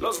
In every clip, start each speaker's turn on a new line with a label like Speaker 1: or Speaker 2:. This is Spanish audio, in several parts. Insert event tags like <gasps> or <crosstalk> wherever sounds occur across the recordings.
Speaker 1: Los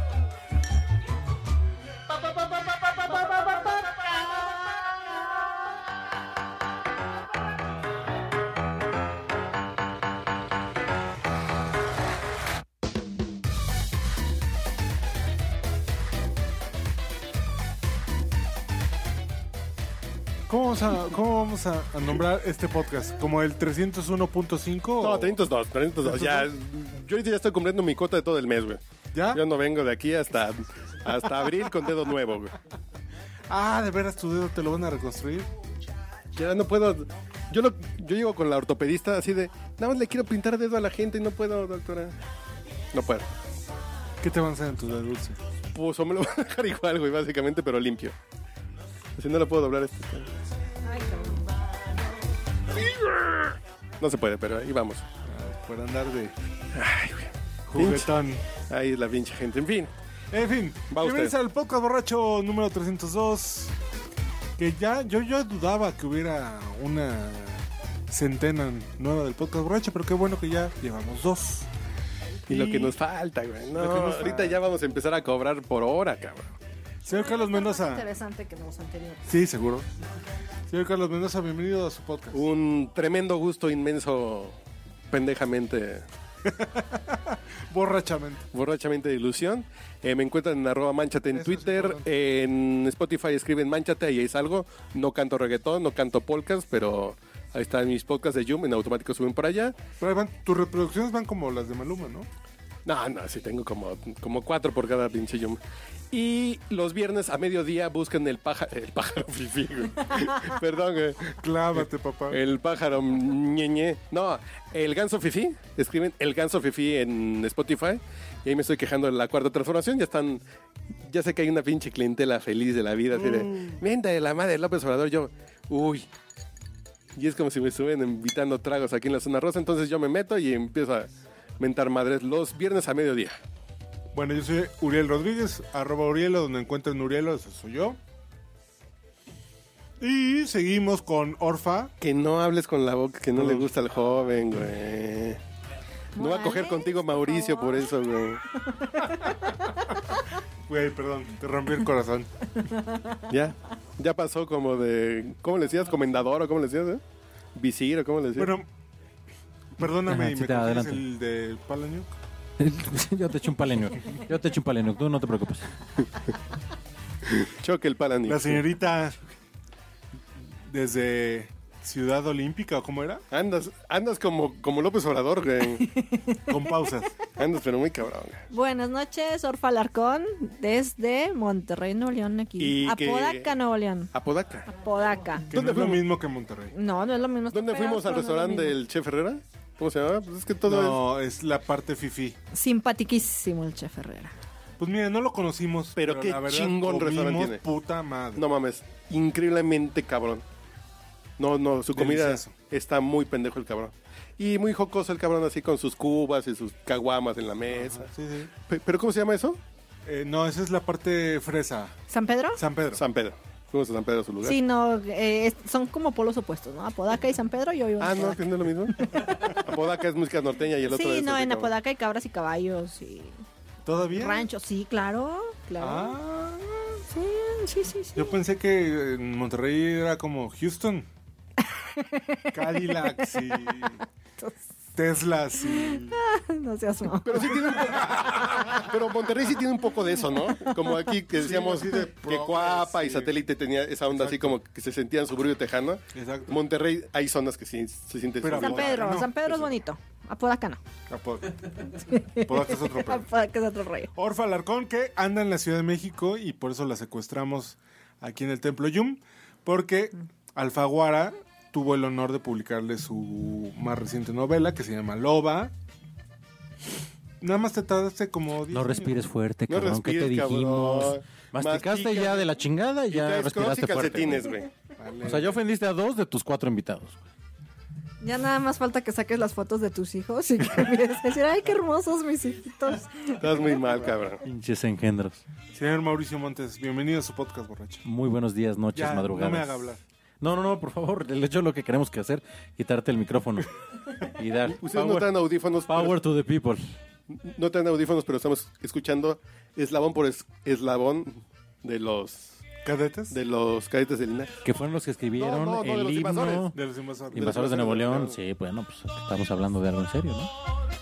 Speaker 2: ¿Cómo vamos a, cómo vamos a, a nombrar este podcast? ¿Como el 301.5?
Speaker 3: No,
Speaker 2: o-
Speaker 3: 302, 302. Ya, yo ahorita ya estoy cumpliendo mi cuota de todo el mes, güey.
Speaker 2: ¿Ya?
Speaker 3: Yo no vengo de aquí hasta, hasta abril con dedo nuevo, güey.
Speaker 2: Ah, de veras tu dedo te lo van a reconstruir.
Speaker 3: Ya no puedo. Yo, lo- yo llego con la ortopedista así de. Nada más le quiero pintar dedo a la gente y no puedo, doctora. No puedo.
Speaker 2: ¿Qué te van a hacer en tu dedo dulce?
Speaker 3: Pues o me lo <laughs> van a dejar igual, güey, básicamente, pero limpio. Así no lo puedo doblar este. No se puede, pero ahí vamos.
Speaker 2: Ah, Por andar de
Speaker 3: Pinche-
Speaker 2: juguetón.
Speaker 3: Ahí es la pinche gente. En fin.
Speaker 2: En fin,
Speaker 3: Va usted.
Speaker 2: bienvenidos al podcast borracho número 302. Que ya, yo, yo dudaba que hubiera una centena nueva del podcast borracho, pero qué bueno que ya llevamos dos.
Speaker 3: Y lo que nos falta, güey. No,
Speaker 2: Lo que nos
Speaker 3: ahorita
Speaker 2: falta.
Speaker 3: ya vamos a empezar a cobrar por hora, cabrón.
Speaker 2: Señor Carlos
Speaker 3: Ah.
Speaker 4: Más
Speaker 2: Mendoza.
Speaker 4: interesante que los anteriores.
Speaker 2: Sí, seguro. Señor Carlos Mendoza, bienvenido a su podcast.
Speaker 3: Un tremendo gusto inmenso, pendejamente,
Speaker 2: <laughs> Borrachamente.
Speaker 3: borrachamente de ilusión. Eh, me encuentran en arroba manchate en
Speaker 2: Eso es
Speaker 3: Twitter,
Speaker 2: importante.
Speaker 3: en Spotify escriben manchate, ahí es algo. No canto reggaetón, no canto podcast, pero ahí están mis podcasts de Yum, en automático suben para allá.
Speaker 2: Pero ahí van- tus reproducciones van como las de Maluma, ¿no?
Speaker 3: No, no, sí tengo como, como cuatro por cada pinche Yum. Y los viernes a mediodía busquen el, paja, el pájaro <laughs> fifí, güey. Perdón, güey.
Speaker 2: Clávate, papá.
Speaker 3: El pájaro ñeñe. No, el ganso fifi. Escriben el ganso fifi en Spotify. Y ahí me estoy quejando de la cuarta transformación. Ya están. Ya sé que hay una pinche clientela feliz de la vida. Así de.
Speaker 2: Mm.
Speaker 3: Venta de la madre de López Obrador. Yo. Uy. Y es como si me estuvieran invitando tragos aquí en la zona rosa. Entonces yo me meto y empiezo a mentar madres los viernes a mediodía.
Speaker 2: Bueno, yo soy Uriel Rodríguez, arroba Urielo, donde encuentren Urielo, eso soy yo. Y seguimos con Orfa.
Speaker 3: Que no hables con la boca que no le gusta al joven, güey. No va a coger
Speaker 4: Morales,
Speaker 3: contigo
Speaker 4: por
Speaker 3: Mauricio por
Speaker 4: favor.
Speaker 3: eso, güey.
Speaker 2: <laughs> Güey, perdón, te rompí el corazón.
Speaker 3: <laughs> Ya, ya pasó como de. ¿Cómo le decías? ¿Comendador o cómo le decías? eh? ¿Visir o cómo le decías?
Speaker 2: Bueno, perdóname,
Speaker 5: Ajá,
Speaker 2: ¿y
Speaker 5: sí,
Speaker 2: ¿me
Speaker 5: te-
Speaker 2: consigues
Speaker 5: adelante.
Speaker 2: el de Palaño?
Speaker 5: <laughs> Yo te echo un palenio. Yo te echo un palenio. Tú no te preocupes.
Speaker 3: Choque el palani.
Speaker 2: La señorita desde Ciudad Olímpica, ¿o cómo era?
Speaker 3: Andas, andas como, como López Obrador, güey.
Speaker 2: <laughs> Con pausas.
Speaker 3: Andas, pero muy cabrón. güey.
Speaker 4: Buenas noches, Orfa Alarcón, desde Monterrey, Nuevo León, aquí.
Speaker 3: Y que-
Speaker 4: Apodaca, Nuevo León.
Speaker 3: Apodaca.
Speaker 4: Apodaca.
Speaker 2: Que no
Speaker 3: ¿Dónde
Speaker 2: es lo
Speaker 3: fuimos?
Speaker 2: mismo que Monterrey.
Speaker 4: No, no es lo mismo. está
Speaker 3: ¿Dónde
Speaker 4: pegado,
Speaker 3: fuimos al
Speaker 4: pero no es lo
Speaker 3: restaurante
Speaker 4: mismo.
Speaker 3: del Chef Herrera? ¿Cómo se llamaba? Pues es que todo es.
Speaker 2: No, es la parte fifi.
Speaker 4: Simpatiquísimo el chef Herrera.
Speaker 2: Pues mira, no lo conocimos.
Speaker 3: Pero qué
Speaker 2: la verdad
Speaker 3: chingón
Speaker 2: comimos
Speaker 3: restaurante tiene.
Speaker 2: puta madre.
Speaker 3: No mames. Increíblemente cabrón. No, no, su comida
Speaker 2: Delicioso.
Speaker 3: está muy pendejo el cabrón. Y muy jocoso el cabrón, así con sus cubas y sus caguamas en la mesa.
Speaker 2: Sí, sí.
Speaker 3: Pe- ¿Pero cómo se llama eso?
Speaker 2: Eh, no, esa es la parte fresa.
Speaker 4: ¿San Pedro?
Speaker 2: San Pedro.
Speaker 3: San Pedro. Fuimos a San Pedro a su lugar.
Speaker 4: Sí, no, eh, es- son como polos opuestos, ¿no? Apodaca y San Pedro, yo vivo en
Speaker 3: Ah, no,
Speaker 4: Apodaca.
Speaker 3: que no es lo mismo. Apodaca es música norteña y el otro
Speaker 4: Sí,
Speaker 3: es
Speaker 4: no,
Speaker 3: así
Speaker 4: en
Speaker 3: como-
Speaker 4: Apodaca hay cabras y caballos y
Speaker 2: ¿Todavía?
Speaker 4: ranchos, sí, claro, claro.
Speaker 2: Ah,
Speaker 4: Sí, sí, sí, sí.
Speaker 2: yo pensé que en Monterrey era como Houston. Cadillacs y Teslas y...
Speaker 4: No seas mamón.
Speaker 3: Pero sí tiene un poco...
Speaker 4: Ah.
Speaker 3: Pero Monterrey sí tiene un poco de eso, ¿no? Como aquí que decíamos
Speaker 2: así de
Speaker 3: que
Speaker 2: progres,
Speaker 3: Cuapa y
Speaker 2: sí.
Speaker 3: Satélite tenía esa onda así como que se sentían suburbio tejano.
Speaker 2: Exacto.
Speaker 3: Monterrey hay zonas que sí se sienten...
Speaker 2: Pero
Speaker 4: San
Speaker 3: suburbio.
Speaker 4: Pedro,
Speaker 2: No,
Speaker 4: San Pedro es bonito. Apodaca no.
Speaker 2: Apodaca. Apodaca es
Speaker 4: <laughs>
Speaker 2: otro pedo.
Speaker 4: Apodaca es otro rollo.
Speaker 2: Orfa Alarcón, que anda en la Ciudad de México y por eso la secuestramos aquí en el Templo Yum, porque Alfaguara tuvo el honor de publicarle su más reciente novela que se llama Loba. Nada más te tardaste como 10
Speaker 5: No respires fuerte,
Speaker 3: No
Speaker 5: cabrón. ¿Qué te
Speaker 3: respires,
Speaker 5: dijimos?
Speaker 3: cabrón.
Speaker 5: Masticaste
Speaker 3: Mastica.
Speaker 5: ya de la chingada y
Speaker 3: Y
Speaker 5: ya
Speaker 3: traes crocs y
Speaker 5: respiraste fuerte.
Speaker 3: calcetines,
Speaker 5: güey.
Speaker 3: güey.
Speaker 2: Vale.
Speaker 5: O sea, ya ofendiste a dos de tus cuatro invitados.
Speaker 4: Ya nada más falta que saques las fotos de tus hijos y que empieces a decir, ay, qué hermosos mis hijitos.
Speaker 3: Estás muy mal, cabrón.
Speaker 5: Pinches engendros.
Speaker 2: Señor Mauricio Montes, bienvenido a su podcast borracho.
Speaker 5: Muy buenos días, noches,
Speaker 2: Ya, no
Speaker 5: madrugadas.
Speaker 2: me haga hablar.
Speaker 5: No, no, no, por favor. <laughs> De hecho, lo que queremos que hacer, quitarte el micrófono y dar
Speaker 3: Ustedes no
Speaker 5: power,
Speaker 3: traen audífonos. pero-
Speaker 5: power to the people.
Speaker 3: no traen audífonos, pero estamos escuchando eslabón por es- eslabón de los
Speaker 2: ¿Cadetes?
Speaker 3: de los cadetes de Lina.
Speaker 5: Que fueron los que escribieron
Speaker 3: No, no, no, de
Speaker 5: el
Speaker 3: los
Speaker 5: himno.
Speaker 3: invasores.
Speaker 2: De los invasores.
Speaker 5: Invasores de Nuevo León,
Speaker 3: Claro.
Speaker 5: sí, bueno, pues estamos hablando de algo en serio, ¿no?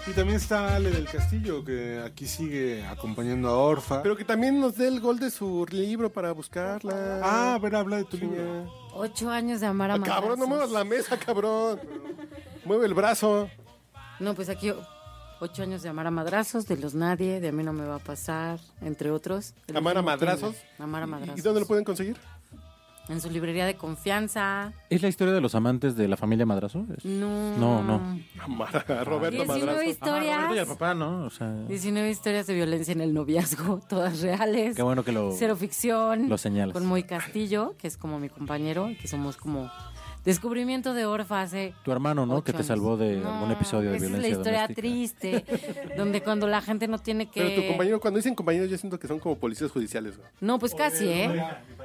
Speaker 2: Y también está Ale del Castillo, que aquí sigue acompañando a Orfa.
Speaker 3: Pero que también nos dé el gol de su libro para buscarla.
Speaker 2: ah, a ver, habla de tu libro.
Speaker 6: Ocho años de amar a
Speaker 3: Ah, cabrón, no
Speaker 6: madrazos.
Speaker 3: muevas la mesa, cabrón. Mueve el brazo.
Speaker 6: No, pues aquí ocho años de amar a madrazos, de los nadie, de a mí no me va a pasar, entre otros. El
Speaker 3: ¿Amar a
Speaker 6: último
Speaker 3: madrazos?
Speaker 6: Tinder, Amar a madrazos.
Speaker 3: ¿Y dónde lo pueden conseguir?
Speaker 6: En su librería de confianza.
Speaker 5: ¿Es la historia de los amantes de la familia Madrazo? Es-
Speaker 6: No.
Speaker 5: No, no.
Speaker 3: Amar a Roberto
Speaker 6: 19
Speaker 5: Ah,
Speaker 3: Madrazo.
Speaker 5: Roberto y al
Speaker 6: historias.
Speaker 5: papá, ¿no? O sea,
Speaker 6: 19 historias de violencia en el noviazgo, <laughs> todas reales.
Speaker 5: qué bueno que lo...
Speaker 6: Cero ficción.
Speaker 5: Lo señalas.
Speaker 6: Con Moy Castillo, que es como mi compañero, y que somos como descubrimiento de Orfa hace
Speaker 5: Tu hermano, ¿no? Que
Speaker 6: ocho
Speaker 5: te salvó de
Speaker 6: años.
Speaker 5: algún
Speaker 6: No,
Speaker 5: episodio de
Speaker 6: esa
Speaker 5: violencia
Speaker 6: Es la historia
Speaker 5: doméstica.
Speaker 6: triste, donde cuando la gente no tiene que.
Speaker 3: Pero tu compañero, cuando dicen compañeros, yo siento que son como policías judiciales. güey.
Speaker 6: No, pues casi, ¿eh?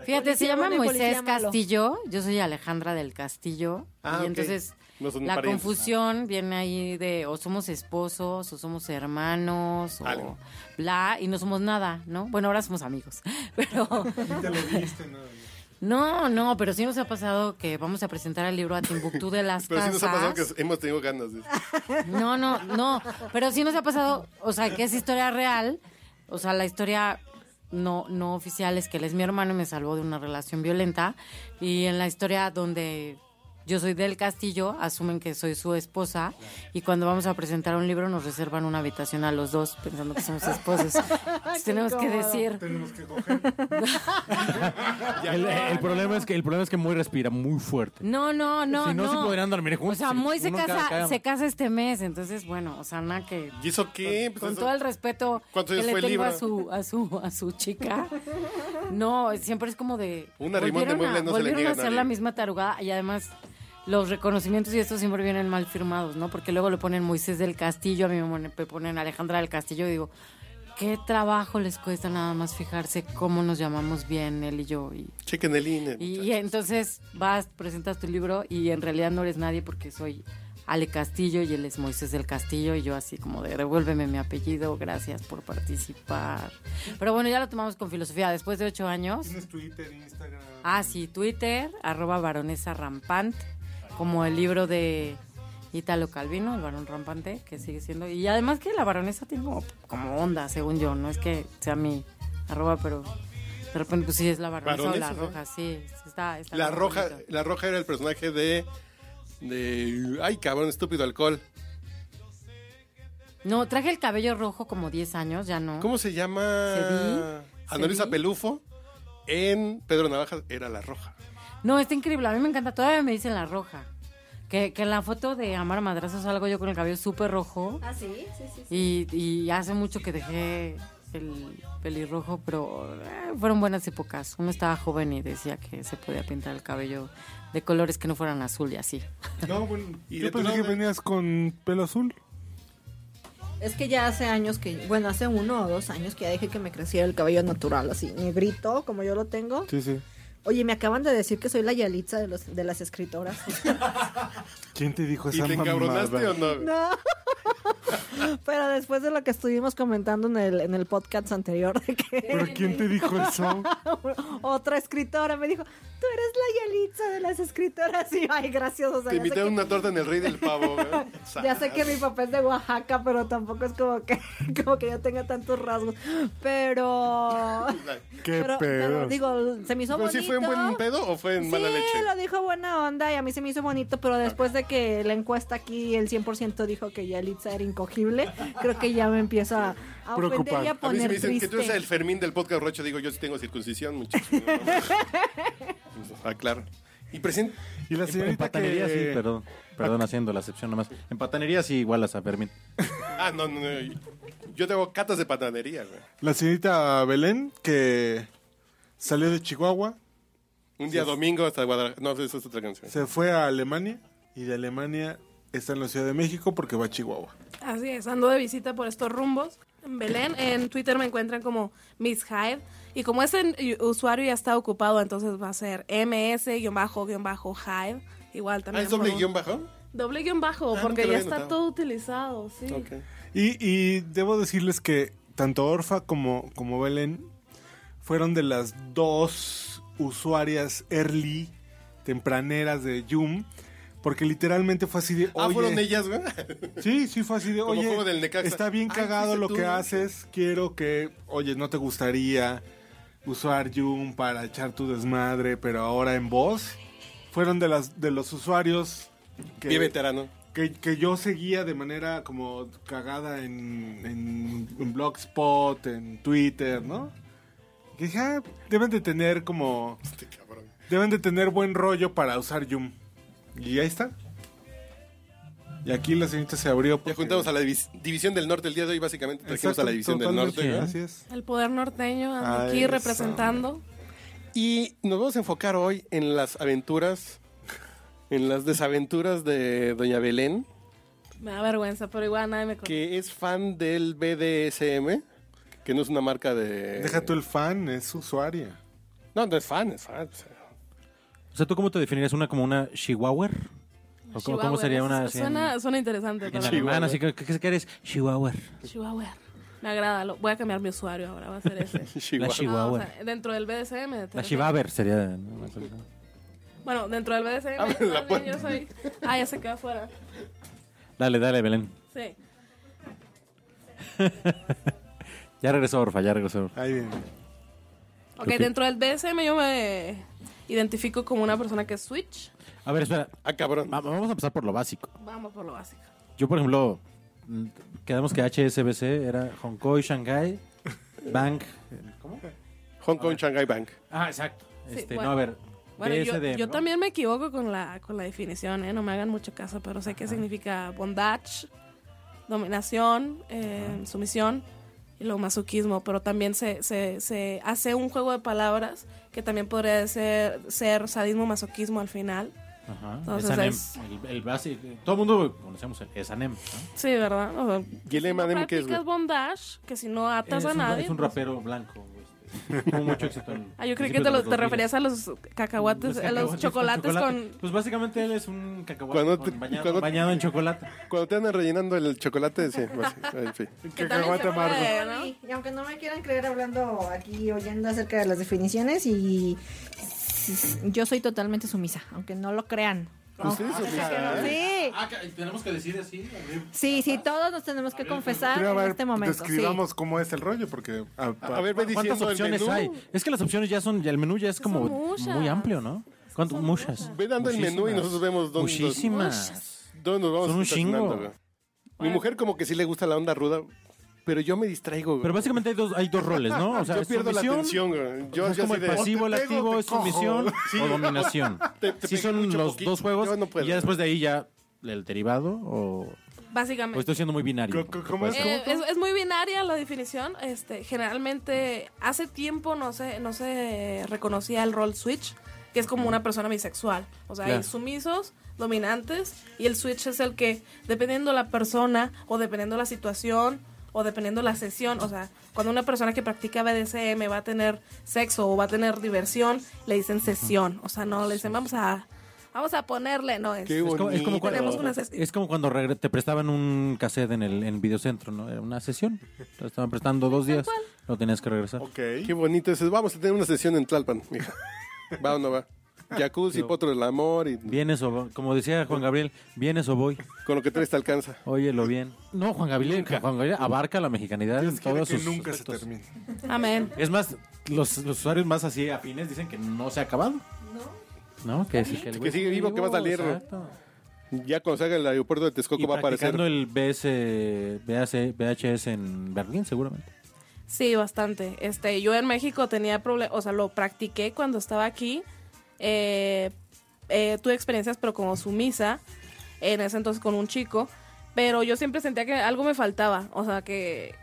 Speaker 6: Fíjate, se
Speaker 4: Policía
Speaker 6: llama
Speaker 4: bueno y
Speaker 6: Moisés
Speaker 4: policía malo.
Speaker 6: Castillo. Yo soy Alejandra del Castillo.
Speaker 3: Ah,
Speaker 6: y
Speaker 3: ok.
Speaker 6: entonces
Speaker 3: No son
Speaker 6: la
Speaker 3: parientes.
Speaker 6: confusión viene ahí de o somos esposos o somos hermanos o
Speaker 3: Algo.
Speaker 6: bla y no somos nada, ¿no? Bueno, ahora somos amigos, <laughs> pero
Speaker 2: Te lo diste, ¿no?
Speaker 6: no, no, pero sí nos ha pasado que vamos a presentar el libro a Timbuktu de las
Speaker 3: Pero sí nos ha pasado
Speaker 6: Casas.
Speaker 3: que hemos tenido ganas. de-
Speaker 6: No, no, no. Pero sí nos ha pasado, o sea, que es historia real. O sea, la historia no, no oficial es que él es mi hermano y me salvó de una relación violenta. Y en la historia donde yo soy del castillo, asumen que soy su esposa. Y cuando vamos a presentar un libro, nos reservan una habitación a los dos, pensando que somos
Speaker 4: Pues
Speaker 6: esposos. Entonces, tenemos que
Speaker 4: incómodo.
Speaker 6: decir.
Speaker 2: Tenemos que coger.
Speaker 5: El, el problema es que el problema es que muy respira muy fuerte.
Speaker 6: No, no, no.
Speaker 5: Si no, sí podrían dormir juntos,
Speaker 6: O sea,
Speaker 5: si
Speaker 6: Moy se
Speaker 5: uno cada-
Speaker 6: casa,
Speaker 5: cada-
Speaker 6: se casa este mes. Entonces, bueno, o sea, nada que.
Speaker 3: ¿Y eso qué? Pues
Speaker 6: Con
Speaker 3: eso-
Speaker 6: todo el respeto
Speaker 3: ¿Cuántos
Speaker 6: que
Speaker 3: años
Speaker 6: le
Speaker 3: fue el
Speaker 6: tengo a
Speaker 3: libro?
Speaker 6: su, a su, a su chica. No, siempre es como de.
Speaker 3: Un arrimón de
Speaker 6: volvieron
Speaker 3: mueble no se le
Speaker 6: volvieron
Speaker 3: niega a
Speaker 6: a hacer
Speaker 3: nadie.
Speaker 6: la misma tarugada y además los reconocimientos y esto siempre vienen mal firmados, ¿no? Porque luego le ponen Moisés del Castillo, a mí me pone- me ponen Alejandra del Castillo y digo, qué trabajo les cuesta nada más fijarse cómo nos llamamos bien él y yo. Y,
Speaker 3: Chequen el INE.
Speaker 6: y
Speaker 3: muchachos.
Speaker 6: entonces vas, presentas tu libro y en realidad no eres nadie porque soy Ale Castillo y él es Moisés del Castillo y yo así como de devuélveme mi apellido, gracias por participar. Pero bueno, ya lo tomamos con filosofía después de ocho años.
Speaker 2: Tienes Twitter, Instagram.
Speaker 6: Ah, sí, Twitter, arroba baronesa rampante, como el libro de Italo Calvino, el varón rampante, que sigue siendo. Y además que la baronesa tiene como, como onda, según yo, no es que sea mi arroba, pero de repente pues sí es la baronesa, o la
Speaker 3: Baronesa, ¿no?
Speaker 6: roja, sí, sí, está, está
Speaker 3: La
Speaker 6: muy
Speaker 3: roja,
Speaker 6: bonito.
Speaker 3: la roja era el personaje de. de ay, cabrón, estúpido alcohol.
Speaker 6: No, traje el cabello rojo como 10 años, ya no.
Speaker 3: ¿Cómo se llama?
Speaker 6: Cedí,
Speaker 3: Anelisa
Speaker 6: Cedí.
Speaker 3: Ah, Pelufo en Pedro Navajas era la roja.
Speaker 6: No, está increíble, a mí me encanta, todavía me dicen la roja. Que, que en la foto de Amar a Madrazos salgo yo con el cabello súper rojo.
Speaker 4: Ah, sí, sí, sí.
Speaker 6: Y, y hace mucho que dejé el pelirrojo, pero eh, fueron buenas épocas. Uno estaba joven y decía que se podía pintar el cabello de colores que no fueran azul y así.
Speaker 2: No, bueno.
Speaker 3: ¿Y de
Speaker 2: yo
Speaker 3: tu
Speaker 2: pensé que
Speaker 3: lado?
Speaker 2: venías con pelo azul.
Speaker 4: Es que ya hace años que, bueno, hace uno o dos años que ya dejé que me creciera el cabello natural, así, negrito, como yo lo tengo.
Speaker 2: Sí, sí.
Speaker 4: Oye, me acaban de decir que soy la Yalitza de, los, de las escritoras.
Speaker 2: ¿Quién te dijo
Speaker 3: ¿Y
Speaker 2: esa
Speaker 3: te encabronaste
Speaker 2: mamada?
Speaker 3: o no?
Speaker 4: No. <laughs> Pero después de lo que estuvimos comentando en el, en el podcast anterior, de que
Speaker 2: ¿Pero quién te dijo eso?
Speaker 4: <laughs> otra escritora me dijo, tú eres la Yalitza de las escritoras. Y yo, ay, gracias. O sea,
Speaker 3: Te
Speaker 4: Pues ya
Speaker 3: invité
Speaker 4: sé
Speaker 3: a
Speaker 4: que-
Speaker 3: una torta en el Rey del Pavo. ¿eh?
Speaker 4: <laughs> Ya sé que mi papá es de Oaxaca, pero tampoco es como que, <laughs> como que yo tenga tantos rasgos.
Speaker 3: <laughs>
Speaker 4: Pero.
Speaker 2: Qué pedo.
Speaker 4: pero, pero, digo, se me hizo
Speaker 3: ¿Pero
Speaker 4: bonito.
Speaker 3: sí fue en buen pedo o fue en
Speaker 4: Sí,
Speaker 3: mala leche?
Speaker 4: lo dijo buena onda y a mí se me hizo bonito, pero después de que la encuesta aquí el 100% dijo que Yalitza era incogible, creo que ya me empiezo a, a ofender
Speaker 2: Preocupar.
Speaker 4: y
Speaker 2: A
Speaker 3: A mí se
Speaker 2: mí
Speaker 4: a poner
Speaker 3: me dicen
Speaker 4: triste.
Speaker 3: que tú eres el Fermín del podcast Rocho. Digo, yo sí tengo circuncisión,
Speaker 4: <laughs>
Speaker 3: muchachos. ah, claro. Y presente.
Speaker 2: Y la
Speaker 5: En- En
Speaker 2: señorita
Speaker 5: patanería
Speaker 2: que...
Speaker 5: sí, perdón. Perdón, haciendo la excepción nomás. En patanería sí igualas a Fermín.
Speaker 3: Ah, no, no, no. Yo tengo catas de patanería, güey.
Speaker 2: La señorita Belén, que salió de Chihuahua,
Speaker 3: Un día domingo hasta Guadalajara. No, esa es otra canción.
Speaker 2: Se fue a Alemania y de Alemania está en la Ciudad de México porque va a Chihuahua.
Speaker 7: Así es, ando de visita por estos rumbos. En Belén, en Twitter me encuentran como Miss Hyde. Y como ese eh, usuario ya está ocupado, entonces va a ser ms-hyde. Igual
Speaker 3: Ah,
Speaker 7: también.
Speaker 3: ¿es doble
Speaker 7: por-
Speaker 3: guión bajo?
Speaker 7: Doble guión bajo,
Speaker 3: Ah, nunca
Speaker 7: porque
Speaker 3: lo
Speaker 7: ya
Speaker 3: había
Speaker 7: está
Speaker 3: notado.
Speaker 7: todo utilizado, sí.
Speaker 3: Ok.
Speaker 2: Y, y debo decirles que tanto Orfa como, como Belén fueron de las dos usuarias early, tempraneras de Yum, porque literalmente fue así de...
Speaker 3: Ah,
Speaker 2: "Oye,
Speaker 3: fueron ellas, güey.
Speaker 2: Sí, sí fue así de,
Speaker 3: Como
Speaker 2: oye,
Speaker 3: juego del Necaxa.
Speaker 2: está bien
Speaker 3: Ay,
Speaker 2: cagado
Speaker 3: fuiste
Speaker 2: lo
Speaker 3: tú,
Speaker 2: que
Speaker 3: ¿no?
Speaker 2: haces, quiero que, oye, no te gustaría usar Yum para echar tu desmadre, pero ahora en voz, fueron de, las, de los usuarios que,
Speaker 3: Bien veterano.
Speaker 2: que, que yo seguía de manera como cagada en, en, en Blogspot, en Twitter, ¿no? Que dije, ah, deben de tener como,
Speaker 3: Este cabrón.
Speaker 2: deben de tener buen rollo para usar Yum. Y ahí está. Y aquí la señorita se abrió.
Speaker 3: Ya
Speaker 2: porque-
Speaker 3: juntamos a la divis- división del norte el día de hoy, básicamente trajimos
Speaker 2: Exacto,
Speaker 3: a la división del
Speaker 2: totalmente,
Speaker 3: norte. ¿no?
Speaker 2: Así es.
Speaker 7: El poder norteño ando
Speaker 3: Ah,
Speaker 2: Ay,
Speaker 7: aquí
Speaker 2: esa.
Speaker 7: representando.
Speaker 3: Y nos vamos a enfocar hoy en las aventuras, en las desaventuras de Doña Belén,
Speaker 7: Me da vergüenza, pero igual nadie me conoce.
Speaker 3: que es fan del BDSM, que no es una marca de...
Speaker 2: Deja tú el fan, es usuaria.
Speaker 3: No, no es fan, es fan. o sea,
Speaker 5: O sea, ¿tú cómo te definirías una como una chihuahua? ¿O cómo, cómo
Speaker 7: Chihuahua,
Speaker 5: sería una
Speaker 7: es-
Speaker 5: así en-
Speaker 7: Suena, suena interesante.
Speaker 5: en
Speaker 7: pero-
Speaker 5: alemán? Así que, ¿qué, qué eres? Chihuahua.
Speaker 7: Chihuahua. Me agrada. lo- voy a cambiar mi usuario ahora, va a ser ese.
Speaker 5: La
Speaker 3: <laughs> Chihuahua.
Speaker 7: No, o
Speaker 5: Chihuahua.
Speaker 7: sea, dentro del BDSM. ¿te
Speaker 5: La
Speaker 7: refieres?
Speaker 5: Chivaber sería. ¿no? Una cosa.
Speaker 7: Bueno, dentro del BDSM.
Speaker 5: Ah,
Speaker 7: más
Speaker 3: Abre la
Speaker 7: bien
Speaker 3: puerta.
Speaker 7: yo soy. Ah, ya se quedó afuera.
Speaker 5: Dale, dale, Belén.
Speaker 7: Sí.
Speaker 5: Ya regresó Orfa, ya regresó.
Speaker 2: Ahí viene.
Speaker 7: Ok,
Speaker 5: Ok.
Speaker 7: dentro del BDSM yo me identifico como una persona que es Switch.
Speaker 5: A ver, espera.
Speaker 3: Ah, cabrón.
Speaker 5: Va- Vamos a empezar por lo básico.
Speaker 7: Vamos por lo básico.
Speaker 5: Yo, por ejemplo, mm, quedamos que HSBC era Hong Kong,
Speaker 3: <laughs>
Speaker 5: Shanghai, Bank.
Speaker 3: Hong Kong Shanghai Bank.
Speaker 5: Ah, exacto.
Speaker 7: Sí,
Speaker 5: Este,
Speaker 7: bueno.
Speaker 5: No, a ver.
Speaker 7: Bueno, yo,
Speaker 5: BSDM,
Speaker 7: yo
Speaker 5: ¿no?
Speaker 7: también me equivoco con la, con la definición, ¿eh? No me hagan mucho caso, pero sé que significa bondage, dominación, eh, sumisión y lo masoquismo. Pero también se, se, se hace un juego de palabras que también podría ser, ser sadismo, masoquismo al final.
Speaker 5: Ajá.
Speaker 7: Entonces
Speaker 5: Esanem,
Speaker 7: es-
Speaker 5: El, el base- Todo el mundo conocemos el Esanem. ¿no?
Speaker 7: Sí, ¿verdad? O sea,
Speaker 3: ¿Y el
Speaker 7: si no
Speaker 3: M&M qué es,
Speaker 7: practicas
Speaker 3: güey?
Speaker 7: bondage, que si no atas
Speaker 5: es,
Speaker 7: a
Speaker 5: un,
Speaker 7: nadie.
Speaker 5: es un
Speaker 7: pues-
Speaker 5: rapero blanco. este, Tuvo mucho éxito
Speaker 7: <laughs>
Speaker 5: en.
Speaker 7: Ah, yo creo que
Speaker 5: principios
Speaker 7: te,
Speaker 5: de
Speaker 7: lo-
Speaker 5: los
Speaker 7: te
Speaker 5: 2000.
Speaker 7: referías a los cacahuates, a los
Speaker 5: cacahuates
Speaker 7: chocolates
Speaker 5: chocolate.
Speaker 7: con...
Speaker 5: Pues básicamente él es un cacahuate
Speaker 3: Cuando
Speaker 5: con-
Speaker 3: te-
Speaker 5: bañado,
Speaker 3: cuando-
Speaker 5: bañado en chocolate.
Speaker 3: Cuando te andan rellenando el chocolate, sí. vas- en fin.
Speaker 7: Que también se puede, ¿no?
Speaker 4: Y aunque no me quieran creer hablando aquí, oyendo acerca de las definiciones, y s- yo soy totalmente sumisa, aunque no lo crean.
Speaker 5: Pues
Speaker 3: Usted es sumisa, ¿eh?
Speaker 4: Sí,
Speaker 5: Ah, tenemos que decir así.
Speaker 4: sí, sí, todos nos tenemos que confesar
Speaker 2: Creo, a
Speaker 4: en
Speaker 2: ver,
Speaker 4: este momento.
Speaker 2: describamos cómo es el rollo, porque... ah, a-
Speaker 3: A ver, ve
Speaker 5: ¿Cuántas
Speaker 3: diciendo el
Speaker 5: opciones
Speaker 3: menú.
Speaker 5: hay? Es que las opciones ya son, ya el menú ya es como
Speaker 7: muchas.
Speaker 5: muy amplio, ¿no? ¿Cuántas? Muchas.
Speaker 3: Ve dando el menú y
Speaker 5: Muchísimas.
Speaker 3: nosotros vemos dónde-
Speaker 5: Muchísimas.
Speaker 3: ¿Dónde nos vamos
Speaker 5: Son un
Speaker 3: estacionando,
Speaker 5: chingo.
Speaker 3: güey? Mi mujer como que sí le gusta la onda ruda, pero yo me distraigo. güey.
Speaker 5: Pero básicamente hay dos, hay dos roles, ¿no? O sea,
Speaker 3: yo
Speaker 5: es
Speaker 3: pierdo la
Speaker 5: sumisión,
Speaker 3: atención. güey. Yo,
Speaker 5: o sea, es
Speaker 3: yo
Speaker 5: como el
Speaker 3: así de- "Oh,
Speaker 5: pasivo, el
Speaker 2: "O te pego,
Speaker 5: activo,
Speaker 2: te
Speaker 5: es
Speaker 3: <laughs>
Speaker 2: cojo".
Speaker 5: sumisión
Speaker 3: Sí.
Speaker 5: o dominación.
Speaker 3: <laughs> Te- te
Speaker 5: sí
Speaker 3: pego
Speaker 5: son
Speaker 3: mucho
Speaker 5: los
Speaker 3: poquito.
Speaker 5: dos juegos
Speaker 3: Yo no puedo.
Speaker 5: y ya después de ahí ya el derivado o, o
Speaker 7: Básicamente.
Speaker 5: estoy siendo muy binario.
Speaker 2: ¿Cómo- cómo- cómo es?
Speaker 7: Eh, es, es muy binaria la definición. Este, generalmente, hace tiempo no se, no se reconocía el rol switch, que es como una persona bisexual. O sea,
Speaker 5: Claro.
Speaker 7: hay sumisos, dominantes, y el switch es el que, dependiendo la persona, o dependiendo la situación, o dependiendo la sesión, o sea, cuando una persona que practica BDSM va a tener sexo o va a tener diversión, le dicen sesión. O sea, no le dicen, vamos a, vamos a ponerle, no es.
Speaker 3: Qué
Speaker 5: Es como, es como
Speaker 3: bonito.
Speaker 5: cuando,
Speaker 7: Tenemos una sesión.
Speaker 5: es como cuando regre- te prestaban un cassette en el en videocentro, ¿no? Era una sesión. Te estaban prestando dos días, lo tenías que regresar.
Speaker 2: Ok.
Speaker 3: Qué bonito eso. Vamos a tener una sesión en Tlalpan, mija. ¿Va o no va? Jacuzzi, potro del amor y
Speaker 5: Vienes o vo- como decía Juan Gabriel, vienes o voy,
Speaker 3: con lo que traes te alcanza.
Speaker 5: óyelo bien. No, Juan Gabriel, Juan Gabriel abarca la mexicanidad
Speaker 2: Dios
Speaker 5: en
Speaker 2: quiera
Speaker 5: todos
Speaker 2: que
Speaker 5: sus
Speaker 2: nunca
Speaker 5: aspectos.
Speaker 2: se termine.
Speaker 7: Amén.
Speaker 5: Es más, los, los usuarios más así afines dicen que no se ha acabado. No. No, que, sí, el güey
Speaker 3: sigue vivo, que va a salir.
Speaker 5: Exacto.
Speaker 3: Ya cuando salga el aeropuerto de Texcoco
Speaker 5: Y
Speaker 3: va a aparecer.
Speaker 5: practicando el BS, BH, VHS en Berlín, seguramente.
Speaker 7: Sí, bastante. Este, yo en México tenía problemas, o sea, lo practiqué cuando estaba aquí. Eh, eh, tuve experiencias, pero como sumisa, en ese entonces con un chico. Pero yo siempre sentía que algo me faltaba, o sea, que,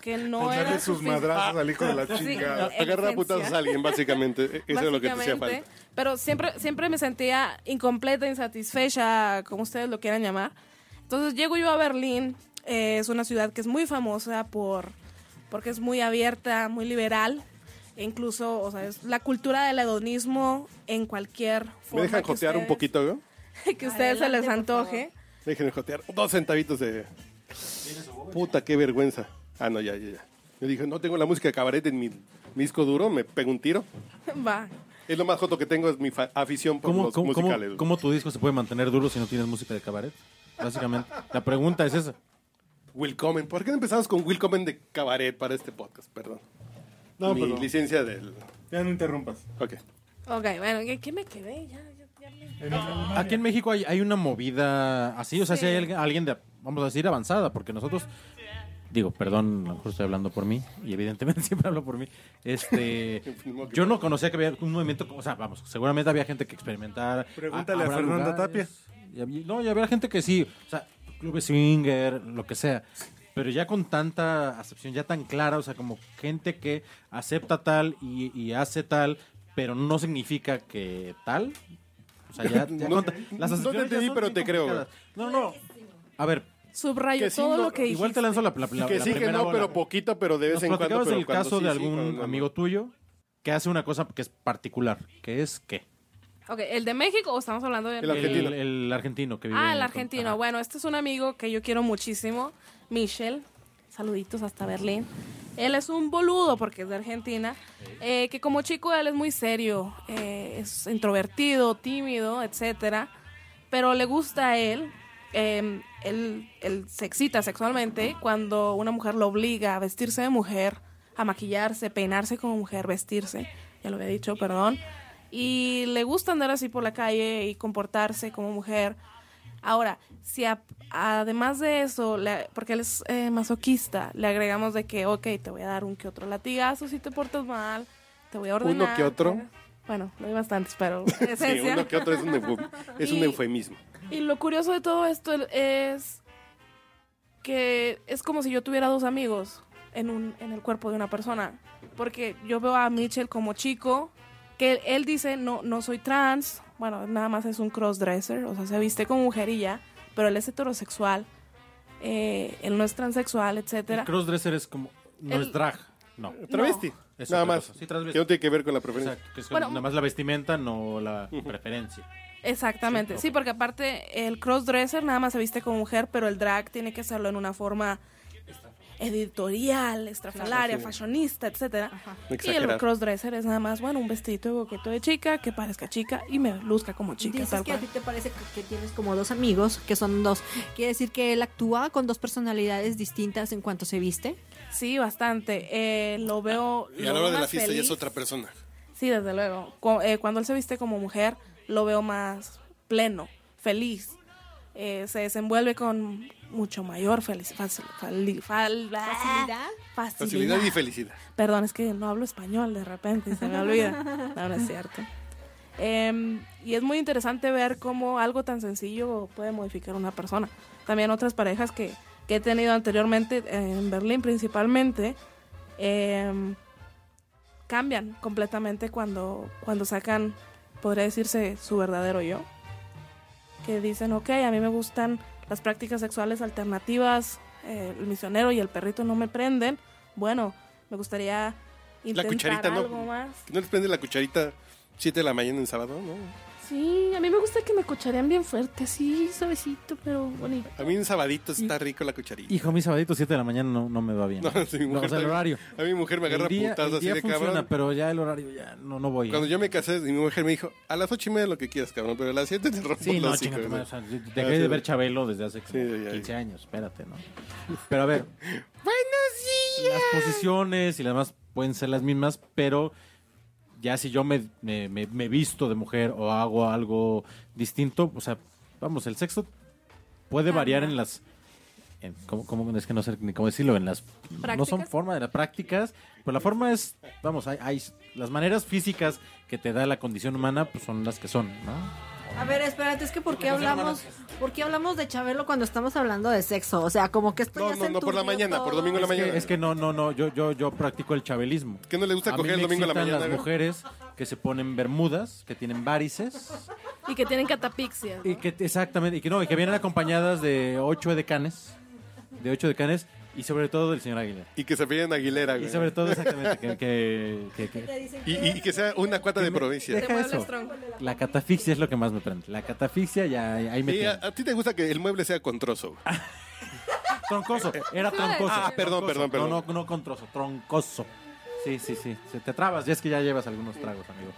Speaker 7: que no era...
Speaker 2: Darle sus
Speaker 7: suficiente.
Speaker 2: madrazos al hijo de
Speaker 7: <laughs>
Speaker 2: la
Speaker 7: Sí,
Speaker 2: chingada.
Speaker 7: en
Speaker 3: Agarrar
Speaker 7: esencia.
Speaker 3: a
Speaker 8: E-,
Speaker 3: putazos a alguien, básicamente. Eso es lo que te hacía
Speaker 7: Básicamente,
Speaker 3: falta.
Speaker 7: Pero siempre, siempre me sentía incompleta, insatisfecha, como ustedes lo quieran llamar. Entonces llego yo a Berlín, eh, es una ciudad que es muy famosa por, porque es muy abierta, muy liberal. E incluso, o sea, es la cultura del hedonismo en cualquier forma.
Speaker 8: ¿Me dejan
Speaker 7: que
Speaker 8: jotear un
Speaker 7: ustedes-
Speaker 8: poquito, güey?
Speaker 7: <laughs> Que a ustedes se les
Speaker 4: Adelante, por
Speaker 7: antoje.
Speaker 8: Déjenme jotear dos centavitos de... Puta, qué vergüenza. Ah, no, ya, ya, ya. Yo dije, no tengo la música de cabaret en mi, mi disco duro, me pego un tiro.
Speaker 7: <laughs> Va.
Speaker 8: Es lo más joto que tengo, es mi fa- afición por
Speaker 5: ¿Cómo,
Speaker 8: los
Speaker 5: cómo, cómo,
Speaker 8: musicales. güey.
Speaker 5: cómo tu disco se puede mantener duro si no tienes música de cabaret? Básicamente, la pregunta es esa.
Speaker 8: Willkommen. ¿Por qué no empezamos con Willkommen de cabaret para este podcast? Perdón.
Speaker 2: No,
Speaker 8: mi
Speaker 2: pero
Speaker 8: licencia del...
Speaker 2: ya no interrumpas.
Speaker 8: Ok.
Speaker 7: Ok, bueno, ¿qué, qué me quedé? Ya, ya, ya me-
Speaker 5: Aquí en México hay, hay una movida así, o sea, si hay alguien- alguien de, vamos a decir, avanzada, porque nosotros, digo, perdón, a lo mejor estoy hablando por mí, y evidentemente <laughs> siempre hablo por mí,
Speaker 2: <laughs>
Speaker 5: este, yo no conocía que había un movimiento, o sea, vamos, seguramente había gente que experimentara.
Speaker 2: Pregúntale a
Speaker 5: habrá
Speaker 2: Fernanda Tapia.
Speaker 5: y había- no, y había gente que sí, o sea, clubes swinger, lo que sea. Pero ya con tanta acepción, ya tan clara, o sea, como gente que acepta tal y, y hace tal, pero no significa que tal. O sea, ya,
Speaker 8: <laughs>
Speaker 5: ya
Speaker 8: No-
Speaker 5: con ta- las
Speaker 8: no
Speaker 5: acepciones
Speaker 8: te
Speaker 5: ya
Speaker 8: entendí,
Speaker 5: son
Speaker 8: pero
Speaker 5: bien
Speaker 8: te creo, güey.
Speaker 5: complicadas. No, no. A ver,
Speaker 7: Subrayo
Speaker 8: Que sí,
Speaker 7: todo
Speaker 8: no,
Speaker 7: lo que dijiste.
Speaker 5: igual te lanzo la, la, la-
Speaker 8: que
Speaker 5: la
Speaker 8: sí, que
Speaker 5: primera
Speaker 8: no,
Speaker 5: ola.
Speaker 8: pero poquito, pero de vez
Speaker 5: Nos
Speaker 8: en cuando.
Speaker 5: platicabas
Speaker 8: pero
Speaker 5: el
Speaker 8: cuando
Speaker 5: caso
Speaker 8: sí,
Speaker 5: de
Speaker 8: sí,
Speaker 5: algún
Speaker 8: cuando no.
Speaker 5: amigo tuyo que hace una cosa que es particular, que es qué?
Speaker 7: Ok, ¿el de México o estamos hablando del
Speaker 8: El argentino.
Speaker 5: El, el argentino que vive
Speaker 7: Ah,
Speaker 5: en-
Speaker 7: el argentino.
Speaker 5: Ajá.
Speaker 7: Bueno, este es un amigo que yo quiero muchísimo, Michel. Saluditos hasta Berlín. Él es un boludo porque es de Argentina. eh, que como chico él es muy serio, eh, es introvertido, tímido, etcétera. Pero le gusta a él, eh, él, él se excita sexualmente cuando una mujer lo obliga a vestirse de mujer, a maquillarse, peinarse como mujer, vestirse. Ya lo había dicho, perdón. Y le gusta andar así por la calle y comportarse como mujer. Ahora, si a- además de eso, le- porque él es eh, masoquista, le agregamos de que, ok, te voy a dar un que otro latigazo si te portas mal, te voy a
Speaker 8: ¿Uno
Speaker 7: ordenar.
Speaker 8: que otro?
Speaker 7: Bueno, no hay bastantes,
Speaker 8: <laughs>
Speaker 7: pero en <laughs>
Speaker 8: Sí,
Speaker 7: esencia.
Speaker 8: uno que otro es un, eufem- es un
Speaker 7: Y-
Speaker 8: eufemismo.
Speaker 7: Y lo curioso de todo esto es que es como si yo tuviera dos amigos en, un, en el cuerpo de una persona. Porque yo veo a Mitchell como chico, que él, él dice, no, no soy trans, bueno, nada más es un crossdresser, o sea, se viste como mujerilla, pero él es heterosexual, eh, él no es transexual,
Speaker 5: El
Speaker 7: etcétera.
Speaker 5: crossdresser es como. No
Speaker 7: El-
Speaker 5: es drag. No.
Speaker 8: Eh, Travesti.
Speaker 5: Es
Speaker 8: Nada
Speaker 5: otra
Speaker 8: más.
Speaker 5: cosa. Sí, travesti.
Speaker 8: Que no tiene que ver con la preferencia.
Speaker 5: Exacto, que es
Speaker 7: Bueno,
Speaker 5: nada más la vestimenta, no la preferencia.
Speaker 7: Exactamente,
Speaker 5: Sí,
Speaker 7: sí, porque aparte el crossdresser nada más se viste como mujer, pero el drag tiene que hacerlo en una forma editorial, estrafalaria,
Speaker 8: Claro.
Speaker 7: fashionista, etcétera. Y el
Speaker 8: Exagerar.
Speaker 7: crossdresser es nada más, bueno, un vestidito coqueto de chica que parezca chica y me luzca como chica,
Speaker 4: Dices
Speaker 7: tal
Speaker 4: que a
Speaker 7: cual.
Speaker 4: ti te parece que- que tienes como dos amigos, que son dos. Quiere decir que él actúa con dos personalidades distintas en cuanto se viste.
Speaker 7: Sí, bastante. Eh, lo veo.
Speaker 3: Ah, Y
Speaker 7: lo
Speaker 3: a la
Speaker 7: veo
Speaker 3: hora de la
Speaker 7: más
Speaker 3: fiesta ya es
Speaker 7: feliz.
Speaker 3: otra persona.
Speaker 7: Sí, desde luego. Cu- eh, Cuando él se viste como mujer, lo veo más pleno, feliz. Eh, se desenvuelve con mucho mayor felici- facil- fali- fal- ah, facilidad.
Speaker 3: Facilidad y felicidad.
Speaker 7: Perdón, es que no hablo español de repente y se me olvida. No, no es cierto. Em, y es muy interesante ver cómo algo tan sencillo puede modificar una persona. También otras parejas que, que he tenido anteriormente, en Berlín principalmente, em, cambian completamente cuando, cuando sacan, podría decirse, su verdadero yo. Que dicen, ok, a mí me gustan las prácticas sexuales alternativas, eh, el misionero y el perrito no me prenden. Bueno, me gustaría intentar
Speaker 3: cucharita no.
Speaker 7: algo más.
Speaker 3: ¿No les prende la cucharita 7 de la mañana en sábado? No.
Speaker 7: Sí, a mí me gusta que me cucharean bien fuerte, sí, suavecito, pero bonito.
Speaker 3: A mí en sabadito está rico la cucharita. <laughs>
Speaker 5: Hijo, mi sabadito 7 de la mañana no, no me va
Speaker 8: <laughs>
Speaker 5: bien.
Speaker 3: No, sí, mi mujer
Speaker 5: o sea, el
Speaker 3: también.
Speaker 5: horario.
Speaker 3: A mi mujer me agarra
Speaker 5: el día,
Speaker 3: putazos
Speaker 5: el
Speaker 3: así
Speaker 5: día
Speaker 3: de
Speaker 5: funciona,
Speaker 3: cabrón.
Speaker 5: pero ya el horario ya no, no voy. ¿eh?
Speaker 3: Cuando yo me casé, mi mujer me dijo, a las ocho y media lo que quieras, cabrón, pero a las siete te rompo
Speaker 5: Sí,
Speaker 3: los
Speaker 5: no,
Speaker 3: hijos.
Speaker 5: chingate, madre, o sea, dejé
Speaker 3: Ah, sí.
Speaker 5: de ver Chabelo desde hace como
Speaker 3: Sí, ya,
Speaker 5: 15 años, espérate, ¿no? Pero a ver. <laughs> Buenos días. Las posiciones y las demás pueden ser las mismas, pero ya si yo me, me- me- me visto de mujer o hago algo distinto, o sea, vamos, el sexo puede variar en las. en- ¿cómo, cómo- es que no sé ni cómo decirlo? En las. No son
Speaker 7: ¿Prácticas?
Speaker 5: forma de las prácticas, pero la forma es. Vamos, hay, hay- las maneras físicas que te da la condición humana, pues son las que son, ¿no?
Speaker 4: A ver, espérate, es que ¿por qué hablamos, ¿por qué hablamos de Chabelo cuando estamos hablando de sexo? O sea, como que esto
Speaker 3: No,
Speaker 4: ya
Speaker 3: no,
Speaker 4: se
Speaker 3: no, por la
Speaker 4: enturbió
Speaker 3: mañana, por
Speaker 4: todo.
Speaker 3: domingo en la
Speaker 5: Es que-
Speaker 3: mañana.
Speaker 5: Es que no, no, no, yo, yo, yo practico el chabelismo.
Speaker 3: ¿Qué no le gusta
Speaker 5: A mí
Speaker 3: coger el
Speaker 5: me
Speaker 3: domingo en la
Speaker 5: excitan
Speaker 3: mañana?
Speaker 5: las
Speaker 3: güey?
Speaker 5: mujeres que se ponen bermudas, que tienen varices.
Speaker 7: Y que tienen
Speaker 3: <laughs>
Speaker 7: catapixia.
Speaker 5: Y que exactamente, y que no, y que vienen acompañadas de ocho edecanes, de ocho edecanes y sobre todo del señor Aguilera.
Speaker 3: Y que se piden Aguilera,
Speaker 5: Y
Speaker 3: güey.
Speaker 5: sobre todo exactamente que, que- que- que-
Speaker 3: Y, y que sea una cuata de provincia.
Speaker 7: Te
Speaker 5: deja
Speaker 7: muebles
Speaker 5: eso.
Speaker 7: tronco.
Speaker 5: La catafixia es lo que más me prende. La catafixia ya ahí me
Speaker 3: Y a,
Speaker 5: tiene.
Speaker 3: a ti te gusta que el mueble sea con trozo. güey.
Speaker 5: Troncoso,
Speaker 2: eh,
Speaker 5: era
Speaker 7: Sí, iba a decir.
Speaker 5: troncoso.
Speaker 3: Ah,
Speaker 5: Troncoso.
Speaker 3: perdón, perdón, perdón.
Speaker 5: No, no, no con trozo, troncoso. Sí, sí, sí. Se te trabas, ya es que ya llevas algunos tragos, amigo.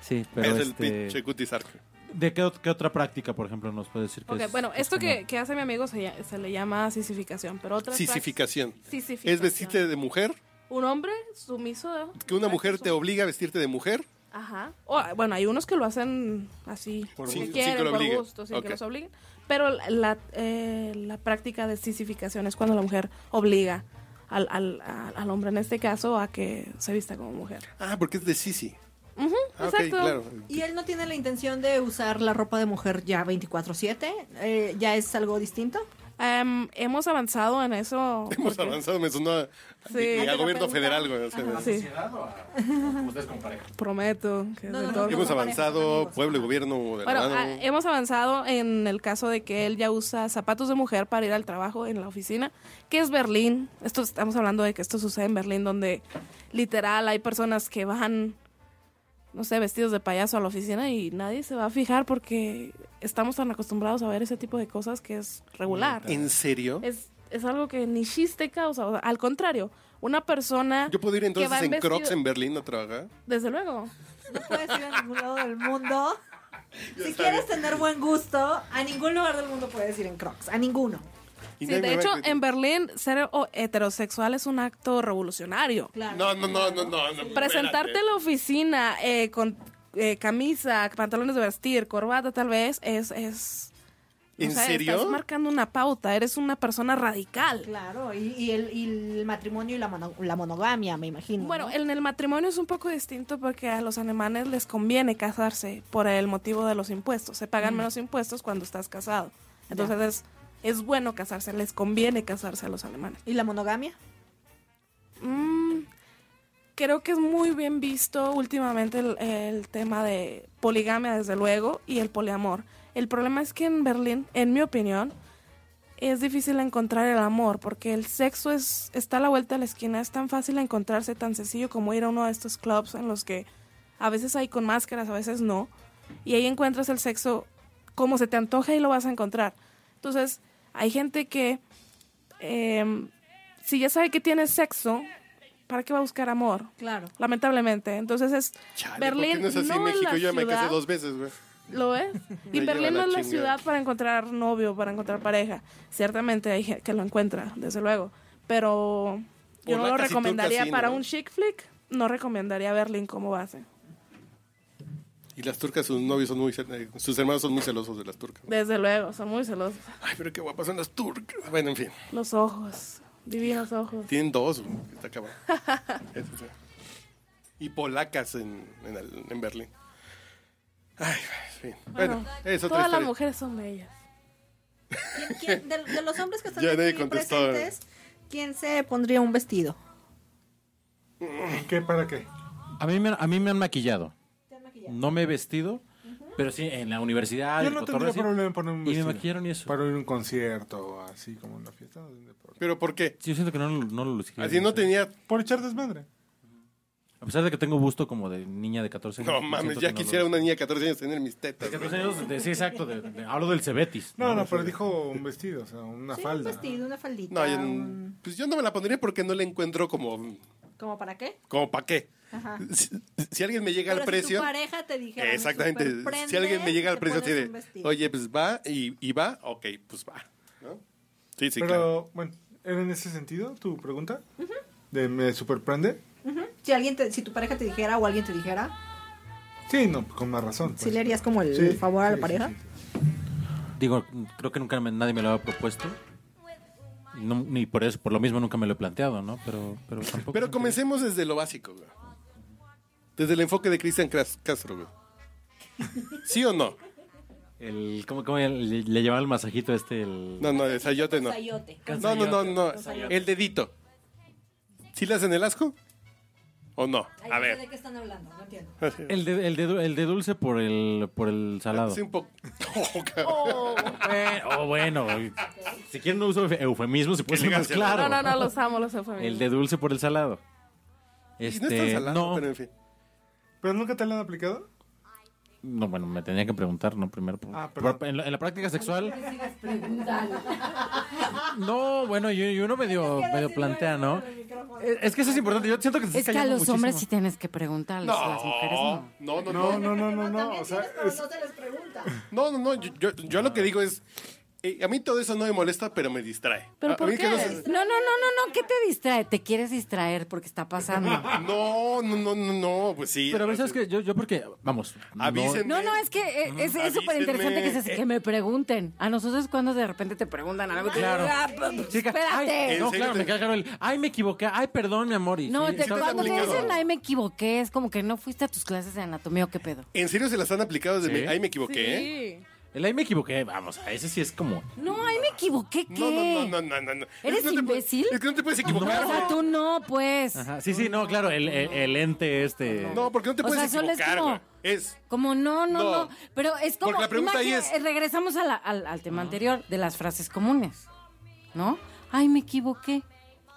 Speaker 5: Sí, pero
Speaker 3: es el
Speaker 5: este,
Speaker 3: pinche cutizar.
Speaker 5: ¿De qué, ot- qué otra práctica, por ejemplo, nos puede decir que
Speaker 7: Ok,
Speaker 5: es-
Speaker 7: bueno,
Speaker 5: es
Speaker 7: esto que,
Speaker 5: común?
Speaker 7: que hace mi amigo se, lla- se le llama sisificación, pero otra
Speaker 3: Sisificación.
Speaker 7: Sisificación.
Speaker 3: Es vestirte de mujer,
Speaker 7: Un hombre sumiso.
Speaker 3: que una mujer te
Speaker 7: Sumiso.
Speaker 3: obliga a vestirte de mujer.
Speaker 7: Ajá. O, bueno, hay unos que lo hacen así,
Speaker 3: Por
Speaker 7: si
Speaker 3: gusto. Sin que
Speaker 7: quieren,
Speaker 3: lo
Speaker 7: por
Speaker 3: obliguen.
Speaker 7: gusto, sin
Speaker 3: Ok.
Speaker 7: que los obliguen. Pero la, eh, la práctica de sisificación es cuando la mujer obliga al, al- al- al hombre, en este caso, a que se vista como mujer.
Speaker 3: Ah, porque es de sisi.
Speaker 7: Ujú,
Speaker 3: Ah, ok,
Speaker 7: exacto.
Speaker 3: claro.
Speaker 4: Y él no tiene la intención de usar la ropa de mujer ya 24/7, eh, ya es algo distinto.
Speaker 7: Em, hemos avanzado en
Speaker 3: <laughs>
Speaker 7: eso.
Speaker 3: Hemos
Speaker 7: porque-
Speaker 3: avanzado, me sonó a,
Speaker 7: Sí.
Speaker 3: y
Speaker 7: Ay,
Speaker 3: a
Speaker 7: te lo
Speaker 3: gobierno
Speaker 7: preguntaba.
Speaker 3: federal, güey. o sea,
Speaker 7: Sí, prometo que
Speaker 4: No,
Speaker 7: de
Speaker 4: no, no,
Speaker 7: todo.
Speaker 3: Hemos
Speaker 4: Son parejos,
Speaker 3: avanzado,
Speaker 4: amigos.
Speaker 3: pueblo y gobierno de la
Speaker 7: Bueno,
Speaker 3: mano.
Speaker 7: ah, hemos avanzado en el caso de que él ya usa zapatos de mujer para ir al trabajo en la oficina, que es Berlín. Esto estamos hablando de que esto sucede en Berlín, donde literal hay personas que van, no sé, vestidos de payaso a la oficina y nadie se va a fijar porque estamos tan acostumbrados a ver ese tipo de cosas que es regular.
Speaker 3: ¿En serio?
Speaker 7: Es, es algo que ni chiste causa. o sea, al contrario, una persona,
Speaker 3: Yo puedo ir entonces
Speaker 7: van
Speaker 3: en
Speaker 7: vestido-
Speaker 3: Crocs en Berlín a trabajar.
Speaker 7: desde luego,
Speaker 4: No puedes ir a ningún lado
Speaker 3: <laughs>
Speaker 4: del mundo. Si quieres tener buen gusto, a ningún lugar del mundo puedes ir en Crocs,
Speaker 3: <laughs>
Speaker 4: a ninguno.
Speaker 3: Y
Speaker 7: Sí,
Speaker 3: nadie
Speaker 7: de
Speaker 3: me va a
Speaker 7: hecho,
Speaker 3: criticar.
Speaker 7: en Berlín ser o- heterosexual es un acto revolucionario.
Speaker 4: Claro.
Speaker 3: No, no, no, no, no. no,
Speaker 7: Presentarte en
Speaker 3: espérate.
Speaker 7: la oficina eh, con eh, camisa, pantalones de vestir, corbata tal vez, es... es no
Speaker 3: ¿En
Speaker 7: sé,
Speaker 3: serio?
Speaker 7: Estás marcando una pauta, eres una persona radical.
Speaker 4: Claro, y, y el, y el matrimonio y la, mono- la monogamia, me imagino.
Speaker 7: Bueno,
Speaker 4: ¿no?
Speaker 7: en el matrimonio es un poco distinto porque a los alemanes les conviene casarse por el motivo de los impuestos. Se
Speaker 4: Mm.
Speaker 7: pagan menos impuestos cuando estás casado. Entonces es, es bueno casarse, les conviene casarse a los alemanes.
Speaker 4: ¿Y la monogamia?
Speaker 7: Mm, creo que es muy bien visto últimamente el, el tema de poligamia, desde luego, y el poliamor. El problema es que en Berlín, en mi opinión, es difícil encontrar el amor, porque el sexo es, está a la vuelta de la esquina, es tan fácil encontrarse, tan sencillo como ir a uno de estos clubs en los que a veces hay con máscaras, a veces no, y ahí encuentras el sexo como se te antoja y lo vas a encontrar. Entonces, hay gente que em, si ya sabe que tiene sexo, ¿para qué va a buscar amor?
Speaker 4: Claro.
Speaker 7: Lamentablemente. Entonces es
Speaker 3: Chale, ¿por
Speaker 7: Berlín
Speaker 3: qué no es así
Speaker 7: no
Speaker 3: en
Speaker 7: en
Speaker 3: México.
Speaker 7: la
Speaker 3: Yo ya me casé
Speaker 7: ciudad.
Speaker 3: dos veces, güey.
Speaker 7: ¿Lo
Speaker 3: <laughs>
Speaker 7: es? Y
Speaker 3: Me lleva
Speaker 7: Berlín no
Speaker 3: la
Speaker 7: es la
Speaker 3: chingada.
Speaker 7: ciudad para encontrar novio, para encontrar pareja. Ciertamente hay gente que lo encuentra, desde luego. Pero yo
Speaker 3: Por
Speaker 7: no lo
Speaker 3: la casi turca,
Speaker 7: recomendaría
Speaker 3: sí,
Speaker 7: para
Speaker 3: ¿no?
Speaker 7: un chic flick. No recomendaría Berlín como base.
Speaker 3: Y las turcas, sus novios son muy cel- eh, sus hermanos son muy celosos de las turcas.
Speaker 7: Desde luego, son muy celosos.
Speaker 3: Ay, pero qué guapas son las turcas. Bueno, en fin,
Speaker 7: Los ojos, divinos ojos.
Speaker 3: tienen dos, güey, está
Speaker 4: <laughs>
Speaker 3: cabrón. Eso sí. y polacas en, en, el- en Berlín. Ay, en fin. Bueno, es otra
Speaker 7: Todas las
Speaker 3: historia.
Speaker 7: mujeres son bellas.
Speaker 4: ¿Quién- quién- de, de los hombres que están
Speaker 3: Ya nadie
Speaker 4: aquí
Speaker 3: contestó.
Speaker 4: presentes, ¿quién se pondría un vestido?
Speaker 2: ¿Qué para qué?
Speaker 5: A mí, me, a mí me han maquillado. No me he vestido, pero sí, en la universidad.
Speaker 2: Yo
Speaker 5: Ah, el
Speaker 2: no
Speaker 5: cotorreo,
Speaker 2: tendría
Speaker 5: sí.
Speaker 2: problema en poner un
Speaker 5: Y me
Speaker 2: vestido.
Speaker 5: maquillaron y eso.
Speaker 2: Para ir a un concierto, así como una fiesta. no tendría problema.
Speaker 3: ¿Pero por qué?
Speaker 5: Sí, Yo siento que no, no lo lucí.
Speaker 3: Así Ah, no tenía...
Speaker 2: Por echar desmadre.
Speaker 5: A pesar de que tengo gusto como de niña de 14 años.
Speaker 3: No
Speaker 5: me
Speaker 3: mames,
Speaker 5: siento
Speaker 3: ya
Speaker 5: que no lo
Speaker 3: quisiera
Speaker 5: lucí.
Speaker 3: una niña de 14 años tener mis tetas.
Speaker 5: De
Speaker 3: güey.
Speaker 5: 14 años, de- sí, exacto. de- de- hablo del Cebetis.
Speaker 2: No, no, pero
Speaker 5: Sí.
Speaker 2: dijo un vestido, o sea, una
Speaker 4: Sí,
Speaker 2: falda.
Speaker 4: un vestido, una faldita.
Speaker 3: No, yo,
Speaker 4: un-
Speaker 3: pues yo no me la pondría porque no la encuentro como...
Speaker 4: ¿Cómo para qué?
Speaker 3: ¿Como para qué?
Speaker 4: Ajá.
Speaker 3: <laughs> Si, si alguien me llega al
Speaker 4: Pero
Speaker 3: precio...
Speaker 4: Si tu pareja te dijera. "Me
Speaker 3: Exactamente.
Speaker 4: superprende",
Speaker 3: Si alguien me llega al
Speaker 4: te
Speaker 3: precio así
Speaker 4: pones
Speaker 3: de,
Speaker 4: un vestido.
Speaker 3: oye, pues va y, y va, ok, pues va. ¿no? Sí, sí,
Speaker 2: pero,
Speaker 3: claro.
Speaker 2: bueno, ¿era en ese sentido tu pregunta? ¿De me superprende?
Speaker 4: Ujú. Si alguien te- si tu pareja te dijera o alguien te dijera,
Speaker 2: Sí, no, con más razón.
Speaker 4: si
Speaker 2: pues.
Speaker 4: le harías como el
Speaker 2: Sí,
Speaker 4: favor a la
Speaker 2: sí,
Speaker 4: pareja.
Speaker 2: sí, sí, sí.
Speaker 5: Digo, creo que nunca me- nadie me lo ha propuesto. No, ni por eso, por lo mismo nunca me lo he planteado, ¿no? Pero,
Speaker 3: <laughs>
Speaker 5: pero tampoco.
Speaker 3: Pero comencemos desde lo básico, güey. Desde el enfoque de Cristian Cras- Castro, güey. ¿Sí o no?
Speaker 5: El, ¿Cómo, cómo le, le llamaba el masajito este? El...
Speaker 3: No, no, el sayote no. No, no, no, no. El dedito. ¿Sí le hacen el asco?
Speaker 8: ¿O no? A ver.
Speaker 4: ¿De qué están hablando? No entiendo.
Speaker 5: El de, el de du- el de dulce por el, por el salado.
Speaker 8: Sí, un poco.
Speaker 5: Eh, oh, bueno. Si quieren no uso euf- eufemismo, se puede ser más
Speaker 8: elegancia.
Speaker 5: claro.
Speaker 7: No, no, no, los amo, los amo.
Speaker 5: El de dulce por el salado.
Speaker 8: Y
Speaker 5: Este,
Speaker 8: no es tan salado,
Speaker 5: no,
Speaker 8: pero en fin.
Speaker 2: ¿Pero nunca te lo han aplicado?
Speaker 5: no, bueno, me tenía que preguntar, ¿no? Primero. por-
Speaker 2: Ah, perdón.
Speaker 5: por- en, la, en la práctica
Speaker 6: <laughs>
Speaker 5: sexual. No, bueno, y, y uno medio, medio plantea, ¿no? Es, es que eso es importante. Yo siento que te estás
Speaker 6: Es que a
Speaker 5: callando
Speaker 6: los hombres sí
Speaker 5: muchísimo.
Speaker 6: tienes que preguntarles, a las mujeres
Speaker 8: No,
Speaker 6: no.
Speaker 8: no, no.
Speaker 2: No, no, no, no, no. O sea, es-
Speaker 4: se les pregunta.
Speaker 8: No, no, no. Yo, yo- yo lo que digo es. eh, a mí todo eso no me molesta, pero me distrae. A-
Speaker 7: ¿Pero
Speaker 8: a
Speaker 7: por
Speaker 8: mí que
Speaker 7: qué?
Speaker 8: no se-
Speaker 6: No, no, no, no, no, ¿qué te distrae? Te quieres distraer porque está
Speaker 5: <laughs>
Speaker 6: pasando.
Speaker 8: No, no, no, no, no, pues sí.
Speaker 5: Pero a veces que yo, yo porque, vamos. no-
Speaker 8: Avísenme. Mm,
Speaker 6: No, no, es que eh, es- es
Speaker 8: Avísenme.
Speaker 6: súper interesante que, se- que me pregunten. A nosotros cuando de repente te preguntan algo, te
Speaker 5: Claro.
Speaker 6: dices, "Ah, p-
Speaker 5: Chica,
Speaker 6: espérate.
Speaker 5: ay, no,
Speaker 8: ¿En serio
Speaker 5: claro,
Speaker 8: te-
Speaker 5: me cae claro el, ay, me equivoqué, ay, perdón, mi amor. y
Speaker 6: No,
Speaker 5: sí,
Speaker 6: te,
Speaker 5: sí,
Speaker 6: cuando te
Speaker 8: aplicado.
Speaker 6: dicen, ay, me equivoqué, es como que no fuiste a tus clases de anatomía o qué pedo.
Speaker 8: ¿En serio se las han aplicado desde
Speaker 5: Sí.
Speaker 8: mi- Ahí me equivoqué, ¿eh?
Speaker 7: Sí.
Speaker 5: el ay, me equivoqué, vamos, a ese sí es como,
Speaker 6: No, ay, me equivoqué, ¿qué?
Speaker 8: No, no, no, no, no, no.
Speaker 6: ¿Eres
Speaker 8: Es que no te puedes-
Speaker 6: imbécil?
Speaker 8: Es que no te puedes
Speaker 6: O sea,
Speaker 8: equivocar.
Speaker 6: tú no, pues.
Speaker 5: Ajá, sí, sí, no, claro, el, el- el ente este.
Speaker 8: No, porque no te
Speaker 6: O sea,
Speaker 8: puedes
Speaker 6: solo es
Speaker 8: equivocar,
Speaker 6: como-
Speaker 8: güey. Es.
Speaker 6: Como no, no,
Speaker 8: No.
Speaker 6: no, Pero es como.
Speaker 8: Porque la pregunta ahí es-
Speaker 6: eh, Regresamos a la- al, al
Speaker 5: Ah.
Speaker 6: tema anterior de las frases comunes. ¿No? Ay, me equivoqué.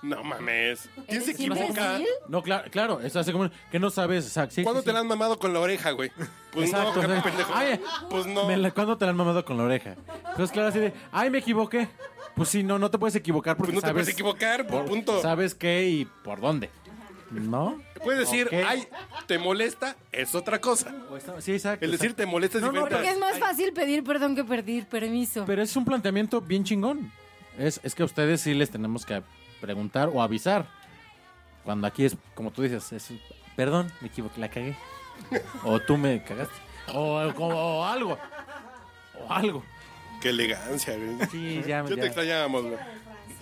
Speaker 8: No mames. ¿Quién se
Speaker 6: ¿Eres
Speaker 8: equivoca?
Speaker 6: imbécil?
Speaker 5: No, claro, claro, eso hace como que no sabes, exacto. Sí,
Speaker 8: ¿Cuándo
Speaker 5: sí,
Speaker 8: te
Speaker 5: sí.
Speaker 8: la han mamado con la oreja, güey? Pues
Speaker 5: Exacto,
Speaker 8: no, qué
Speaker 5: sí.
Speaker 8: pendejo.
Speaker 5: Ay,
Speaker 8: pues no.
Speaker 5: me la- ¿Cuándo te la han mamado con la oreja? Entonces, claro, así de, ay, me equivoqué. Pues sí, no, no te puedes equivocar porque
Speaker 8: Pues no te
Speaker 5: sabes,
Speaker 8: puedes equivocar, por punto.
Speaker 5: sabes qué y por dónde. ¿No?
Speaker 8: Puedes decir,
Speaker 5: Ok.
Speaker 8: ay, te molesta, es otra cosa.
Speaker 5: O está- Sí, exacto.
Speaker 8: El decir
Speaker 5: exacto.
Speaker 8: te molesta es
Speaker 5: No, no,
Speaker 8: diferente.
Speaker 6: Porque es más fácil pedir perdón que pedir permiso.
Speaker 5: Pero es un planteamiento bien chingón. Es, es que a ustedes sí les tenemos que preguntar o avisar. Cuando aquí es, como tú dices, es, perdón, me equivoqué,
Speaker 8: <laughs>
Speaker 5: la cagué. O tú me cagaste. O, o- o algo. O algo.
Speaker 8: Qué elegancia, güey.
Speaker 5: Sí, ya,
Speaker 8: Yo
Speaker 5: ya.
Speaker 8: te extrañábamos, güey.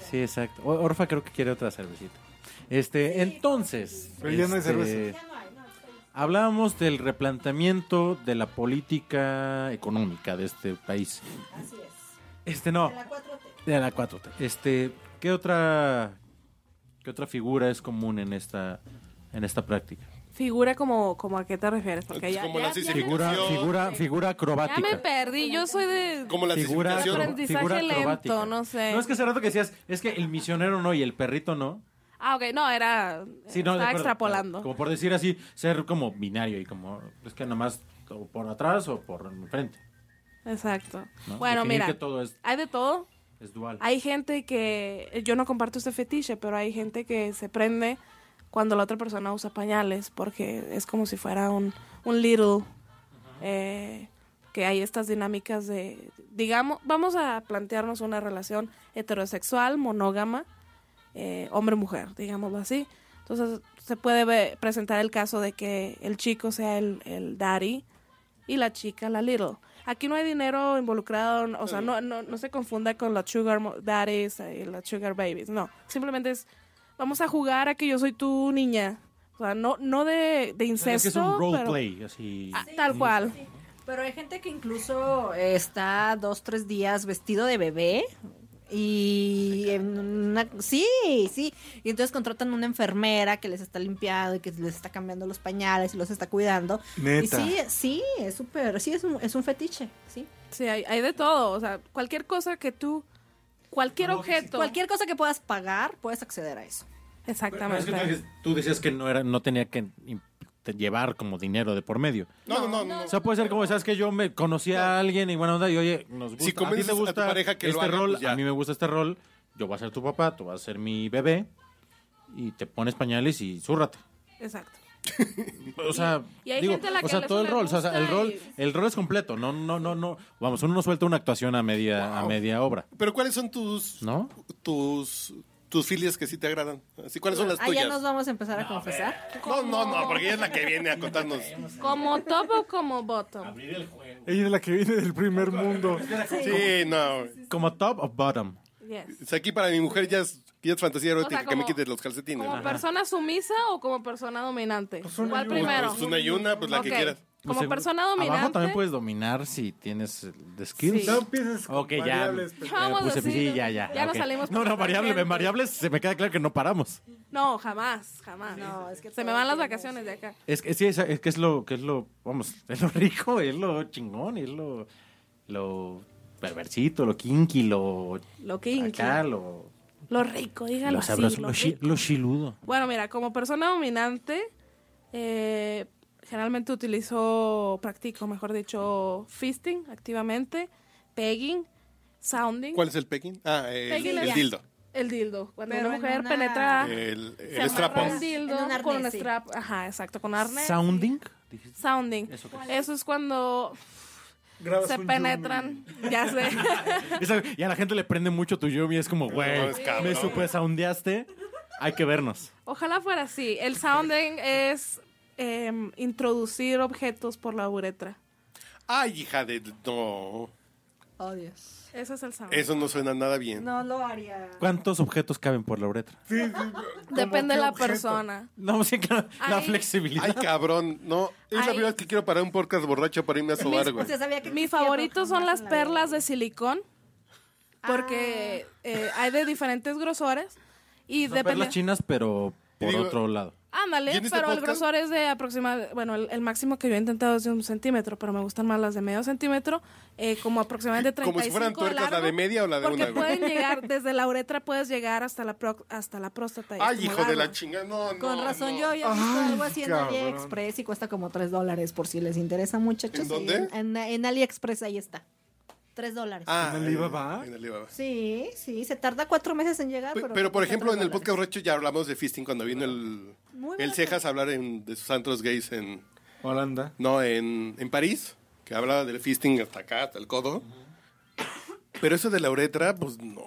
Speaker 5: Sí, exacto. O- Orfa creo que quiere otra cervecita. Este, entonces.
Speaker 2: Pero ya no hay
Speaker 5: este,
Speaker 2: cerveza.
Speaker 5: Hablábamos del replanteamiento de la política económica de este país.
Speaker 4: Así es.
Speaker 5: Este no.
Speaker 4: La 4T.
Speaker 5: De la 4T. Este, ¿qué otra qué otra figura es común en esta en esta práctica?
Speaker 7: Figura como, como a qué te refieres, porque ya,
Speaker 8: Como
Speaker 7: ya-
Speaker 8: la
Speaker 7: ya-
Speaker 5: Figura, figura,
Speaker 7: ya
Speaker 5: figura
Speaker 7: me
Speaker 5: acrobática.
Speaker 7: perdí, yo soy de...
Speaker 8: Como la
Speaker 5: Figura,
Speaker 8: significación.
Speaker 5: acro-
Speaker 7: Aprendizaje
Speaker 5: figura
Speaker 7: lento,
Speaker 5: acrobática.
Speaker 7: no sé.
Speaker 5: No es que hace rato que decías, es que el misionero no y el perrito no.
Speaker 7: Ah, ok, no, era...
Speaker 5: Sí, no,
Speaker 7: estaba
Speaker 5: de acuerdo.
Speaker 7: extrapolando.
Speaker 5: Como por decir así, ser como binario y como es que nada más o por atrás o por enfrente.
Speaker 7: Exacto.
Speaker 5: ¿no?
Speaker 7: Bueno,
Speaker 5: Definir
Speaker 7: mira,
Speaker 5: que todo es,
Speaker 7: hay de todo.
Speaker 5: es dual.
Speaker 7: Hay gente que, yo no comparto este fetiche, pero hay gente que se prende cuando la otra persona usa pañales, porque es como si fuera un, un little, eh, que hay estas dinámicas de, digamos, vamos a plantearnos una relación heterosexual, monógama, eh, hombre-mujer, digámoslo así. Entonces se puede ve- presentar el caso de que el chico sea el, el daddy y la chica la little. Aquí no hay dinero involucrado, o sea, no, no, no se confunda con los sugar mo- daddies eh, y los sugar babies, no. Simplemente es, vamos a jugar a que yo soy tu niña. O sea, no, no de, de
Speaker 5: O sea,
Speaker 7: incesto,
Speaker 5: es que es un
Speaker 7: pero-
Speaker 5: roleplay, así.
Speaker 7: Ah, tal cual.
Speaker 4: Pero hay gente que incluso eh, está dos, tres días vestido de bebé. Y en una- sí, sí. Y entonces contratan una enfermera que les está limpiando y que les está cambiando los pañales y los está cuidando.
Speaker 2: Neta.
Speaker 4: Y sí, sí, es súper, sí, es un, es un fetiche, sí.
Speaker 7: Sí, hay, hay de todo. O sea, cualquier cosa que tú. Cualquier objeto.
Speaker 4: Cualquier cosa que puedas pagar, puedes acceder a eso.
Speaker 5: Pero es
Speaker 7: Exactamente.
Speaker 5: que tú dices- tú decías que no era, no tenía que imp- te- llevar como dinero de por medio.
Speaker 8: No, no, no, no.
Speaker 5: O sea, puede ser como, ¿sabes que Yo me conocí a alguien y buena onda y oye, nos gusta,
Speaker 8: Si convences
Speaker 5: a ti
Speaker 8: a
Speaker 5: te
Speaker 8: tu
Speaker 5: gusta
Speaker 8: pareja que lo
Speaker 5: este
Speaker 8: haga,
Speaker 5: rol,
Speaker 8: pues ya.
Speaker 5: a mí me gusta este rol, yo voy a ser tu papá, tú vas a ser mi bebé y te pones pañales y zúrrate.
Speaker 7: Exacto.
Speaker 5: O sea,
Speaker 7: Y- y hay
Speaker 5: digo,
Speaker 7: gente a la
Speaker 5: o
Speaker 7: que
Speaker 5: sea,
Speaker 7: le-
Speaker 5: todo el
Speaker 7: le
Speaker 5: rol, o sea,
Speaker 7: gusta
Speaker 5: el rol,
Speaker 7: y-
Speaker 5: el rol es completo, no no no no, vamos, uno no suelta una actuación a media a media obra,
Speaker 8: Pero ¿cuáles son tus,
Speaker 5: ¿no?
Speaker 8: tus, tus filias que sí te agradan? Así, ¿Cuáles son las
Speaker 4: Ah, ya
Speaker 8: tuyas?
Speaker 4: nos vamos a empezar a confesar.
Speaker 8: No, no, no, porque ella es la que viene a contarnos.
Speaker 7: Como top o como bottom.
Speaker 2: Ella es la que viene del primer mundo.
Speaker 8: Sí, no.
Speaker 5: Como top o bottom.
Speaker 7: Yes.
Speaker 8: O sea, aquí para mi mujer ya es, ya es fantasía erótica que me
Speaker 7: como-
Speaker 8: quites los calcetines.
Speaker 7: ¿Como
Speaker 8: ¿no?
Speaker 7: persona sumisa o como persona dominante? ¿Cuál
Speaker 8: Pues,
Speaker 7: primero?
Speaker 8: pues una y una, pues la que
Speaker 7: Ok.
Speaker 8: quieras.
Speaker 7: Como
Speaker 5: seguro-
Speaker 7: persona
Speaker 5: eh, Abajo
Speaker 7: dominante-
Speaker 5: también puedes dominar si tienes el de skills.
Speaker 7: Sí.
Speaker 2: No empieces con
Speaker 5: Ok, ya.
Speaker 2: variables,
Speaker 5: me
Speaker 2: pendejo.
Speaker 7: Vamos
Speaker 5: puse- pues,
Speaker 7: así,
Speaker 5: sí,
Speaker 7: ¿no?
Speaker 5: ya, ya.
Speaker 7: Ya nos
Speaker 5: ok.
Speaker 7: salimos
Speaker 5: No,
Speaker 7: por
Speaker 5: no,
Speaker 7: la
Speaker 5: variable,
Speaker 7: tangente.
Speaker 5: en variables se me queda claro que no paramos.
Speaker 7: No, jamás, jamás.
Speaker 4: No, es que
Speaker 7: Se me
Speaker 4: todo
Speaker 7: van las
Speaker 4: tiene-
Speaker 7: vacaciones de acá.
Speaker 5: Es que, sí, es, es que es lo, que es lo, vamos, <laughs> es lo rico, es lo chingón, es lo, lo perversito, lo kinky, lo
Speaker 7: Lo kinky.
Speaker 5: acá, lo,
Speaker 7: Lo rico, dígalo
Speaker 5: lo
Speaker 7: así,
Speaker 5: sabroso,
Speaker 7: lo
Speaker 5: lo, chi-
Speaker 7: rico.
Speaker 5: lo chiludo.
Speaker 7: Bueno, mira, como persona dominante, eh, generalmente utilizo, practico, mejor dicho, fisting activamente, pegging, sounding.
Speaker 3: ¿Cuál es el pecking? Ah, el,
Speaker 7: Pegging
Speaker 3: el
Speaker 7: es-
Speaker 3: dildo.
Speaker 7: El dildo. Cuando
Speaker 4: Pero
Speaker 7: una
Speaker 4: en
Speaker 7: mujer
Speaker 4: una-
Speaker 7: penetra
Speaker 3: El,
Speaker 7: se
Speaker 3: el
Speaker 7: amarra
Speaker 3: strap-on.
Speaker 7: un dildo
Speaker 4: En un
Speaker 7: con un
Speaker 4: arnés, sí.
Speaker 7: strap. Ajá, exacto, con arnés.
Speaker 5: Sounding. dijiste.
Speaker 7: Sounding.
Speaker 5: ¿Eso
Speaker 7: Eso,
Speaker 5: qué es?
Speaker 7: es cuando
Speaker 2: Grabas
Speaker 7: se
Speaker 2: un
Speaker 7: penetran.
Speaker 4: <laughs>
Speaker 7: Ya sé.
Speaker 5: <laughs> Esa- y a la gente le prende mucho tu Yumi, es como, güey,
Speaker 3: mames, cabrón.
Speaker 5: me super soundeaste, hay que vernos.
Speaker 7: Ojalá fuera así. El sounding es em, introducir objetos por la uretra.
Speaker 3: Ay, hija de... No.
Speaker 4: Oh, Dios.
Speaker 7: Ese es el sounding.
Speaker 3: Eso no suena nada bien.
Speaker 4: No lo haría.
Speaker 5: ¿Cuántos objetos caben por la uretra?
Speaker 2: Sí, sí, como
Speaker 7: Depende de
Speaker 2: qué
Speaker 7: la
Speaker 2: objeto.
Speaker 7: persona.
Speaker 5: No, sí, claro, la
Speaker 7: Ay.
Speaker 5: flexibilidad.
Speaker 3: Ay, cabrón. No. Es la
Speaker 7: Ay.
Speaker 3: primera vez que quiero parar un podcast borracho para irme a sobar, güey.
Speaker 4: Usted sabía que
Speaker 7: Mis
Speaker 4: existía, pero
Speaker 7: favoritos son
Speaker 4: jamás
Speaker 7: las
Speaker 4: en la vida. Ah.
Speaker 7: perlas de silicón. Porque eh, hay de diferentes grosores. Y
Speaker 5: Son perlas
Speaker 7: depende.
Speaker 5: chinas, pero por
Speaker 3: Digo-
Speaker 5: otro lado.
Speaker 7: Ándale,
Speaker 3: ¿Y en este
Speaker 7: pero el
Speaker 3: podcast?
Speaker 7: grosor es de aproximadamente. Bueno, el, el máximo que yo he intentado es de un centímetro, pero me gustan más las de medio centímetro, eh, como aproximadamente
Speaker 3: Como
Speaker 7: 35
Speaker 3: si fueran
Speaker 7: de
Speaker 3: tuercas, la
Speaker 7: largo,
Speaker 3: de media o la de
Speaker 7: Porque
Speaker 3: una, güey.
Speaker 7: pueden llegar, desde la uretra puedes llegar hasta la, pro- hasta la próstata. y es
Speaker 3: Ay,
Speaker 7: como
Speaker 3: hijo de la
Speaker 7: largo.
Speaker 3: chingada. No, no.
Speaker 4: Con razón,
Speaker 3: no.
Speaker 4: yo había visto
Speaker 2: Ay,
Speaker 4: algo así en
Speaker 2: cabrón.
Speaker 4: AliExpress y cuesta como 3 dólares por si les interesa, muchachos.
Speaker 3: ¿En dónde?
Speaker 4: En, en AliExpress, ahí está. 3 dólares.
Speaker 3: Ah,
Speaker 2: ¿En Alibaba?
Speaker 3: en Alibaba.
Speaker 4: Sí, sí, se tarda 4 meses en llegar.
Speaker 3: Pe-
Speaker 4: Ah, Pero,
Speaker 3: Pero, por
Speaker 4: cuesta
Speaker 3: ejemplo,
Speaker 4: tres
Speaker 3: en el
Speaker 4: dólares.
Speaker 3: podcast borracho ya hablamos de fisting cuando vino el,
Speaker 4: Muy
Speaker 3: el
Speaker 4: bueno.
Speaker 3: Cejas a hablar en- de sus antros gays en,
Speaker 2: Holanda.
Speaker 3: No, en, en París, que hablaba del fisting hasta acá, hasta el codo. Pero eso de la uretra, pues no.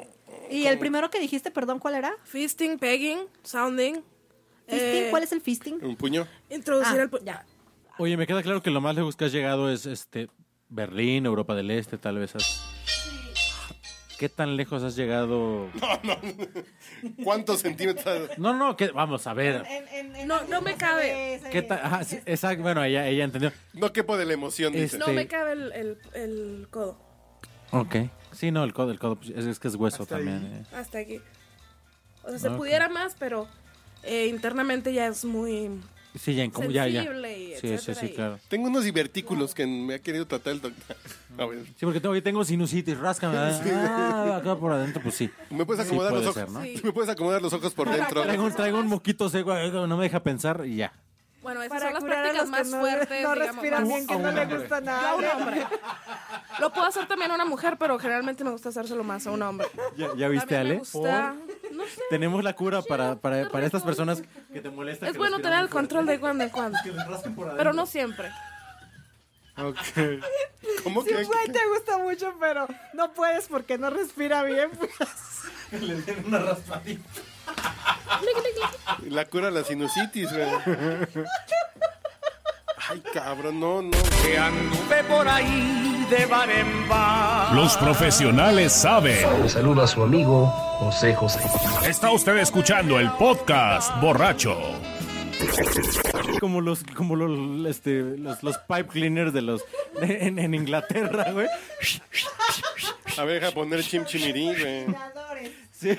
Speaker 4: Y el primero que dijiste, perdón, ¿cuál era?
Speaker 7: Fisting, pegging, sounding.
Speaker 4: ¿Fisting?
Speaker 7: eh,
Speaker 4: ¿Cuál es el fisting?
Speaker 3: Un puño.
Speaker 7: Introducir
Speaker 4: Ah,
Speaker 7: el. pu-
Speaker 4: ya.
Speaker 5: Oye, me queda claro que lo más lejos que has llegado es este Berlín, Europa del Este, tal vez. has- ¿Qué tan lejos has llegado?
Speaker 3: ¿Cuántos centímetros?
Speaker 5: No, no, que vamos a ver.
Speaker 7: No, no me cabe.
Speaker 5: ¿Qué tan- ajá, sí, exacto, bueno, ella, ella entendió.
Speaker 3: No quepo de la emoción, dice.
Speaker 5: Este-
Speaker 7: No me cabe el, el- el codo.
Speaker 5: Ok. Sí, no, el codo, el codo, pues, es, es que es hueso
Speaker 2: Hasta
Speaker 5: también.
Speaker 2: ahí.
Speaker 5: eh. Ah,
Speaker 7: Hasta aquí. O sea, se
Speaker 5: Ok.
Speaker 7: pudiera más, pero eh, internamente ya es muy.
Speaker 5: Sí, ya, en como- ya, ya.
Speaker 7: Sensible y
Speaker 5: Sí, sí,
Speaker 7: etcétera
Speaker 5: sí,
Speaker 7: y-
Speaker 5: claro.
Speaker 3: Tengo unos divertículos que me ha querido tratar el doctor. A ver,
Speaker 5: Sí, porque tengo, yo tengo sinusitis, ráscame. Ah, acá por adentro, pues sí.
Speaker 3: ¿me puedes
Speaker 5: Sí,
Speaker 3: acomodar
Speaker 5: puede
Speaker 3: los ojos?
Speaker 5: ser, ¿no?
Speaker 7: Sí.
Speaker 3: ¿Me puedes acomodar los ojos por dentro?
Speaker 5: Traigo, un- traigo un moquito seco, eh, no me deja pensar y ya.
Speaker 7: Bueno, esas
Speaker 4: Para
Speaker 7: son las
Speaker 4: curar a
Speaker 7: prácticas
Speaker 4: los que
Speaker 7: más
Speaker 4: no-
Speaker 7: fuertes.
Speaker 4: No
Speaker 7: digamos,
Speaker 4: respiran
Speaker 7: más-
Speaker 4: bien, que no le gusta
Speaker 7: a un
Speaker 4: nada.
Speaker 7: hombre. Lo puedo hacer también a una mujer, pero generalmente me gusta hacérselo más a un hombre.
Speaker 5: ¿Ya, ya viste,
Speaker 7: También me
Speaker 5: Ale?
Speaker 7: gusta- No sé.
Speaker 5: Tenemos la cura para, para, para estas personas que te molestan.
Speaker 7: Es bueno tener el control de cuando en cuando. Pero no
Speaker 5: <laughs>
Speaker 7: siempre.
Speaker 2: Ok.
Speaker 3: ¿Cómo
Speaker 4: Sí,
Speaker 3: que?
Speaker 4: güey, te gusta mucho, pero no puedes porque no respira bien. pues.
Speaker 3: <laughs> La cura a la sinusitis,
Speaker 5: <laughs>
Speaker 3: güey. Ay, cabrón, no, no.
Speaker 1: Los profesionales saben.
Speaker 9: Le saluda a su amigo José José.
Speaker 1: Está usted escuchando el podcast borracho.
Speaker 5: Como los, como los, este, los, los pipe cleaners de los de- en, en Inglaterra, güey.
Speaker 3: A ver, deja poner chim chimirí, güey. <laughs>
Speaker 5: Sí.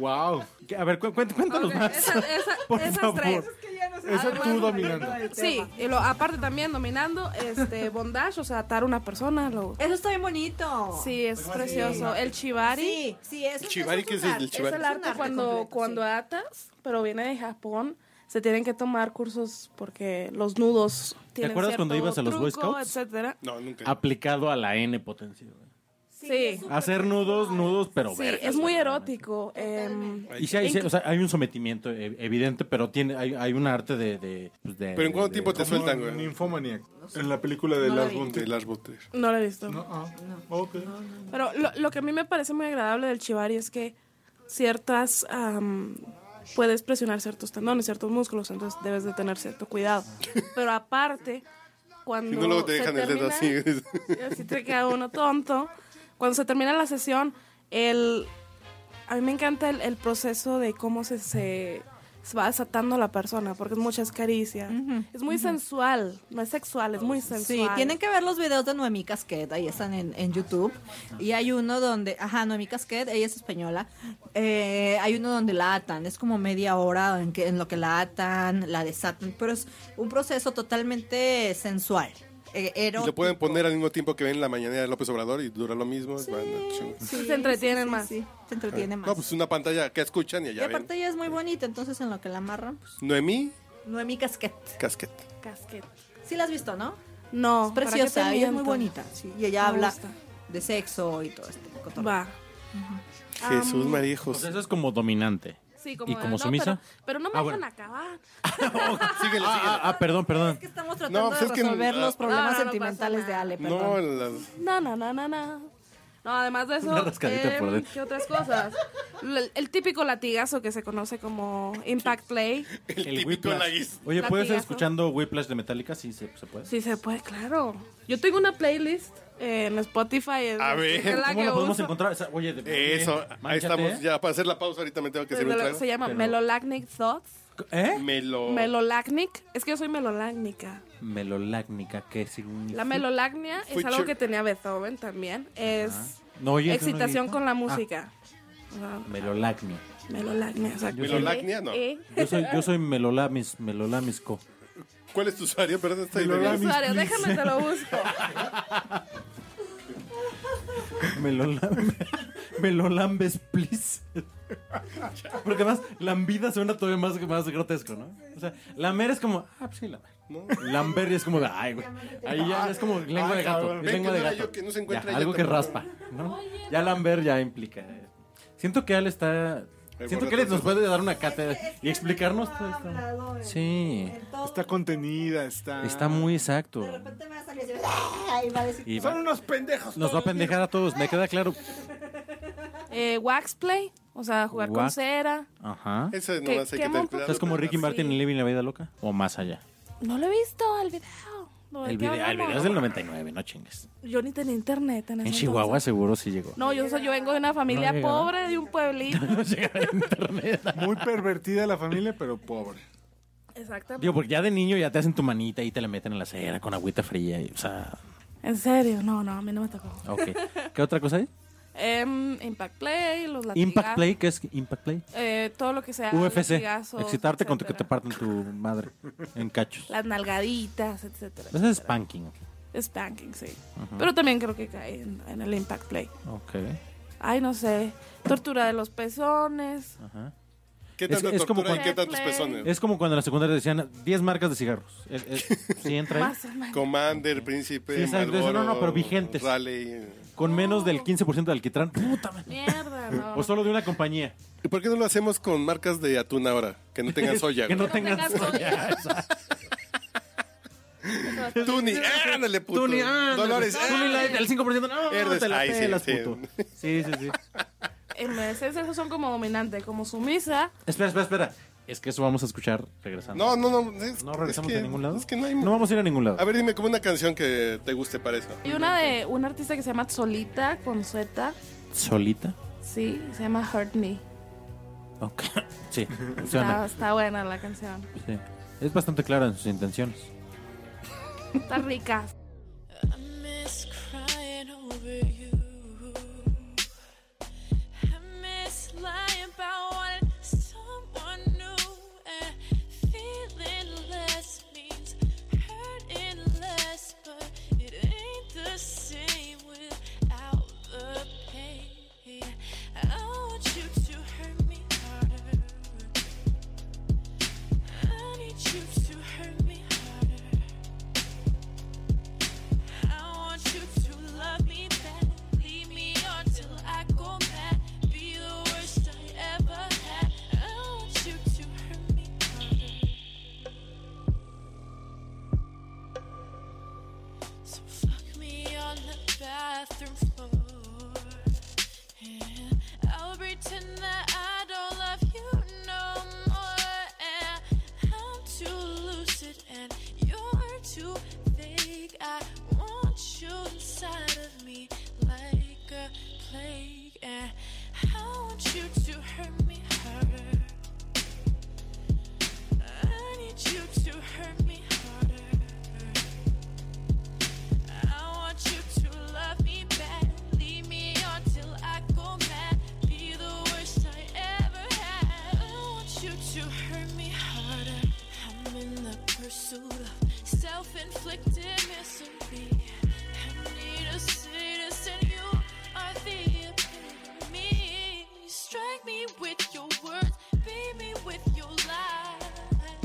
Speaker 5: Wow. A ver, cu- cuént- cuéntanos
Speaker 7: Ok,
Speaker 5: más.
Speaker 7: esa- esa-
Speaker 5: Por
Speaker 7: esas
Speaker 5: favor.
Speaker 7: tres.
Speaker 2: Eso
Speaker 4: Ah,
Speaker 7: Además,
Speaker 2: tú dominando.
Speaker 7: Sí, y lo, aparte también dominando
Speaker 5: <laughs>
Speaker 7: este bondage, o sea, atar a una persona. Lo,
Speaker 4: Eso está bien bonito.
Speaker 7: sí, es precioso. El chivari.
Speaker 4: Sí, sí, eso
Speaker 3: ¿El chivari
Speaker 4: eso
Speaker 3: qué
Speaker 4: un
Speaker 3: es el
Speaker 4: arte.
Speaker 3: chivari?
Speaker 7: Es el
Speaker 4: un
Speaker 7: arte cuando,
Speaker 4: completo,
Speaker 7: cuando
Speaker 4: sí.
Speaker 7: atas, pero viene de Japón. Se tienen que tomar cursos porque los nudos tienen
Speaker 5: acuerdas
Speaker 7: cierto
Speaker 5: cuando ibas a los Boy
Speaker 7: truco,
Speaker 5: Scouts?
Speaker 7: etcétera.
Speaker 3: No, nunca.
Speaker 5: Aplicado a la N potencia. güey.
Speaker 7: Sí, sí,
Speaker 5: Hacer nudos, nudos, Ah, pero vergas,
Speaker 7: es muy
Speaker 5: güey.
Speaker 7: erótico. em,
Speaker 5: Y sí hay, sí, o sea, hay un sometimiento eh, evidente, pero tiene, hay, hay un arte de, de, pues, de-
Speaker 3: ¿Pero en cuánto
Speaker 5: de-
Speaker 3: tiempo te sueltan,
Speaker 2: Eh, Como en
Speaker 3: güey?
Speaker 2: Nymphomaniac. En la película de Lars von
Speaker 3: De
Speaker 2: Trier.
Speaker 3: Lars von Trier.
Speaker 7: no lo he visto.
Speaker 2: No, ah, ok.
Speaker 7: Pero lo, lo que a mí me parece muy agradable del chivari es que ciertas... am, puedes presionar ciertos tendones, ciertos músculos, entonces debes de tener cierto
Speaker 2: <laughs>
Speaker 7: cuidado. Pero aparte, cuando...
Speaker 3: Si no, luego te
Speaker 7: se
Speaker 3: dejan el dedo
Speaker 7: termina-
Speaker 3: así.
Speaker 7: Así te queda uno tonto. Cuando se termina la sesión, el, a mí me encanta el, el proceso de cómo se, se, se va desatando a la persona, porque es muchas caricias. Es muy sensual, no es sexual, es muy sensual.
Speaker 4: Sí, tienen que ver los videos de Noemí Casquet, ahí están en, en YouTube. Y hay uno donde, ajá, Noemí Casquet, ella es española. Eh, hay uno donde la atan, es como media hora en, que, en lo que la atan, la desatan, pero es un proceso totalmente sensual. eh,
Speaker 3: <laughs> Y
Speaker 4: erótico.
Speaker 3: lo pueden poner al mismo tiempo que ven la mañanera de López Obrador y dura lo mismo. bueno, chingo.
Speaker 7: Sí, se entretienen más.
Speaker 4: Sí, se entretiene más.
Speaker 3: No, pues una pantalla que escuchan y
Speaker 4: y
Speaker 3: allá ven.
Speaker 4: aparte ella es muy bonita, entonces en lo que la amarran, pues,
Speaker 3: Noemí
Speaker 4: Noemí Casquet.
Speaker 3: Casquet.
Speaker 7: Casquet.
Speaker 4: Sí la has visto, ¿no?
Speaker 7: No,
Speaker 4: Es
Speaker 7: ¿para qué te
Speaker 4: preciosa, ella es muy
Speaker 7: miento?
Speaker 4: bonita. sí, y ella
Speaker 7: Me
Speaker 4: habla
Speaker 7: gusta.
Speaker 4: de sexo y todo este cotorreo.
Speaker 7: Va.
Speaker 3: Jesús María
Speaker 5: O sea, eso es como dominante.
Speaker 7: Sí,
Speaker 5: ¿Y como
Speaker 7: no,
Speaker 5: sumisa?
Speaker 7: Pero, pero no me
Speaker 5: Ah,
Speaker 7: dejan
Speaker 5: bueno.
Speaker 7: acabar.
Speaker 3: Síguele,
Speaker 5: Ah, ah,
Speaker 3: síguele.
Speaker 5: ah, perdón, perdón.
Speaker 4: Es que estamos tratando
Speaker 3: No, pues
Speaker 4: de
Speaker 3: es que-
Speaker 4: resolver los
Speaker 7: No, no,
Speaker 4: problemas
Speaker 7: no
Speaker 4: sentimentales
Speaker 7: pasa
Speaker 4: de
Speaker 7: nada.
Speaker 4: Ale, perdón.
Speaker 3: No, las-
Speaker 7: No, no, no, no, no. No, además de
Speaker 5: Una
Speaker 7: eso,
Speaker 5: rascadita por
Speaker 7: em,
Speaker 5: dentro.
Speaker 7: ¿qué otras cosas? El, el típico latigazo que se conoce como Impact Play.
Speaker 3: el,
Speaker 5: El
Speaker 3: típico
Speaker 5: Whiplash.
Speaker 3: laguis.
Speaker 5: Oye, ¿puedes ir
Speaker 7: Latigazo.
Speaker 5: escuchando Whiplash de Metallica? Sí, se, se puede.
Speaker 7: Sí se puede, claro. Yo tengo una playlist en Spotify. en-
Speaker 3: A ver,
Speaker 7: es la
Speaker 5: ¿Cómo
Speaker 7: que
Speaker 5: la podemos
Speaker 7: uso.
Speaker 5: encontrar? O sea, oye, de-
Speaker 3: Eso, ahí
Speaker 5: Mánchate.
Speaker 3: estamos. Ya, para hacer la pausa ahorita me tengo que servir un
Speaker 7: Se,
Speaker 3: trago.
Speaker 7: se llama
Speaker 5: Pero-
Speaker 7: Melolacnic Thoughts.
Speaker 5: ¿Eh?
Speaker 3: Melo.
Speaker 7: Melolacnic. Es que yo soy melolácnica.
Speaker 5: Melolácnica, ¿qué significa?
Speaker 7: La melolacnia es
Speaker 3: Future.
Speaker 7: algo que tenía Beethoven también. Es
Speaker 5: No, oye, eso no
Speaker 7: excitación
Speaker 5: grita.
Speaker 7: con la
Speaker 5: Ah,
Speaker 7: música. O
Speaker 5: melolacnia.
Speaker 7: sea, melolacnia, exacto.
Speaker 5: Yo soy-
Speaker 3: Melolacnia, no.
Speaker 7: Eh,
Speaker 5: Yo soy, yo soy melolamis, melolamisco.
Speaker 3: ¿Cuál es tu usuario? Perdón, estoy
Speaker 2: Melolacnia.
Speaker 3: bebiendo.
Speaker 7: Usuario, déjame te lo busco.
Speaker 3: <laughs>
Speaker 5: Melolam- Melolambes, please. Porque además, lambida suena todavía más, más grotesco, ¿no? O sea, lamer es como, ah, pues sí, lamer. Lamber es como de, ay, güey. Ahí ya es como lengua de gato.
Speaker 3: Ah, cabrón.
Speaker 5: es lengua
Speaker 3: Ven que
Speaker 5: de
Speaker 3: no era
Speaker 5: gato.
Speaker 3: yo, que no se encuentra
Speaker 5: Ya,
Speaker 3: ella
Speaker 5: algo que
Speaker 3: tampoco.
Speaker 5: raspa, ¿no? Ya lamber ya implica. eh. Siento que Al está.
Speaker 3: El
Speaker 5: Siento que
Speaker 3: borracho
Speaker 5: él nos
Speaker 3: está-
Speaker 5: puede dar una cátedra y explicarnos todo esto.
Speaker 4: hablado en-
Speaker 5: Sí,
Speaker 2: Está contenida, está.
Speaker 5: está muy exacto.
Speaker 4: De repente me va a salir así, ¡ah! y va a decir,
Speaker 5: Y
Speaker 2: Son
Speaker 5: va-
Speaker 2: unos pendejos.
Speaker 5: nos va a pendejar a todos, me queda claro.
Speaker 7: Eh, wax play, o sea, jugar con
Speaker 5: Wax.
Speaker 7: cera.
Speaker 5: Ajá.
Speaker 3: Ese
Speaker 7: Que
Speaker 3: nomás hay que
Speaker 7: quema
Speaker 3: tener
Speaker 7: un
Speaker 3: cuidado.
Speaker 5: ¿Es como Ricky Martin
Speaker 7: Sí.
Speaker 5: en Living la Vida Loca? ¿O más allá?
Speaker 7: No lo he visto el video. No, ¿de
Speaker 5: El
Speaker 7: qué
Speaker 5: video, el
Speaker 7: hablamos?
Speaker 5: video es del 99, no chingues.
Speaker 7: Yo ni tenía internet en, ese Pues
Speaker 5: En
Speaker 7: entonces.
Speaker 5: Chihuahua seguro sí llegó. <laughs>
Speaker 7: No, yo, soy- yo vengo de una familia
Speaker 5: No llegaba.
Speaker 7: pobre, de un pueblito.
Speaker 5: <laughs> No llegaba a internet.
Speaker 2: Muy pervertida la familia, pero pobre.
Speaker 7: Exactamente.
Speaker 5: Digo, porque ya de niño ya te hacen tu manita y te la meten en la cera con agüita fría. y, o sea,
Speaker 7: En serio, no, no, a mí no me tocó.
Speaker 5: ok. ¿Qué otra cosa hay?
Speaker 7: <laughs> Em, Impact Play, los latigazos.
Speaker 5: Impact Play, ¿qué es Impact Play?
Speaker 7: eh, todo lo que sea.
Speaker 5: UFC.
Speaker 7: latigazos,
Speaker 5: Excitarte con tu que te
Speaker 7: etcétera.
Speaker 5: parten tu madre en cachos.
Speaker 7: Las nalgaditas, etcétera.
Speaker 5: Eso es spanking.
Speaker 7: Spanking, sí. Pero también creo que cae en, en el Impact Play.
Speaker 5: Ok.
Speaker 7: Ay, no sé. Tortura de los pezones.
Speaker 5: Ajá.
Speaker 3: ¿Qué
Speaker 5: Es-
Speaker 3: tanta
Speaker 5: es como
Speaker 3: tortura y
Speaker 5: cuando-
Speaker 3: qué tantos
Speaker 7: Play.
Speaker 3: pezones?
Speaker 5: Es como cuando en la secundaria decían 10 marcas de cigarros. Es-
Speaker 3: <laughs>
Speaker 5: es- sí entra ahí.
Speaker 7: Más o menos.
Speaker 3: Commander, Príncipe,
Speaker 5: Sí, exacto, eso no,
Speaker 3: Marlboro,
Speaker 5: no, pero vigentes.
Speaker 3: Raleigh.
Speaker 5: Con menos del 15% de alquitrán. Puta madre.
Speaker 7: Mierda, no.
Speaker 5: O solo de una compañía.
Speaker 3: ¿Y por qué no lo hacemos con marcas de atún ahora? Que no
Speaker 5: <laughs>
Speaker 3: tengan soya.
Speaker 5: Que no
Speaker 3: güey.
Speaker 5: tengan
Speaker 7: tengas soya.
Speaker 5: <laughs>
Speaker 3: Tuni, ¡ah, ándale, puto.
Speaker 5: Tuni, ah,
Speaker 3: Dolores,
Speaker 5: ándale. Tuni Light, el 5%. No,
Speaker 3: Verdes,
Speaker 5: te la
Speaker 3: ahí sí,
Speaker 5: pelas,
Speaker 3: sí. <laughs>
Speaker 5: puto. Sí, sí, sí.
Speaker 7: En vez de esos son como dominante, como sumisa.
Speaker 5: Espera, espera, espera. Es que eso vamos a escuchar regresando.
Speaker 3: No, no, no. es-
Speaker 5: ¿No regresamos
Speaker 3: es que-
Speaker 5: de ningún lado.
Speaker 3: Es que no hay.
Speaker 5: No vamos a ir a ningún lado.
Speaker 3: A ver, dime, como una canción que te guste para eso.
Speaker 7: Y una de un artista que se llama Solita, con Z.
Speaker 5: ¿Solita?
Speaker 7: Sí, se llama Hurt Me.
Speaker 5: Ok. <laughs> Sí,
Speaker 7: Está,
Speaker 5: suena.
Speaker 7: está buena la canción.
Speaker 5: Sí. Es bastante clara en sus intenciones.
Speaker 7: Está rica.
Speaker 10: miss crying over you. I miss lying about wanting someone new and feeling less means hurting less, but it ain't the same without the pain. I want you to hurt me harder. I need you to hurt me harder. I want you to love me bad. Leave me on till I go mad. Be the worst I ever had. I want you to hurt me harder. So fuck me on the bathroom floor. And I'll pretend that I don't love you no more. And I'm too lucid and you're too vague. I want you inside of me like a plague. And I want you to hurt me harder. pursuit of self-inflicted misery. I need a sadist, and you are the epitome. Strike me with your words, beat me with your lies,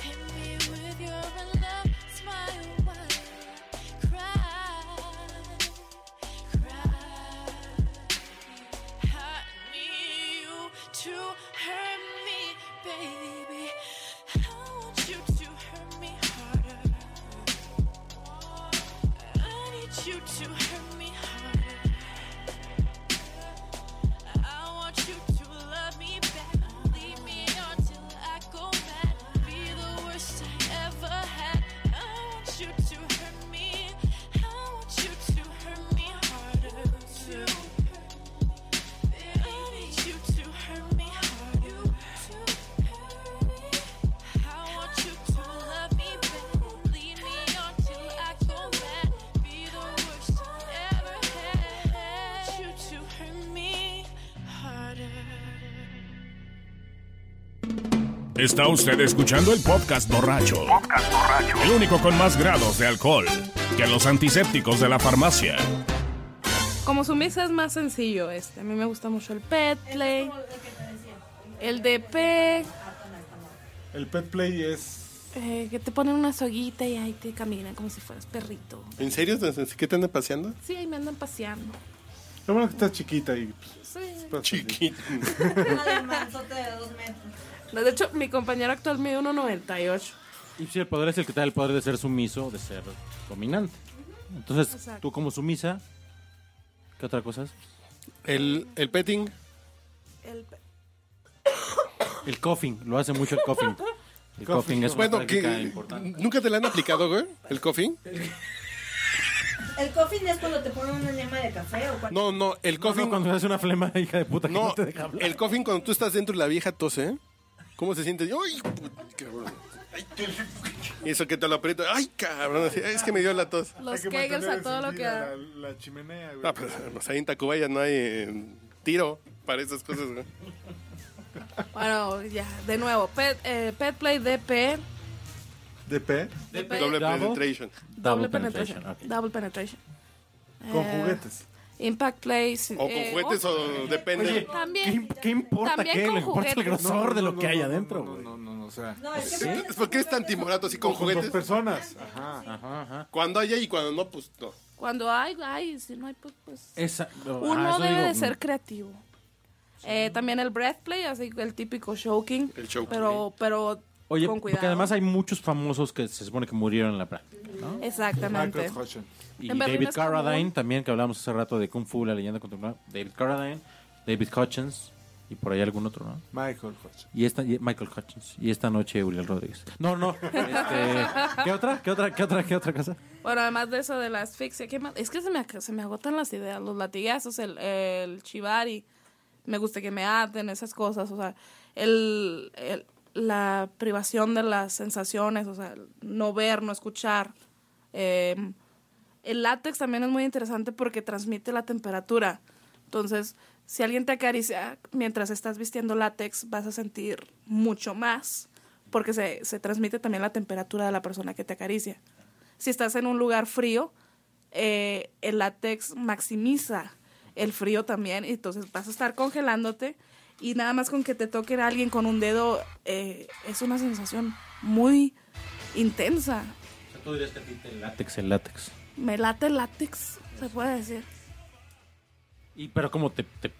Speaker 10: hit me with your love, smile, while I cry, cry. I need you to hurt me, baby. I want you to hurt me harder. I need you to hurt me harder. I want you to love me back. Leave me until I go mad. Be the worst I ever had. I want you to hurt me. I want you to hurt me harder. too. I need you to hurt me harder. I want you to love me back. Lead me until I go mad. Be the worst I ever had. I want you to hurt me harder.
Speaker 1: Está usted escuchando el podcast borracho. El único con más grados de alcohol que los antisépticos de la farmacia.
Speaker 7: Como su mesa es más sencillo este. A mí me gusta mucho el pet play. El DP, eh,
Speaker 2: El pet play es.
Speaker 7: que te ponen una soguita y ahí te caminan como si fueras perrito.
Speaker 3: ¿En serio? ¿Desde qué te andan paseando?
Speaker 7: Sí, ahí me andan paseando.
Speaker 2: Lo bueno que estás chiquita y. pues,
Speaker 7: Sí.
Speaker 2: pasa
Speaker 5: <laughs>
Speaker 2: así.
Speaker 3: Chiquito.
Speaker 7: No, De hecho, mi compañero actual mide 1.98.
Speaker 5: Y si el poder es el que te da el poder de ser sumiso, de ser dominante. Entonces,
Speaker 7: Exacto.
Speaker 5: tú como sumisa, ¿qué otra cosa es?
Speaker 3: El, el petting.
Speaker 7: El pe-
Speaker 5: El coughing, lo hace mucho el coughing. El coughing es una
Speaker 3: Bueno,
Speaker 5: práctica
Speaker 3: que
Speaker 5: importante.
Speaker 3: nunca te la han aplicado, güey. El coffee.
Speaker 4: <laughs> El coffin es cuando te ponen una yema de café o cuando...
Speaker 3: No, no, el
Speaker 5: No,
Speaker 3: coffee.
Speaker 5: no, cuando haces una flema, hija de puta, que no,
Speaker 3: No,
Speaker 5: te deja hablar.
Speaker 3: el coffin cuando tú estás dentro y la vieja tose, ¿eh? ¿Cómo se siente? ¡Ay, put- cabrón! Ay, qué- Eso que te lo aprieto. ¡Ay, cabrón! Así, Es que me dio la tos.
Speaker 7: los
Speaker 2: Hay que
Speaker 7: kegels a
Speaker 2: mantener
Speaker 7: todo lo que
Speaker 2: encendida
Speaker 7: da.
Speaker 2: La, la chimenea, güey.
Speaker 3: Ah, pues, pues, ahí en Tacubaya no hay eh, tiro para esas cosas, güey.
Speaker 7: Bueno, ya, de nuevo. Pet, eh, pet play DP.
Speaker 2: De pet,
Speaker 7: DP,
Speaker 3: Doble
Speaker 5: Double.
Speaker 3: penetration.
Speaker 7: Double penetration. Double penetration.
Speaker 2: con
Speaker 7: Eh,
Speaker 2: juguetes.
Speaker 7: Impact play. sin-
Speaker 3: O con
Speaker 7: eh,
Speaker 3: juguetes
Speaker 7: oh,
Speaker 3: o depende.
Speaker 5: Oye,
Speaker 7: También.
Speaker 5: ¿Qué, qué importa
Speaker 7: También
Speaker 5: qué?
Speaker 7: con
Speaker 5: Le importa el
Speaker 7: juguetes.
Speaker 5: grosor de lo
Speaker 2: No,
Speaker 5: que
Speaker 2: no,
Speaker 5: hay
Speaker 2: no,
Speaker 5: adentro,
Speaker 2: No,
Speaker 5: güey.
Speaker 2: no, no, no, o sea.
Speaker 4: No, es que
Speaker 3: Entonces, ¿Por qué eres tan timorato así con
Speaker 2: Con dos
Speaker 3: juguetes?
Speaker 2: personas. Ajá.
Speaker 5: Ajá, ajá.
Speaker 3: Cuando hay y cuando no, pues no.
Speaker 7: Cuando hay, hay. Si no hay, pues. pues.
Speaker 5: Esa, no, ajá,
Speaker 7: Uno
Speaker 5: eso
Speaker 7: debe
Speaker 5: digo,
Speaker 7: de ser creativo. Eh, también el breath play, así que el típico choking.
Speaker 3: El choking.
Speaker 7: Pero, pero
Speaker 5: Oye,
Speaker 7: con cuidado.
Speaker 5: porque además hay muchos famosos que se supone que murieron en la práctica. ¿no?
Speaker 7: Exactamente.
Speaker 2: Michael Hutchins.
Speaker 5: Y
Speaker 7: En Berlín
Speaker 5: David
Speaker 7: es común.
Speaker 5: Carradine, también que hablamos hace rato de Kung Fu, la leyenda contemporánea. David Carradine, David Hutchins y por ahí algún otro, ¿no?
Speaker 2: Michael Hutchins.
Speaker 5: Y esta, y- Michael Hutchins. Y esta noche Uriel Rodríguez. No, no. este, ¿Qué otra? ¿Qué otra? ¿Qué otra? ¿Qué otra cosa?
Speaker 7: Bueno, además de eso de la asfixia, ¿qué más? Es que se me, ac- se me agotan las ideas, los latigazos, el, el chivari, me gusta que me aten, esas cosas, o sea, el, el- la privación de las sensaciones, o sea, el no ver, no escuchar. Eh, el látex también es muy interesante porque transmite la temperatura. Entonces, si alguien te acaricia mientras estás vistiendo látex, vas a sentir mucho más porque se, se transmite también la temperatura de la persona que te acaricia si estás en un lugar frío, eh, el látex maximiza el frío también, y entonces vas a estar congelándote y nada más con que te toquen a alguien con un dedo eh, es una sensación muy intensa.
Speaker 5: Tú dirías que a ti te látex, el látex.
Speaker 7: Me late el látex, se puede decir.
Speaker 5: Y, pero como te, te,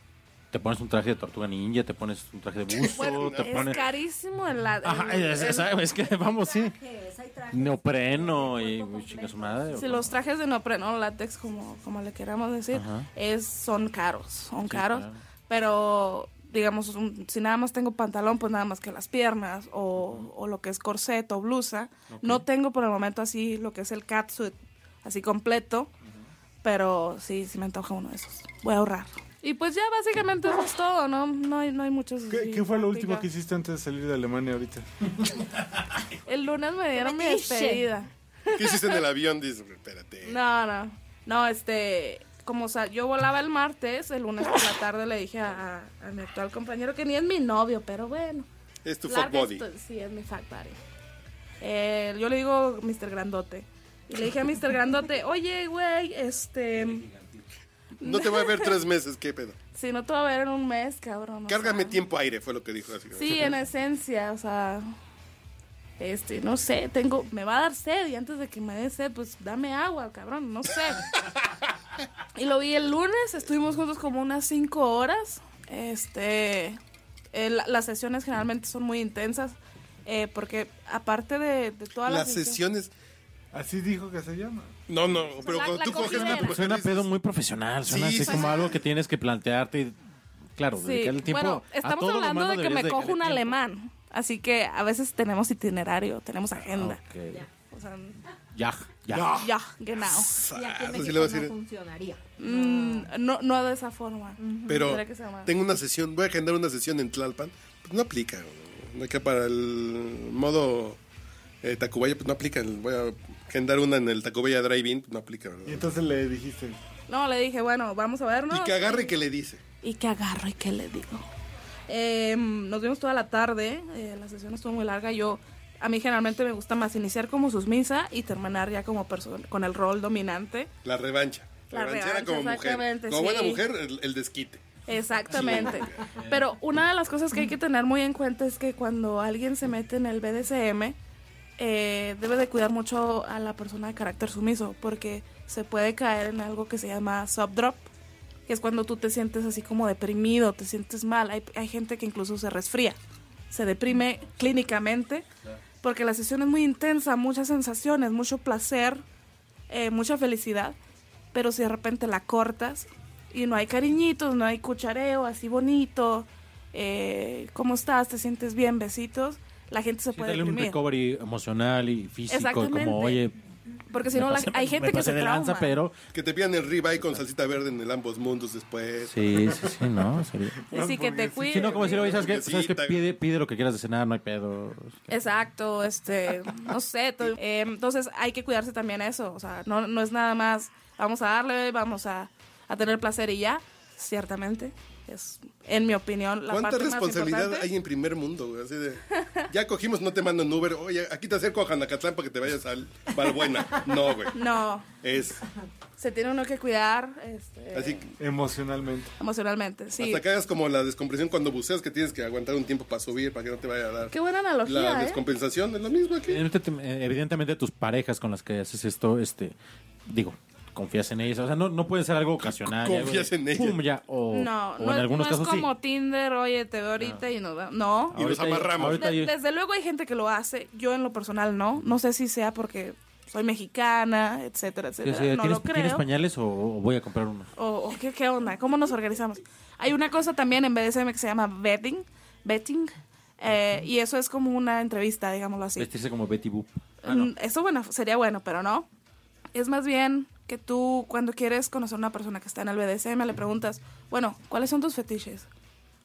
Speaker 5: te pones un traje de tortuga ninja, te pones
Speaker 7: <laughs>
Speaker 5: un traje de buzo, te
Speaker 7: Es
Speaker 5: pones...
Speaker 7: carísimo el látex.
Speaker 5: Ajá, es, es- es que <laughs> vamos, sí.
Speaker 4: es, hay trajes.
Speaker 5: Neopreno y uy, chinga su madre.
Speaker 7: Si los trajes de neopreno, látex, como, como le queramos decir,
Speaker 5: Ajá.
Speaker 7: es, son caros, son
Speaker 5: Sí,
Speaker 7: caros.
Speaker 5: claro.
Speaker 7: Pero, digamos, un- si nada más tengo pantalón, pues nada más que las piernas o, o lo que es corset o blusa. No tengo por el momento así lo que es el catsuit, así completo. Pero sí, sí me antoja uno de esos. <laughs> Voy a ahorrar. Y pues ya básicamente eso es todo, ¿no? No hay, no hay muchos.
Speaker 2: ¿Qué,
Speaker 7: así,
Speaker 2: qué fue lo último
Speaker 7: diga.
Speaker 2: que hiciste antes de salir de Alemania ahorita?
Speaker 7: El lunes me dieron mi
Speaker 4: Fetiche.
Speaker 7: despedida.
Speaker 3: ¿Qué hiciste en el avión? Dice, espérate.
Speaker 7: No, no. No, este. Como o sea, yo volaba el martes, el lunes por la tarde le dije a, a mi actual compañero que ni es mi novio, pero bueno.
Speaker 3: Es tu fuck
Speaker 7: Larga
Speaker 3: body.
Speaker 7: esto- sí, es mi fuck buddy. eh, yo le digo Mr. Grandote. Y le dije a Mr. Grandote, oye, güey, este...
Speaker 3: No te voy
Speaker 7: <laughs>
Speaker 3: a ver tres meses, qué pedo.
Speaker 7: Si no te va a ver en un mes, cabrón. o
Speaker 3: Cárgame
Speaker 7: sea.
Speaker 3: tiempo aire, fue lo que dijo. Así.
Speaker 7: Sí, en esencia, o sea, este, no sé, tengo, me va a dar sed y antes de que me dé sed, pues dame agua, cabrón, no sé. y lo vi el lunes, estuvimos juntos como unas cinco horas, este, el- las sesiones generalmente son muy intensas, eh, porque aparte de, de todas las,
Speaker 3: Las sesiones.
Speaker 2: Así dijo que se llama.
Speaker 3: No, no,
Speaker 7: Pues
Speaker 3: pero
Speaker 7: La-
Speaker 3: cuando
Speaker 7: la
Speaker 3: tú coges una
Speaker 7: cogidera.
Speaker 3: mujer,
Speaker 5: Suena
Speaker 3: dices,
Speaker 5: pedo muy profesional, suena
Speaker 3: Sí,
Speaker 5: así
Speaker 3: sí,
Speaker 5: como
Speaker 3: sí.
Speaker 5: algo que tienes que plantearte. y, Claro,
Speaker 7: Sí,
Speaker 5: dedicar el tiempo.
Speaker 7: bueno,
Speaker 5: a
Speaker 7: estamos
Speaker 5: todo lo
Speaker 7: hablando
Speaker 5: humano
Speaker 7: de que me
Speaker 5: deberías
Speaker 7: cojo un
Speaker 5: dedicarle tiempo.
Speaker 7: alemán, así que a veces tenemos itinerario, tenemos
Speaker 5: Ah,
Speaker 7: agenda.
Speaker 5: Ok.
Speaker 7: O sea,
Speaker 5: Ya, ya.
Speaker 7: ya, genau.
Speaker 4: Y aquí en
Speaker 3: así le
Speaker 4: México
Speaker 3: voy a
Speaker 4: no
Speaker 3: decir,
Speaker 4: funcionaría.
Speaker 7: Mm, no, no de esa forma.
Speaker 3: Pero
Speaker 7: Tendría que ser más.
Speaker 3: tengo una sesión, voy a agendar una sesión en Tlalpan. Pues no aplica. No que para el modo eh, Tacubaya, pues no aplica. Voy a agendar una en el Tacubaya Drive-In, pues no aplica. ¿verdad?
Speaker 2: Y entonces le dijiste,
Speaker 7: No, le dije, bueno, vamos a vernos.
Speaker 3: Y que agarre que le dice.
Speaker 7: Y que agarro y que le digo. Eh, nos vimos toda la tarde, eh, la sesión estuvo muy larga. Yo, a mí generalmente me gusta más iniciar como susmisa y terminar ya como persona, con el rol dominante.
Speaker 3: La revancha.
Speaker 7: La
Speaker 3: Revanchera
Speaker 7: revancha,
Speaker 3: como mujer.
Speaker 7: exactamente,
Speaker 3: Como buena
Speaker 7: sí.
Speaker 3: mujer, el, el desquite.
Speaker 7: Exactamente. Pero una de las cosas que hay que tener muy en cuenta es que cuando alguien se mete en el BDSM, eh, debe de cuidar mucho a la persona de carácter sumiso, porque se puede caer en algo que se llama subdrop, que es cuando tú te sientes así como deprimido, te sientes mal. Hay, hay gente que incluso se resfría, se deprime clínicamente, porque la sesión es muy intensa, muchas sensaciones, mucho placer, eh, mucha felicidad, pero si de repente la cortas y no hay cariñitos, no hay cuchareo así bonito, eh, ¿cómo estás? ¿Te sientes bien? Besitos. La gente se
Speaker 5: Sí,
Speaker 7: puede
Speaker 5: darle un
Speaker 7: deprimir.
Speaker 5: recovery emocional y físico,
Speaker 7: Exactamente.
Speaker 5: como, oye,
Speaker 7: Porque si no,
Speaker 5: me
Speaker 7: la-
Speaker 5: pasé-
Speaker 7: hay gente
Speaker 5: me
Speaker 7: que
Speaker 5: pasé
Speaker 7: se
Speaker 5: de
Speaker 7: trauma.
Speaker 5: lanza, pero...
Speaker 3: Que te pidan el ribeye con salsita verde en el ambos mundos después.
Speaker 5: Sí, sí, sí, no, sería...
Speaker 7: Así que te
Speaker 5: Sí,
Speaker 7: cuides.
Speaker 5: no, como decir, oye, ¿sabes qué? ¿Sabes qué?
Speaker 3: Hamburguesita.
Speaker 5: Pide, pide lo que quieras de cenar, no hay pedo.
Speaker 7: Exacto, este, no sé. to- eh, entonces hay que cuidarse también eso. O sea, no, no es nada más, vamos a darle, vamos a, a tener placer y ya. Ciertamente, es, en mi opinión, la
Speaker 3: ¿Cuánta
Speaker 7: parte más
Speaker 3: responsabilidad
Speaker 7: importante.
Speaker 3: hay en primer mundo? güey? Así de,
Speaker 7: <laughs>
Speaker 3: ya cogimos, no te mando en Uber. Oye, aquí te acerco a Janacatlán para que te vayas al
Speaker 7: <laughs>
Speaker 3: Balbuena. No, güey.
Speaker 7: No,
Speaker 3: Es
Speaker 7: se tiene uno que cuidar este,
Speaker 3: así. que
Speaker 2: emocionalmente.
Speaker 7: emocionalmente, sí.
Speaker 3: Hasta que hagas como la descompresión cuando buceas, que tienes que aguantar un tiempo para subir, para que no te vaya a dar.
Speaker 7: Qué buena
Speaker 3: la
Speaker 7: analogía, ¿eh?
Speaker 3: descompensación es lo mismo aquí.
Speaker 5: Evidentemente, eh, evidentemente, tus parejas con las que haces esto, este, digo, confías en ellas. O sea, no, no puede ser algo ocasional. ya,
Speaker 3: Confías
Speaker 5: güey,
Speaker 3: en ellas.
Speaker 5: pum, ya, o,
Speaker 7: No,
Speaker 5: o
Speaker 7: no,
Speaker 5: en
Speaker 7: es-
Speaker 5: algunos
Speaker 7: no
Speaker 5: casos
Speaker 7: es como
Speaker 5: sí.
Speaker 7: Tinder, oye, te veo ahorita y nos va- No.
Speaker 3: Y los
Speaker 5: Ahorita-
Speaker 3: amarramos.
Speaker 5: ahorita
Speaker 7: De-
Speaker 5: yo-
Speaker 7: desde luego hay gente que lo hace. Yo en lo personal no. No sé si sea porque soy mexicana, etcétera,
Speaker 5: yo
Speaker 7: etcétera.
Speaker 5: sé,
Speaker 7: no
Speaker 5: ¿tienes,
Speaker 7: lo creo.
Speaker 5: tienes pañales o, o voy a comprar uno?
Speaker 7: o, o qué, qué onda? ¿Cómo nos organizamos? Hay una cosa también en BDSM que se llama betting. Betting. eh, y eso es como una entrevista, digámoslo así.
Speaker 5: Vestirse como Betty Boop. Ah,
Speaker 3: Ah,
Speaker 7: Mm, Eso bueno, sería bueno, pero no. Es más bien que tú, cuando quieres conocer a una persona que está en el BDSM, le preguntas, bueno, ¿cuáles son tus fetiches?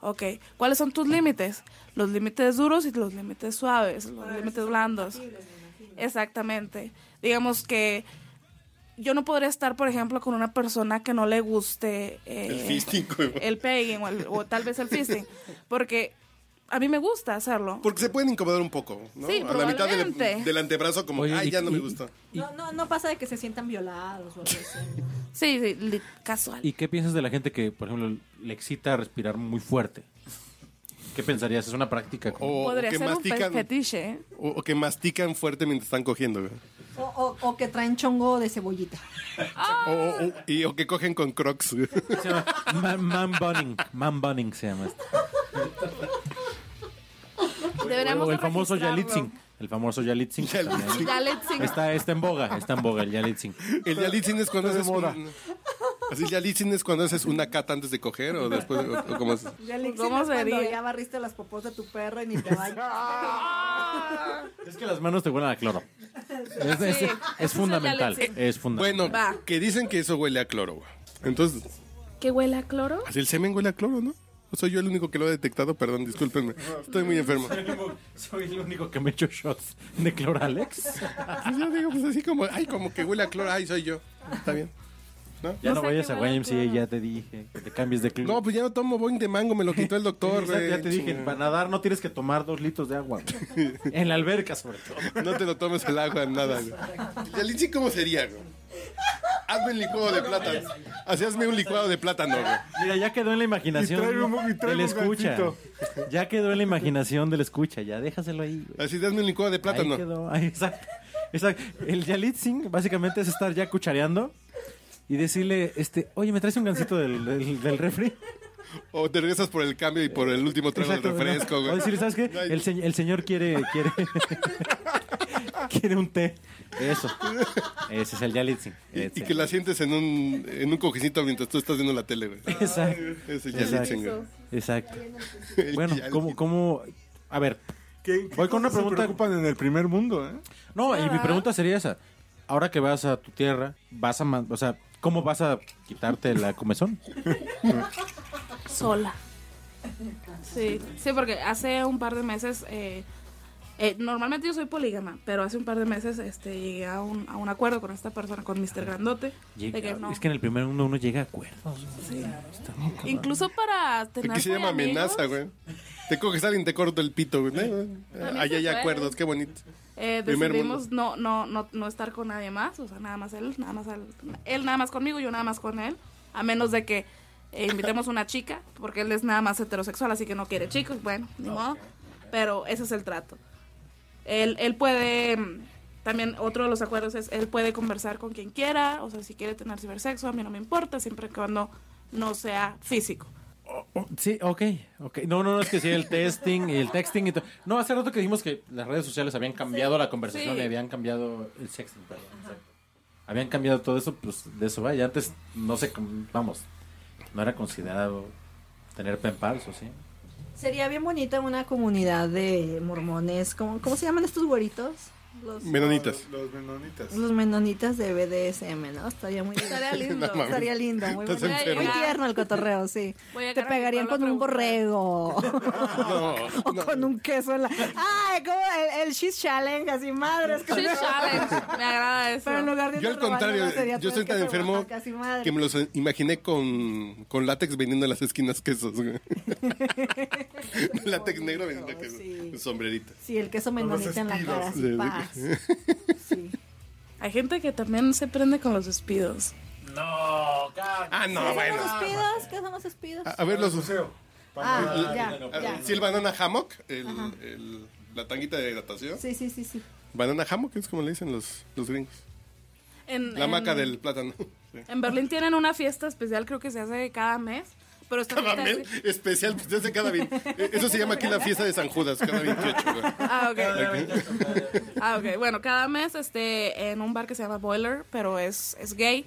Speaker 7: Ok, ¿cuáles son tus límites? Los límites duros y los límites suaves, los límites blandos. Exactamente. Digamos que yo no podría estar, por ejemplo, con una persona que no le guste eh,
Speaker 3: El fisting, güey.
Speaker 7: el pegging o, el- o tal vez el fisting, porque a mí me gusta hacerlo.
Speaker 3: Porque se pueden incomodar un poco, ¿no?
Speaker 7: Sí,
Speaker 3: a la mitad del,
Speaker 7: probablemente.
Speaker 3: del antebrazo, como,
Speaker 5: Oye,
Speaker 3: ay,
Speaker 5: y-
Speaker 3: ya no me
Speaker 5: y-
Speaker 3: gustó.
Speaker 4: No, no, no pasa de que se sientan violados o algo así. ¿no?
Speaker 7: Sí, sí, li- casual.
Speaker 5: ¿Y qué piensas de la gente que, por ejemplo, le excita respirar muy fuerte? ¿Qué pensarías? ¿Es una práctica? como-
Speaker 3: O, o
Speaker 7: Podría
Speaker 3: que
Speaker 7: ser un pe-
Speaker 3: mastican,
Speaker 7: fetiche, ¿eh?
Speaker 3: o, o que mastican fuerte mientras están cogiendo, güey.
Speaker 4: O, o- o que traen chongo de cebollita. <laughs>
Speaker 3: O, o- o- y, o que cogen con crocs, güey.
Speaker 5: <laughs> Se llama man, man bunning. Man bunning se llama esto.
Speaker 7: Deberíamos
Speaker 5: o el
Speaker 7: de
Speaker 5: famoso
Speaker 7: registrarlo.
Speaker 5: Yalitzin. El famoso Yalitzin. que también-
Speaker 7: Yalitzin.
Speaker 5: Está, está en boga, está en boga el Yalitzin.
Speaker 3: El yalitzin es cuando
Speaker 2: Está de
Speaker 3: haces
Speaker 2: moda.
Speaker 3: un- Así, el yalitzin es cuando haces una cata antes de coger o después, o, o como...
Speaker 7: ¿Cómo
Speaker 4: ¿Cómo
Speaker 7: sería?
Speaker 4: Cuando ya barriste las popos de tu perro y ni te bañas.
Speaker 5: Es que las manos te huelen a cloro. Es, es-
Speaker 7: Sí,
Speaker 5: es
Speaker 7: ese es el
Speaker 5: fundamental.
Speaker 7: Yalitzin.
Speaker 5: Es fundamental.
Speaker 3: Bueno,
Speaker 7: Va.
Speaker 3: que dicen que eso huele a cloro, güey. Entonces,
Speaker 7: ¿Que huele a cloro?
Speaker 3: así el semen huele a cloro, ¿no? ¿O soy yo el único que lo ha detectado? Perdón, discúlpenme. Estoy muy enfermo.
Speaker 5: Soy el único que me echo shots de cloralex.
Speaker 3: Pues yo digo, pues así como, ay, como que huele a cloro, ay, soy yo. Está bien. ¿no?
Speaker 5: Ya no,
Speaker 7: No sé
Speaker 5: vayas
Speaker 7: qué
Speaker 5: a
Speaker 7: huele a
Speaker 5: YMCA,
Speaker 7: cloro.
Speaker 5: ya te dije. Que te cambies de club.
Speaker 3: No, pues ya no tomo Boeing de mango, me lo quitó el doctor,
Speaker 5: <laughs> Exacto,
Speaker 3: güey.
Speaker 5: ya te dije,
Speaker 3: Chinga.
Speaker 5: para nadar no tienes que tomar dos litros de agua.
Speaker 3: <laughs>
Speaker 5: güey. en la alberca, sobre todo.
Speaker 3: No te lo tomes el agua, nada, güey. ¿Y el lichi cómo sería, güey? Hazme un licuado de plátano. Así hazme un licuado de plátano, güey.
Speaker 5: Mira, ya quedó en la imaginación
Speaker 2: Y trae un- y trae
Speaker 5: del
Speaker 2: un
Speaker 5: escucha.
Speaker 2: gancito.
Speaker 5: Ya quedó en
Speaker 3: <laughs>
Speaker 5: la imaginación del escucha, ya déjaselo ahí. güey.
Speaker 3: Así hazme un licuado de
Speaker 5: Ahí
Speaker 3: plátano.
Speaker 5: quedó, <laughs> ahí, exacto. exacto. El Yalitzing básicamente es estar ya cuchareando y decirle, este, oye, ¿me traes un gancito del, del, del
Speaker 3: <laughs>
Speaker 5: refri?
Speaker 3: O te regresas por el cambio y por el último trago del
Speaker 5: Exacto, ¿no?
Speaker 3: refresco,
Speaker 5: O
Speaker 3: güey.
Speaker 5: decirle, ¿sabes qué?
Speaker 3: No hay-
Speaker 5: El, se- el señor quiere, quiere, <laughs> quiere un
Speaker 3: <laughs>
Speaker 5: té. Eso. Ese es el Yalitzing.
Speaker 3: Y, y que la sientes en un, en un cojecito mientras tú estás viendo la tele, güey.
Speaker 5: Exacto.
Speaker 3: Es
Speaker 5: Exacto.
Speaker 3: el Yalitza, güey.
Speaker 5: Exacto.
Speaker 2: <laughs>
Speaker 3: El
Speaker 5: Bueno,
Speaker 3: Yalitza.
Speaker 5: ¿cómo, cómo? A ver,
Speaker 2: ¿Qué, qué
Speaker 5: Voy con una
Speaker 2: cosas se
Speaker 5: pregunta-
Speaker 2: preocupan en el primer mundo, ¿eh?
Speaker 5: No, y mi pregunta sería esa. Ahora que vas a tu tierra, vas a, man- o sea, ¿cómo vas a quitarte la comezón?
Speaker 7: sola. Sí, sí, porque hace un par de meses, eh, eh, normalmente yo soy polígama, pero hace un par de meses este, llegué a un, a un acuerdo con esta persona, con Mr. Grandote. de
Speaker 5: Llega-
Speaker 7: que no.
Speaker 5: Es que en el primer mundo uno llega a acuerdos.
Speaker 7: Incluso para tener...
Speaker 3: Aquí se llama
Speaker 7: amigos,
Speaker 3: amenaza, güey. Te coges a alguien, te corto el pito, güey. Ah, Ahí
Speaker 7: se
Speaker 3: hay
Speaker 7: puede.
Speaker 3: acuerdos, qué bonito.
Speaker 7: eh,
Speaker 3: Primer
Speaker 7: decidimos no, no, no, no estar con nadie más, o sea, nada más él, nada más él, él nada más conmigo, yo nada más con él, a menos de que eh, invitemos una chica, porque él es nada más heterosexual, así que no quiere chicos, bueno, ni modo, pero ese es el trato. Él, él puede, mm, también otro de los acuerdos es, él puede conversar con quien quiera, o sea, si quiere tener cibersexo, a mí no me importa, siempre y cuando no sea físico.
Speaker 5: Oh, Sí, ok, ok. No, no, no, es que sí, el testing y el texting y todo. No, hace rato que dijimos que las redes sociales habían cambiado la conversación
Speaker 7: sí.
Speaker 5: y habían cambiado el sexting, perdón. exacto. Habían cambiado todo eso, pues de eso va. Y antes, no sé, com- vamos, no era considerado tener pen pals, ¿o sí?
Speaker 4: <laughs> Sería bien bonita una comunidad de mormones. ¿Cómo, cómo se llaman estos güeritos? Los,
Speaker 3: Menonitas.
Speaker 2: Los,
Speaker 3: <laughs>
Speaker 2: los menonitas.
Speaker 4: los menonitas de BDSM, ¿no? Estaría muy
Speaker 7: Estaría lindo.
Speaker 3: No mames.
Speaker 4: Estaría lindo, muy,
Speaker 3: Estás
Speaker 4: bonito.
Speaker 7: enfermo.
Speaker 4: muy tierno el cotorreo, sí.
Speaker 7: <laughs> Voy a
Speaker 4: Te
Speaker 7: llegar a mi
Speaker 4: pegarían
Speaker 7: pueblo
Speaker 4: con
Speaker 7: a
Speaker 4: un
Speaker 7: preguntar.
Speaker 4: borrego
Speaker 3: <laughs> No,
Speaker 4: o <laughs> con un queso en la... ¡Ay! Como el, el She's Challenge, así <laughs> madres. con-
Speaker 7: Sí, challenge, me agrada eso.
Speaker 4: Pero en lugar de
Speaker 3: Yo al
Speaker 4: una rebanada
Speaker 3: contrario,
Speaker 4: sería
Speaker 3: yo estoy
Speaker 4: todo el
Speaker 3: tan
Speaker 4: queso
Speaker 3: enfermo
Speaker 4: Oaxaca, así madres.
Speaker 3: que me los imaginé con, con látex vendiendo en las esquinas quesos,
Speaker 4: <laughs>
Speaker 3: güey. látex negro vendiendo quesos.
Speaker 4: sí.
Speaker 3: Sombrerito.
Speaker 4: Sí, el queso menonita en la cara, así,
Speaker 3: Sí.
Speaker 4: paz. Sí.
Speaker 7: Hay gente que también se prende con los despidos.
Speaker 3: Ah, no,
Speaker 4: ¿Qué
Speaker 3: bueno.
Speaker 4: son los pidos? ¿Qué son los espidos?
Speaker 3: A, a ver los...
Speaker 4: Ah,
Speaker 3: a-
Speaker 4: ya, ya.
Speaker 3: Sí, el banana hammock, el, el- la tanguita de natación.
Speaker 4: Sí, sí, sí, sí.
Speaker 3: Banana hammock es como le dicen los, los gringos.
Speaker 7: En-
Speaker 3: La
Speaker 7: en-
Speaker 3: maca del plátano.
Speaker 7: En Berlín tienen una fiesta especial, creo que se hace cada mes. Pero esta
Speaker 3: Cada
Speaker 7: fiesta
Speaker 3: mes Ah, especial, pues, desde cada
Speaker 7: <laughs>
Speaker 3: 20. Eh, Eso se llama aquí la fiesta de San Judas, cada 28. güey.
Speaker 7: Ah, ok. Ah, ok. Bueno, cada mes este, en un bar que se llama Boiler, pero es, es gay.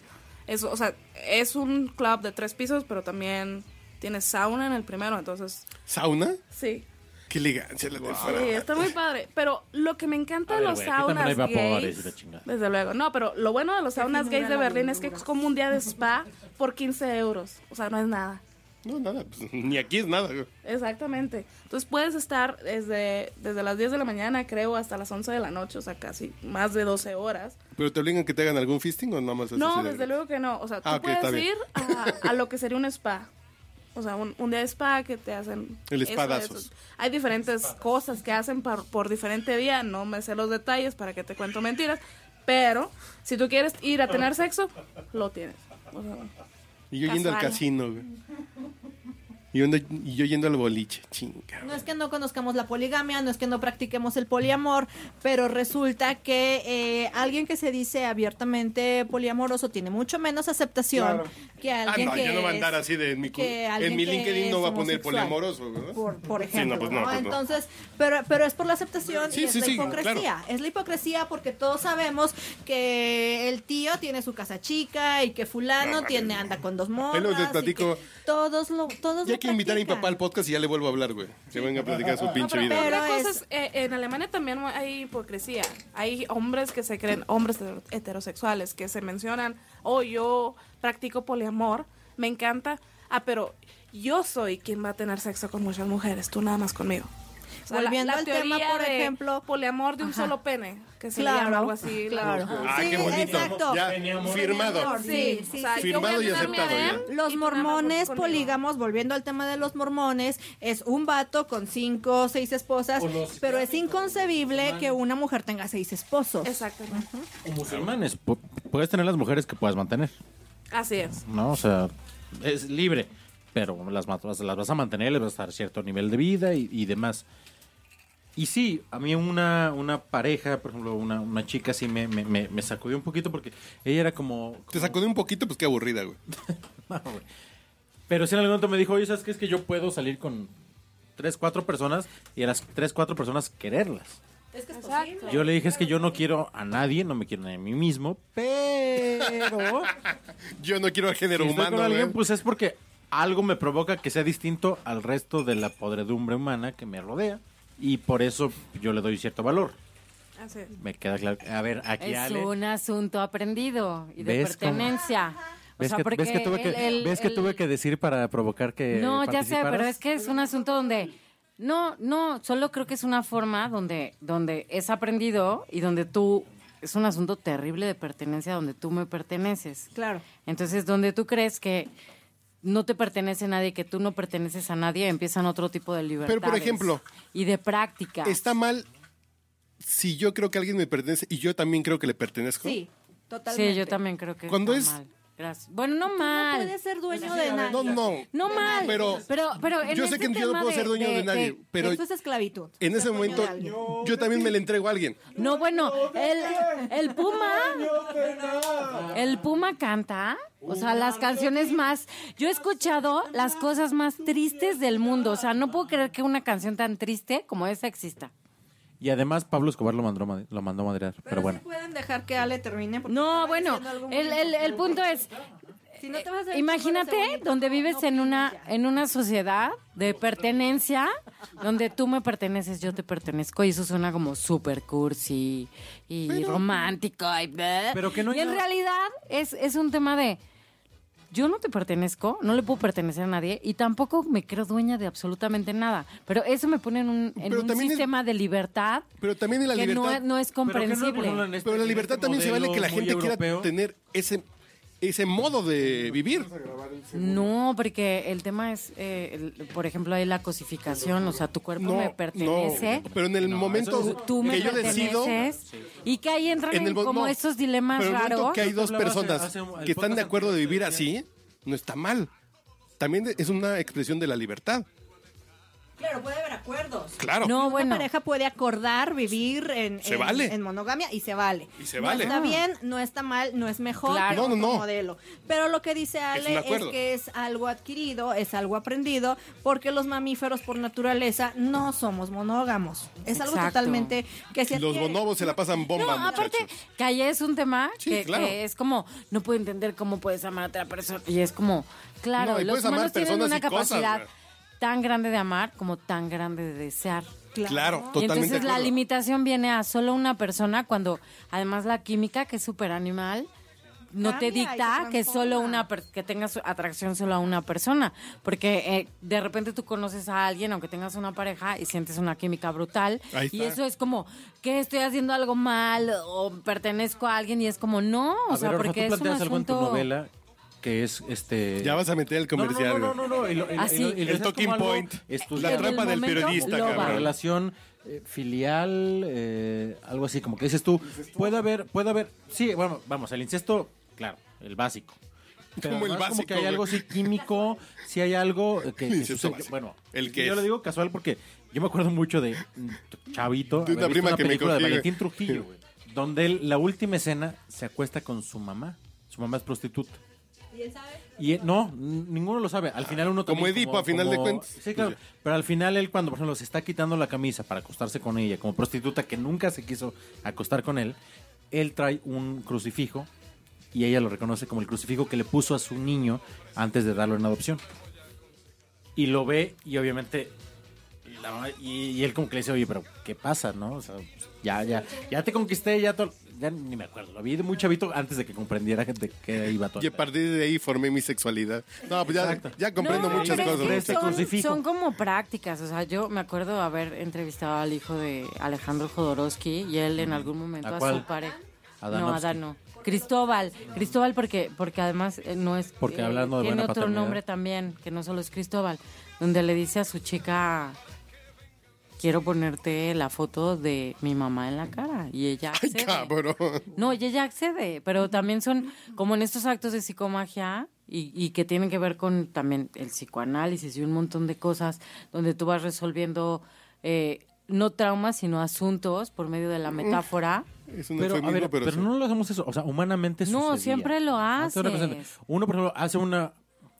Speaker 7: Es, o sea, es un club de tres pisos, pero también tiene sauna en el primero, entonces...
Speaker 3: ¿Sauna?
Speaker 7: Sí.
Speaker 3: Qué elegancia la de
Speaker 7: Sí,
Speaker 3: fuera.
Speaker 7: está muy padre. Pero lo que me encanta
Speaker 5: A
Speaker 7: de
Speaker 5: ver,
Speaker 7: los
Speaker 5: güey, aquí también
Speaker 7: saunas
Speaker 5: hay vapores y la
Speaker 7: gays...
Speaker 5: chingada.
Speaker 7: Desde luego. No, pero lo bueno de los saunas gays de Berlín es que es como un día de spa por 15 euros. O sea, no es nada.
Speaker 3: No, nada, pues, ni aquí es nada. güey.
Speaker 7: Exactamente. Entonces puedes estar desde, desde las 10 de la mañana, creo, hasta las 11 de la noche, o sea, casi más de 12 horas.
Speaker 3: ¿Pero te obligan que te hagan algún fisting o nada más así
Speaker 7: No,
Speaker 3: de-
Speaker 7: desde luego que no. O sea, tú
Speaker 3: Ah, ok, está
Speaker 7: puedes
Speaker 3: bien.
Speaker 7: ir a, a lo que sería un spa. O sea, un, un día de spa que te hacen...
Speaker 3: El
Speaker 7: eso,
Speaker 3: espadazos.
Speaker 7: eso. Hay diferentes cosas que hacen par- por diferente día. No me sé los detalles para que te cuento mentiras. Pero si tú quieres ir a tener sexo, lo tienes. O sea,
Speaker 3: Y yo yendo al
Speaker 7: Casual.
Speaker 3: casino, güey. Y, onda- y yo yendo al boliche, chinga.
Speaker 4: No es que no conozcamos la poligamia, no es que no practiquemos el poliamor, pero resulta que eh, alguien que se dice abiertamente poliamoroso tiene mucho menos aceptación que
Speaker 3: Ah,
Speaker 4: alguien
Speaker 3: no,
Speaker 4: que
Speaker 3: yo no voy a
Speaker 4: es-
Speaker 3: andar así de en mi, cu-
Speaker 4: que
Speaker 3: en
Speaker 4: alguien
Speaker 3: mi
Speaker 4: que
Speaker 3: LinkedIn no
Speaker 4: es
Speaker 3: va a poner
Speaker 4: homosexual.
Speaker 3: poliamoroso, ¿verdad?
Speaker 4: Por, por
Speaker 3: Sí, no,
Speaker 4: ejemplo,
Speaker 3: pues no,
Speaker 4: ¿no?
Speaker 3: pues no.
Speaker 4: entonces, pero, pero es por la aceptación
Speaker 3: Sí,
Speaker 4: y es
Speaker 3: sí,
Speaker 4: la
Speaker 3: sí,
Speaker 4: hipocresía.
Speaker 3: claro.
Speaker 4: Es la hipocresía porque todos sabemos que el tío tiene su casa chica y que fulano tiene anda con dos morras.
Speaker 3: luego te
Speaker 4: y que
Speaker 3: platico.
Speaker 4: todos lo, todos
Speaker 3: Ya
Speaker 4: lo
Speaker 3: hay que invitar a mi
Speaker 4: practican.
Speaker 3: papá al podcast y ya le vuelvo a hablar, güey. Que venga a platicar su pinche
Speaker 7: pero,
Speaker 3: vida. güey.
Speaker 4: pero
Speaker 7: otra cosa
Speaker 4: es-
Speaker 7: es, eh, en Alemania también hay hipocresía. Hay hombres que se creen hombres hetero- heterosexuales que se mencionan, oh, yo practico poliamor, me encanta. Ah, pero yo soy quien va a tener sexo con muchas mujeres, tú nada más conmigo. O sea, la-
Speaker 4: Volviendo
Speaker 7: la
Speaker 4: al tema,
Speaker 7: teoría
Speaker 4: por
Speaker 7: de
Speaker 4: ejemplo-
Speaker 7: poliamor de un
Speaker 4: Ajá.
Speaker 7: solo pene, que se
Speaker 4: Claro,
Speaker 7: le llama algo así. la-
Speaker 4: claro.
Speaker 3: Ah,
Speaker 4: Sí,
Speaker 3: qué bonito.
Speaker 4: exacto.
Speaker 3: Ya, firmado.
Speaker 4: Poliamor, Sí, sí,
Speaker 7: O sea,
Speaker 4: sí.
Speaker 7: yo voy a
Speaker 3: Firmado y
Speaker 7: tener mi
Speaker 3: aceptado ya.
Speaker 7: harem y
Speaker 4: Los
Speaker 7: tú nada más
Speaker 4: mormones
Speaker 7: vas conmigo.
Speaker 4: polígamos, volviendo al tema de los mormones, es un vato con cinco o seis esposas,
Speaker 5: O los
Speaker 4: pero es
Speaker 5: islámicos,
Speaker 4: inconcebible
Speaker 5: musulmanes.
Speaker 4: que una mujer tenga seis esposos.
Speaker 7: Exactamente.
Speaker 5: Musulmanes, pu- puedes tener las mujeres que puedas mantener,
Speaker 7: Así es.
Speaker 5: ¿no? O sea, es libre, pero las, mat- las las vas a mantener, les vas a dar cierto nivel de vida y, y demás. Y sí, a mí una, una pareja, por ejemplo, una, una chica sí me, me, me- me sacudió un poquito porque ella era como...
Speaker 3: Te sacudió un poquito, pues qué aburrida, güey.
Speaker 5: <laughs> No, güey. Pero si en algún momento me dijo, oye, ¿sabes qué? Es que yo puedo salir con tres, cuatro personas y a las tres, cuatro personas quererlas.
Speaker 4: Es que es
Speaker 7: Exacto.
Speaker 5: Yo le dije, es que yo no quiero a nadie, no me quiero ni a mí mismo,
Speaker 8: <laughs>
Speaker 5: pero...
Speaker 3: Yo no quiero al género
Speaker 5: si estoy
Speaker 3: humano,
Speaker 5: con alguien,
Speaker 3: güey.
Speaker 5: pues es porque algo me provoca que sea distinto al resto de la podredumbre humana que me rodea. Y por eso yo le doy cierto valor.
Speaker 7: Así es.
Speaker 5: Me queda claro. que- A ver, aquí
Speaker 6: Es
Speaker 5: Ale.
Speaker 6: un asunto aprendido y de
Speaker 5: ¿Ves cómo?
Speaker 6: pertenencia. O
Speaker 5: ¿Ves,
Speaker 6: sea,
Speaker 5: que, ves que
Speaker 6: porque
Speaker 5: tuve que,
Speaker 6: el- el-
Speaker 5: ves que
Speaker 6: el-
Speaker 5: tuve que decir para provocar que eh,
Speaker 6: No, ya sé, pero
Speaker 5: participaras?
Speaker 6: es que es un asunto donde... No, no, solo creo que es una forma donde, donde es aprendido y donde tú... Es un asunto terrible de pertenencia donde tú me perteneces.
Speaker 4: Claro.
Speaker 6: Entonces, donde tú crees que no te pertenece nadie, que tú no perteneces a nadie, empiezan otro tipo de libertades.
Speaker 3: ejemplo,
Speaker 6: Y de práctica.
Speaker 3: Está mal si yo creo que alguien me pertenece y yo también creo que le pertenezco.
Speaker 4: Sí, totalmente.
Speaker 6: Sí, yo también creo que
Speaker 3: Cuando
Speaker 6: está
Speaker 3: es-
Speaker 6: mal. Gracias. Bueno, no mal.
Speaker 4: No puedes ser dueño de nadie.
Speaker 3: No, no.
Speaker 6: No mal.
Speaker 3: Pero-
Speaker 6: Pero, pero, en
Speaker 3: yo sé
Speaker 6: este
Speaker 3: que yo no
Speaker 6: tema
Speaker 3: puedo
Speaker 6: de-
Speaker 3: ser dueño de, nadie, pero
Speaker 4: Esto es esclavitud.
Speaker 3: en ese
Speaker 4: Ser dueño
Speaker 3: momento
Speaker 4: de alguien.
Speaker 3: yo también me le entrego a alguien.
Speaker 6: No, bueno, el, el Puma. El Puma canta. O sea, las canciones más. Yo he escuchado las cosas más tristes del mundo. O sea, no puedo creer que una canción tan triste como esa exista.
Speaker 5: Y además Pablo Escobar lo mandó, a ma- lo mandó a madrear. Pero,
Speaker 4: Pero sí
Speaker 5: bueno.
Speaker 4: pueden dejar que Ale termine. porque
Speaker 6: No,
Speaker 4: estaba
Speaker 6: bueno,
Speaker 4: diciendo algo muy
Speaker 6: el, el- el punto es,
Speaker 4: Si no te vas a hacer
Speaker 6: imagínate
Speaker 4: chico de cebollita,
Speaker 6: donde
Speaker 4: no
Speaker 6: vives en
Speaker 4: opinas
Speaker 6: una
Speaker 4: ya.
Speaker 6: en una sociedad de pertenencia, donde tú me perteneces, yo te pertenezco, y eso suena como super cursi y romántico. Y, bleh.
Speaker 5: Pero que no
Speaker 6: Y en
Speaker 5: haya-
Speaker 6: realidad es, es un tema de, yo no te pertenezco, no le puedo pertenecer a nadie, y tampoco me creo dueña de absolutamente nada. Pero eso me pone en un, en
Speaker 3: Pero
Speaker 6: un
Speaker 3: también es-
Speaker 6: sistema de libertad
Speaker 3: Pero también en la
Speaker 6: que no
Speaker 3: libertad.
Speaker 6: es- no, es comprensible.
Speaker 3: Pero la libertad también se vale que la gente quiera tener ese, ese modo de vivir.
Speaker 6: No, porque el tema es, eh, el- por ejemplo, ahí la cosificación, o sea, tu cuerpo
Speaker 3: No,
Speaker 6: me pertenece.
Speaker 3: no. Pero en el momento
Speaker 6: Tú, tú me
Speaker 3: que yo decido,
Speaker 6: perteneces y que ahí entran
Speaker 3: en el mo-
Speaker 6: como
Speaker 3: no.
Speaker 6: estos dilemas
Speaker 3: pero en el momento
Speaker 6: raros.
Speaker 3: que hay dos
Speaker 5: Hablabas
Speaker 3: personas
Speaker 5: hace- hace un-
Speaker 3: que están de
Speaker 5: podcast
Speaker 3: acuerdo de
Speaker 5: anterior
Speaker 3: vivir
Speaker 5: decía-
Speaker 3: así, no está mal. También es una expresión de la libertad.
Speaker 4: Claro, puede haber acuerdos.
Speaker 3: Claro.
Speaker 6: No,
Speaker 4: Una
Speaker 6: bueno,
Speaker 4: pareja puede acordar vivir en,
Speaker 3: Se
Speaker 4: en-
Speaker 3: vale.
Speaker 4: en monogamia y se vale.
Speaker 3: Y se vale.
Speaker 4: No está bien, no está mal, no es mejor
Speaker 6: Ah. Claro.
Speaker 3: No,
Speaker 4: que
Speaker 3: no,
Speaker 4: otro
Speaker 3: no.
Speaker 4: modelo. Pero lo que dice Ale
Speaker 3: un
Speaker 4: es,
Speaker 3: acuerdo.
Speaker 4: que es algo adquirido, es algo aprendido, porque los mamíferos por naturaleza no somos monógamos. Es algo
Speaker 6: Exacto.
Speaker 4: totalmente que se
Speaker 3: Los
Speaker 4: adquiere.
Speaker 3: bonobos se la pasan bomba,
Speaker 6: no, aparte,
Speaker 3: muchachos.
Speaker 6: que ahí es un tema
Speaker 3: Sí,
Speaker 6: que,
Speaker 3: claro.
Speaker 6: que es como, no puedo entender cómo puedes amar a otra persona. Y es como, claro,
Speaker 3: No, y
Speaker 6: los
Speaker 3: puedes amar
Speaker 6: humanos tienen
Speaker 3: personas
Speaker 6: una
Speaker 3: y cosas,
Speaker 6: capacidad
Speaker 3: güey.
Speaker 6: tan grande de amar como tan grande de desear.
Speaker 3: Claro,
Speaker 6: Y
Speaker 3: totalmente.
Speaker 6: entonces
Speaker 3: de
Speaker 6: la
Speaker 3: acuerdo.
Speaker 6: limitación viene a solo una persona cuando además la química, que es súper animal, no
Speaker 4: Cambia y
Speaker 6: te
Speaker 4: se
Speaker 6: dicta que solo
Speaker 4: transforma.
Speaker 6: una per- que tengas atracción solo a una persona, porque eh, de repente tú conoces a alguien aunque tengas una pareja y sientes una química brutal
Speaker 3: Ahí
Speaker 6: y
Speaker 3: está.
Speaker 6: eso es como que estoy haciendo algo mal o pertenezco a alguien y es como no, o
Speaker 5: A
Speaker 6: sea,
Speaker 5: ver, Orfa,
Speaker 6: porque
Speaker 5: tú
Speaker 6: es un
Speaker 5: planteas algo en tu
Speaker 6: asunto-
Speaker 5: novela que es este...
Speaker 3: Ya vas a meter el
Speaker 5: No, no,
Speaker 3: comercial.
Speaker 5: No, no, no,
Speaker 3: güey.
Speaker 5: no, y lo- y lo-
Speaker 6: Así.
Speaker 5: y lo- y lo
Speaker 3: El
Speaker 5: dejas
Speaker 3: talking
Speaker 5: como algo
Speaker 3: point.
Speaker 5: estudiado.
Speaker 3: Pues La
Speaker 6: en el
Speaker 3: trampa del
Speaker 6: momento,
Speaker 3: periodista,
Speaker 6: lo
Speaker 5: Una
Speaker 6: va.
Speaker 3: cabrón.
Speaker 5: relación eh, filial, eh, algo así, como que dices tú, puede haber, puede haber, sí, bueno, vamos, el incesto, claro, el
Speaker 3: <laughs>
Speaker 5: básico. Pero
Speaker 3: Como el
Speaker 5: además Como
Speaker 3: básico,
Speaker 5: que hay
Speaker 3: güey.
Speaker 5: algo así químico, si hay algo eh, que,
Speaker 3: El
Speaker 5: que
Speaker 3: incesto
Speaker 5: sucede.
Speaker 3: básico.
Speaker 5: Bueno,
Speaker 3: El que
Speaker 5: yo
Speaker 3: es.
Speaker 5: lo digo casual porque yo me acuerdo mucho de mm, Chavito,
Speaker 3: De
Speaker 5: haber
Speaker 3: una
Speaker 5: visto
Speaker 3: prima que me
Speaker 5: película de
Speaker 3: consigue.
Speaker 5: Valentín Trujillo,
Speaker 3: <laughs>
Speaker 5: güey, donde él, la última escena se acuesta con su mamá. Su mamá es prostituta. Y él- no, n- ninguno lo sabe. Al final uno
Speaker 3: Como
Speaker 5: también,
Speaker 3: Edipo, a final de cuentas.
Speaker 5: Sí, claro. Pero al final él cuando, por ejemplo, se está quitando la camisa para acostarse con ella, como prostituta que nunca se quiso acostar con él, él trae un crucifijo y ella lo reconoce como el crucifijo que le puso a su niño antes de darlo en adopción. Y lo ve y obviamente... y la mamá- y, y él como que le dice, oye, pero ¿qué pasa, no? O sea, ya, ya, ya te conquisté, ya todo... ya ni me acuerdo. Lo vi de muy chavito antes de que comprendiera de qué iba todo.
Speaker 3: Y a partir de ahí formé mi sexualidad. No, pues ya,
Speaker 5: Exacto.
Speaker 3: ya comprendo
Speaker 6: No,
Speaker 3: muchas
Speaker 6: pero es
Speaker 3: cosas.
Speaker 6: que
Speaker 5: Este
Speaker 6: Son,
Speaker 5: crucifijo.
Speaker 6: son como prácticas. O sea, yo me acuerdo haber entrevistado al hijo de Alejandro Jodorowsky y él en algún momento
Speaker 5: ¿A
Speaker 6: a,
Speaker 5: cuál?
Speaker 6: su pareja. No,
Speaker 5: Adanovsky.
Speaker 6: Adán no. Cristóbal. Cristóbal porque, porque además eh, no es...
Speaker 5: Porque
Speaker 6: eh,
Speaker 5: hablando de
Speaker 6: Tiene
Speaker 5: buena
Speaker 6: otro
Speaker 5: paternidad.
Speaker 6: nombre también, que no solo es Cristóbal, donde le dice a su chica... Quiero ponerte la foto de mi mamá en la cara. Y ella
Speaker 3: Ay,
Speaker 6: accede.
Speaker 3: cabrón.
Speaker 6: No, y ella accede, pero también son como en estos actos de psicomagia y, y que tienen que ver con también el psicoanálisis y un montón de cosas donde tú vas resolviendo eh, no traumas, sino asuntos por medio de la metáfora.
Speaker 3: Es un
Speaker 5: Pero, a
Speaker 3: eufemismo,
Speaker 5: ver,
Speaker 3: pero,
Speaker 5: pero,
Speaker 3: sí.
Speaker 5: no lo hacemos eso. O sea, humanamente
Speaker 6: No,
Speaker 5: sucedía.
Speaker 6: siempre lo
Speaker 5: Antes de la
Speaker 6: haces.
Speaker 5: presentación, Uno, por ejemplo, hace una...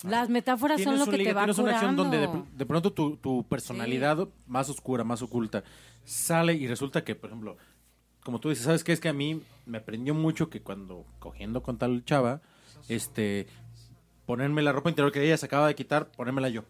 Speaker 6: Las metáforas son
Speaker 5: tienes
Speaker 6: lo
Speaker 5: un
Speaker 6: que
Speaker 5: ligue,
Speaker 6: te va
Speaker 5: tienes una acción
Speaker 6: curando.
Speaker 5: donde de, pr- de pronto tu, tu personalidad más oscura, más oculta, sale y resulta que, por ejemplo, como tú dices, ¿sabes qué? Es que a mí me aprendió mucho que cuando cogiendo con tal chava, este, ponerme la ropa interior que ella se acaba de quitar, ponérmela yo.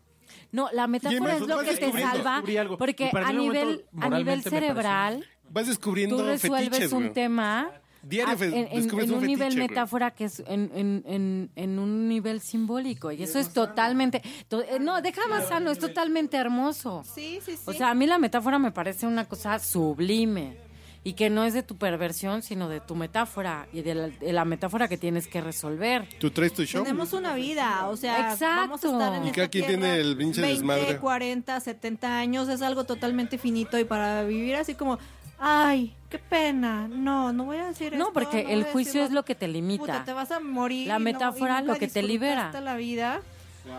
Speaker 6: No, la metáfora es lo
Speaker 3: vas
Speaker 6: que te
Speaker 3: descubriendo,
Speaker 6: salva
Speaker 5: descubrí algo. Y
Speaker 6: porque
Speaker 5: para mí
Speaker 6: a
Speaker 5: en un momento
Speaker 6: nivel, a nivel
Speaker 5: moralmente me
Speaker 6: cerebral
Speaker 3: Vas
Speaker 6: tú
Speaker 3: descubriendo
Speaker 6: resuelves
Speaker 3: fetiches,
Speaker 6: un
Speaker 3: güey.
Speaker 6: tema
Speaker 3: Diario
Speaker 6: a-
Speaker 3: fe-
Speaker 6: en, en-
Speaker 3: descubres
Speaker 6: en
Speaker 3: un
Speaker 6: un, nivel
Speaker 3: fetiche, güey.
Speaker 6: metáfora que es en, en- en- en un nivel simbólico y eso es totalmente to- eh, no deja más sano es totalmente hermoso
Speaker 4: Sí, sí, sí.
Speaker 6: o sea a mí la metáfora me parece una cosa sublime y que no es de tu perversión sino de tu metáfora y de la, de la metáfora que tienes que resolver
Speaker 3: Tú traes tu show.
Speaker 4: Tenemos una vida, o sea,
Speaker 6: Exacto.
Speaker 4: vamos a estar en
Speaker 6: Y
Speaker 4: esta
Speaker 3: cada quien
Speaker 4: tierra
Speaker 3: tiene el pinche
Speaker 4: 20,
Speaker 3: desmadre.
Speaker 4: 40, 70 años, es algo totalmente finito y para vivir así como, ay, qué pena, no, no voy a decir
Speaker 6: no
Speaker 4: esto,
Speaker 6: porque
Speaker 4: no
Speaker 6: el
Speaker 4: voy a
Speaker 6: juicio
Speaker 4: decirlo.
Speaker 6: es lo que te limita
Speaker 4: Puta, te vas a morir.
Speaker 6: La
Speaker 4: y no- y
Speaker 6: metáfora,
Speaker 4: nunca
Speaker 6: lo que te
Speaker 4: disfrutaste
Speaker 6: libera.
Speaker 4: la vida.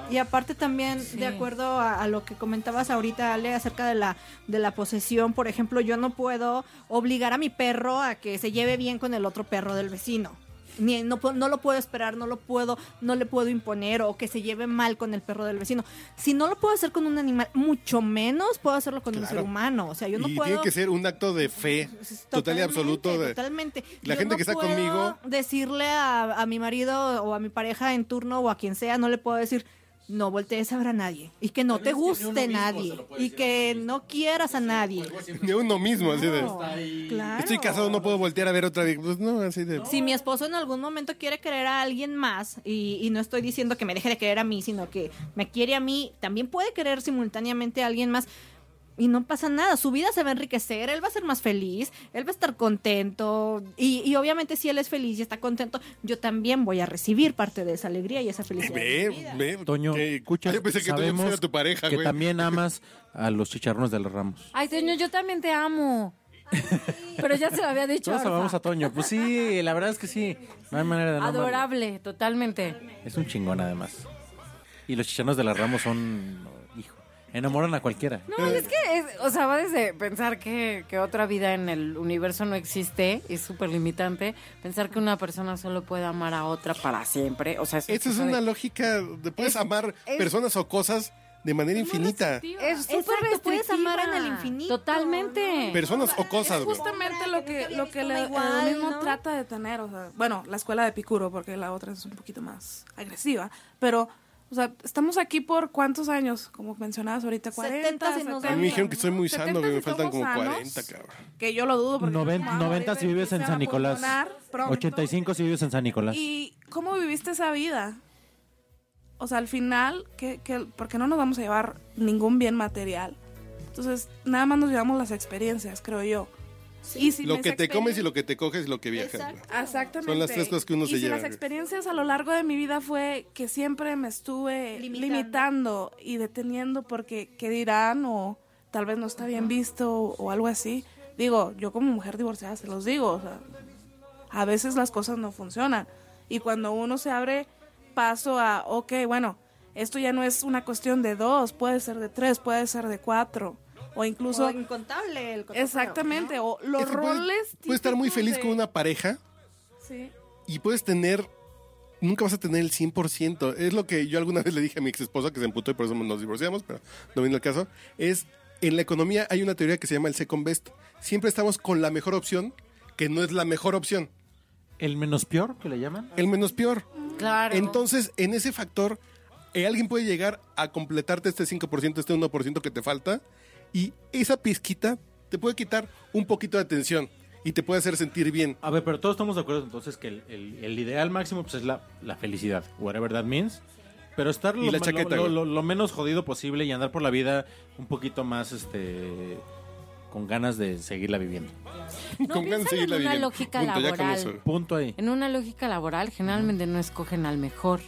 Speaker 4: Y aparte también, de acuerdo a, a lo que comentabas ahorita, Ale, acerca de la, de la posesión, por ejemplo, yo no puedo obligar a mi perro a que se lleve bien con el otro perro del vecino. Ni, no, pu- no lo puedo esperar, no lo puedo, no le puedo imponer o que se lleve mal con el perro del vecino. Si no lo puedo hacer con un animal, mucho menos puedo hacerlo con un
Speaker 3: Claro.
Speaker 4: ser humano. O sea, yo no
Speaker 3: y
Speaker 4: puedo.
Speaker 3: tiene que ser un acto de fe total y
Speaker 4: Totalmente,
Speaker 3: absoluto. De,
Speaker 4: Totalmente.
Speaker 3: La
Speaker 4: Yo
Speaker 3: gente
Speaker 4: no
Speaker 3: que está
Speaker 4: puedo
Speaker 3: conmigo-
Speaker 4: Decirle a, a mi marido o a mi pareja en turno o a quien sea, no le puedo decir, no voltees a ver a nadie. Y que no te guste nadie. Y que no quieras a nadie.
Speaker 3: de uno mismo, así de.
Speaker 4: No, claro.
Speaker 3: Estoy casado, no puedo voltear a ver otra vez. Pues no, así de.
Speaker 4: Si mi esposo en algún momento quiere querer a alguien más, y, y no estoy diciendo que me deje de querer a mí, sino que me quiere a mí, también puede querer simultáneamente a alguien más. Y no pasa nada, su vida se va a enriquecer, él va a ser más feliz, él va a estar contento. Y, y obviamente si él es feliz y está contento, yo también voy a recibir parte de esa alegría y esa felicidad.
Speaker 3: Ve, ve.
Speaker 5: Toño,
Speaker 3: que-
Speaker 5: escucha,
Speaker 3: Yo pensé que Toño
Speaker 5: sabemos
Speaker 3: fuera tu pareja,
Speaker 5: que
Speaker 3: güey.
Speaker 5: también amas a los chicharrones de los ramos.
Speaker 6: ay señor yo también te amo <laughs> pero ya se lo había dicho
Speaker 5: Todos
Speaker 6: Orfa.
Speaker 5: amamos a Toño. Pues sí, la verdad es que sí. No hay manera de no amarlo.
Speaker 6: adorable totalmente
Speaker 5: Es un chingón además. Y los chichanos de la Ramos son, hijo, enamoran a cualquiera.
Speaker 6: No, es que, es- o sea, va desde pensar que, que otra vida en el universo no existe, es súper limitante. Pensar que una persona solo puede amar a otra para siempre, o sea, es,
Speaker 3: Esa es una lógica. De, puedes amar
Speaker 6: es-
Speaker 3: personas o cosas de manera infinita.
Speaker 6: Es súper
Speaker 4: Exacto, puedes
Speaker 6: restrictiva.
Speaker 4: amar en el infinito,
Speaker 6: Totalmente.
Speaker 3: Personas o cosas, güey.
Speaker 7: Justamente lo que, lo que
Speaker 4: una
Speaker 7: el
Speaker 4: igual,
Speaker 7: hedonismo
Speaker 4: ¿no?
Speaker 7: trata de tener, o sea, bueno, la escuela de Epicuro, porque la otra es un poquito más agresiva, pero, o sea, estamos aquí por cuántos años, como mencionabas ahorita, 40,
Speaker 4: 70 si nos
Speaker 7: 70.
Speaker 3: A mí me dijeron que soy muy
Speaker 7: 70
Speaker 3: sano, güey. Me
Speaker 7: si
Speaker 3: faltan como
Speaker 7: somos sanos,
Speaker 3: 40, cabrón.
Speaker 7: Que yo lo dudo porque...
Speaker 5: Noven-
Speaker 7: como, ah,
Speaker 5: 90 si
Speaker 7: ahorita
Speaker 5: vives en
Speaker 7: empiezan a
Speaker 5: San Nicolás.
Speaker 7: pulmonar pronto.
Speaker 5: 85 si vives en San Nicolás.
Speaker 7: ¿Y cómo viviste esa vida? O sea, al final, ¿qué, qué- porque no nos vamos a llevar ningún bien material. Entonces, nada más nos llevamos las experiencias, creo yo. Y si
Speaker 3: Lo
Speaker 7: mis
Speaker 3: que te
Speaker 7: experien-
Speaker 3: comes y lo que te coges y lo que viajas, güey.
Speaker 7: <laughs> Exactamente.
Speaker 3: Son las tres cosas que uno
Speaker 7: y
Speaker 3: se
Speaker 7: si
Speaker 3: lleva,
Speaker 7: Las
Speaker 3: güey.
Speaker 7: experiencias a lo largo de mi vida fue que siempre me estuve
Speaker 4: Limitando.
Speaker 7: limitando, y deteniendo porque qué dirán o tal vez no está bien visto o, o algo así. Digo, yo como mujer divorciada se los digo, o sea, a veces las cosas no funcionan. Y cuando uno se abre paso a, ok, bueno, esto ya no es una cuestión de dos, puede ser de tres, puede ser de cuatro, o incluso...
Speaker 4: O incontable el cotorreo,
Speaker 7: Exactamente, o los
Speaker 3: Es que puedes-
Speaker 7: roles...
Speaker 3: Puedes estar muy
Speaker 7: típicos
Speaker 3: feliz
Speaker 7: de-
Speaker 3: con una pareja
Speaker 7: Sí.
Speaker 3: y puedes tener. Nunca vas a tener el 100%. Es lo que yo alguna vez le dije a mi ex esposa, que se emputó y por eso nos divorciamos, pero no viene el caso. Es en la economía hay una teoría que se llama el second best. Siempre estamos con la mejor opción, que no es la mejor opción.
Speaker 5: ¿El menos peor que le llaman?
Speaker 3: El menos peor.
Speaker 7: Mm.
Speaker 6: Claro.
Speaker 3: Entonces, en ese factor, eh, alguien puede llegar a completarte este 5%, este 1% que te falta, y esa pizquita te puede quitar un poquito de tensión. y te puede hacer sentir bien.
Speaker 5: A ver, pero todos estamos de acuerdo entonces que el, el- el ideal máximo pues es la, la felicidad, whatever that means. Pero estar
Speaker 3: Y
Speaker 5: lo,
Speaker 3: la
Speaker 5: lo-
Speaker 3: chaqueta,
Speaker 5: lo,
Speaker 3: güey.
Speaker 5: lo- lo menos jodido posible y andar por la vida un poquito más este con ganas de seguirla viviendo.
Speaker 6: No
Speaker 3: ganas de
Speaker 6: piensan en
Speaker 3: seguirla
Speaker 6: una
Speaker 3: viviendo.
Speaker 6: lógica
Speaker 3: Punto, ya con
Speaker 6: laboral.
Speaker 3: eso.
Speaker 5: Punto ahí.
Speaker 6: En una lógica laboral, generalmente no escogen al mejor.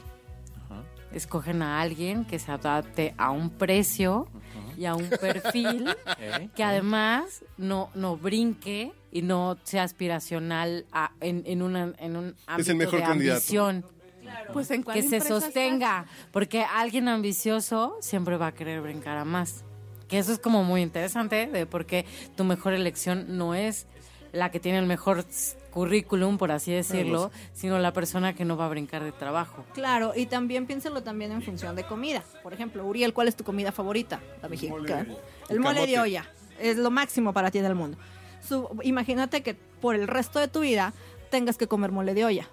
Speaker 6: Escogen a alguien que se adapte a un precio y a un
Speaker 5: <laughs>
Speaker 6: perfil
Speaker 5: ¿eh?
Speaker 6: que además no, no brinque y no sea aspiracional a- en, en, una, en un ámbito
Speaker 3: mejor
Speaker 6: de
Speaker 3: candidato.
Speaker 6: ambición.
Speaker 7: Pues en cuál
Speaker 6: Que se
Speaker 7: empresa
Speaker 6: sostenga, porque alguien ambicioso siempre va a querer brincar a más. Que eso es como muy interesante de por qué tu mejor elección no es la que tiene el mejor s- currículum, por así decirlo, sino la persona que no va a brincar de trabajo.
Speaker 4: Claro, y también piénselo también en función de comida. Por ejemplo, Uriel, ¿cuál es tu comida favorita? La mexicana. El mole de olla. Es lo máximo para ti en el mundo. Su- imagínate que por el resto de tu vida tengas que comer mole de olla.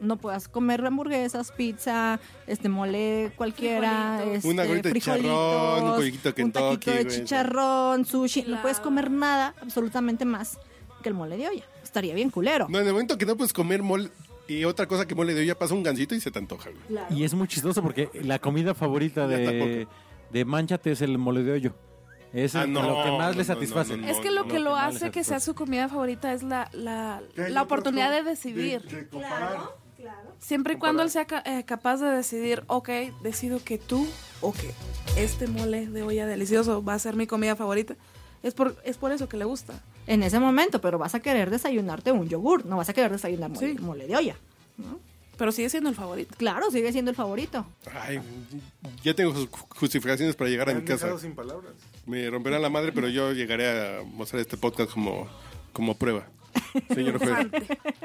Speaker 4: No puedas comer hamburguesas, pizza, este mole cualquiera,
Speaker 7: Frijolitos.
Speaker 4: este,
Speaker 3: Una gorrita de
Speaker 4: frijolitos,
Speaker 3: chicharrón, un pollito
Speaker 4: un taquito
Speaker 3: Kentucky,
Speaker 4: de
Speaker 3: güey.
Speaker 4: chicharrón, sushi, no puedes
Speaker 7: Claro.
Speaker 4: comer nada, absolutamente más que el mole de olla. Estaría bien culero.
Speaker 3: No, en el momento que no puedes comer mole y otra cosa que mole de olla pasa un gancito y se te antoja, güey.
Speaker 5: Y es muy chistoso porque la comida favorita
Speaker 3: Ya
Speaker 5: de, de Manchate es el mole de hoyo. Es
Speaker 3: Ah,
Speaker 5: el-
Speaker 3: no,
Speaker 5: lo que más
Speaker 3: no,
Speaker 5: le
Speaker 3: no,
Speaker 5: satisface.
Speaker 3: no, no,
Speaker 7: Es que lo
Speaker 3: no,
Speaker 7: que
Speaker 5: no,
Speaker 7: lo
Speaker 5: no,
Speaker 7: hace
Speaker 5: no,
Speaker 7: que
Speaker 5: no.
Speaker 7: sea su comida favorita es la, la, la oportunidad de decidir. Siempre y cuando él sea ca- eh, capaz de decidir, ok, decido que tú o que este mole de olla delicioso va a ser mi comida favorita. Es por, es por eso que le gusta.
Speaker 4: en ese momento, pero vas a querer desayunarte un yogur, no vas a querer desayunar mole,
Speaker 7: Sí.
Speaker 4: mole de olla.
Speaker 7: Pero sigue siendo el favorito.
Speaker 4: Claro, sigue siendo el favorito.
Speaker 3: Ay, ya tengo ju- justificaciones para llegar a
Speaker 2: Me
Speaker 3: mi
Speaker 2: han
Speaker 3: casa.
Speaker 2: dejado sin palabras.
Speaker 3: Me romperán la madre, pero yo llegaré a mostrar este podcast como, como prueba. Señor juez. <laughs>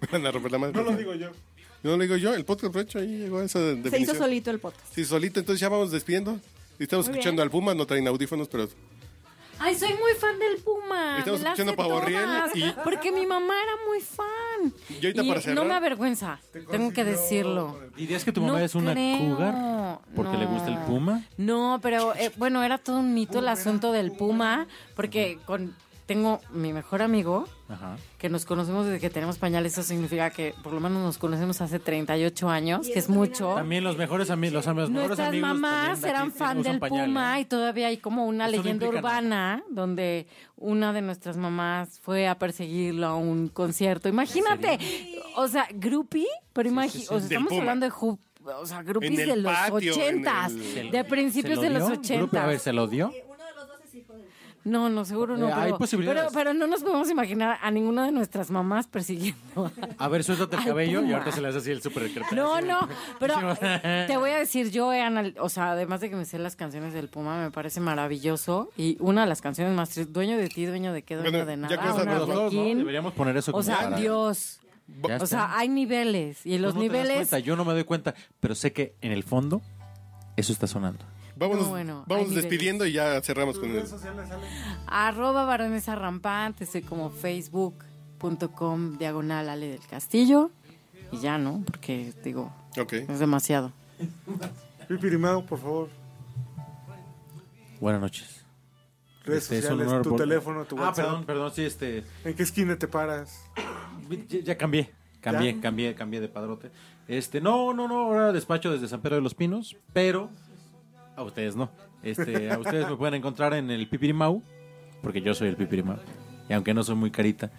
Speaker 3: Me van a romper la madre.
Speaker 2: No lo digo yo.
Speaker 3: No lo digo yo. El podcast, de hecho, ahí llegó a esa definición.
Speaker 4: Se hizo solito el podcast.
Speaker 3: Sí, solito. Entonces ya vamos despidiendo. Estamos
Speaker 4: Muy
Speaker 3: escuchando al Puma, no traen audífonos, pero
Speaker 6: Ay, soy muy fan del Puma.
Speaker 3: Estamos
Speaker 6: me la sé
Speaker 3: escuchando Pavorriel
Speaker 6: todas,
Speaker 3: y-
Speaker 6: Porque mi mamá era muy fan.
Speaker 3: Y ahorita para cerrar-
Speaker 6: no me avergüenza, tengo que decirlo.
Speaker 5: ¿Dirías que tu
Speaker 6: No
Speaker 5: mamá es una
Speaker 6: creo,
Speaker 5: cougar porque le gusta el
Speaker 6: no.
Speaker 5: puma?
Speaker 6: No, pero eh, bueno, era todo un mito el asunto del puma, porque con tengo mi mejor amigo
Speaker 5: Ajá.
Speaker 6: que nos conocemos desde que tenemos pañales, eso significa que por lo menos nos conocemos hace 38 años, que es mucho.
Speaker 5: También los mejores amigos, los, amigos- mejores
Speaker 6: Nuestras
Speaker 5: amigos
Speaker 6: mamás
Speaker 5: también de
Speaker 6: eran
Speaker 5: aquí
Speaker 6: fan
Speaker 5: usan
Speaker 6: del
Speaker 5: pañal,
Speaker 6: Puma
Speaker 5: ¿eh?
Speaker 6: y todavía hay como una
Speaker 5: Eso no
Speaker 6: leyenda
Speaker 5: implica nada.
Speaker 6: urbana donde una de nuestras mamás fue a perseguirlo a un concierto. Imagínate, o sea, groupie, pero imagínate, o sea,
Speaker 3: Del
Speaker 6: estamos
Speaker 3: Puma.
Speaker 6: hablando de ju- o sea,
Speaker 3: En
Speaker 6: groupies
Speaker 3: el
Speaker 6: de los
Speaker 3: patio, en
Speaker 6: ochentas,
Speaker 3: el-
Speaker 6: de principios
Speaker 5: ¿Se
Speaker 6: de
Speaker 5: lo
Speaker 6: los
Speaker 5: dio? Grupo, A ver,
Speaker 6: ochentas.
Speaker 5: ¿se lo dio?
Speaker 6: No, no, seguro no.
Speaker 5: Eh, hay
Speaker 6: pero,
Speaker 5: posibilidades.
Speaker 6: Pero, pero no nos podemos imaginar a ninguna de nuestras mamás persiguiendo. a-
Speaker 5: A ver, suéltate el
Speaker 6: Al
Speaker 5: cabello y
Speaker 6: Puma.
Speaker 5: ahorita se le hace así el super
Speaker 6: No, no,
Speaker 5: <laughs>
Speaker 6: pero eh, te voy a decir, yo he anal- o sea, además de que me sé las canciones del Puma, me parece maravilloso. Y una de las canciones más tristes, dueño de ti, dueño de qué, dueño
Speaker 3: Bueno,
Speaker 6: de
Speaker 3: ya
Speaker 6: nada.
Speaker 3: con esas
Speaker 6: una
Speaker 3: dos,
Speaker 6: de
Speaker 3: ¿no?
Speaker 6: Joaquín.
Speaker 5: Deberíamos poner
Speaker 6: O
Speaker 5: eso como
Speaker 6: sea,
Speaker 5: para-
Speaker 6: Dios.
Speaker 5: Ya
Speaker 6: O
Speaker 5: está.
Speaker 6: sea, hay niveles. Y en
Speaker 5: Tú
Speaker 6: los
Speaker 3: Pues
Speaker 5: no te das
Speaker 6: niveles.
Speaker 5: cuenta, yo no me doy cuenta, pero sé que en el fondo eso está sonando.
Speaker 3: vámonos,
Speaker 6: No, bueno,
Speaker 3: vámonos
Speaker 6: hay niveles.
Speaker 3: despidiendo y ya cerramos con el...
Speaker 6: Arroba baronesa rampante, estoy como facebook.com diagonal Ale del Castillo. Y ya, ¿no? Porque, digo,
Speaker 3: Ok.
Speaker 6: es demasiado.
Speaker 2: Pipirimao, por favor.
Speaker 5: Buenas noches.
Speaker 2: Redes
Speaker 5: Este, es un
Speaker 2: sociales,
Speaker 5: honor
Speaker 2: tu
Speaker 5: vol-
Speaker 2: teléfono, tu
Speaker 5: Ah,
Speaker 2: WhatsApp.
Speaker 5: perdón, perdón, sí, este...
Speaker 2: ¿En qué esquina te paras?
Speaker 5: Ya, ya cambié, cambié,
Speaker 2: ¿Ya?
Speaker 5: cambié, cambié de padrote. Este, no, no, no, ahora despacho desde San Pedro de los Pinos, pero a ustedes no. Este, a ustedes me pueden encontrar en el Pipirimau, porque yo soy el Pipirimau, y aunque no soy muy carita.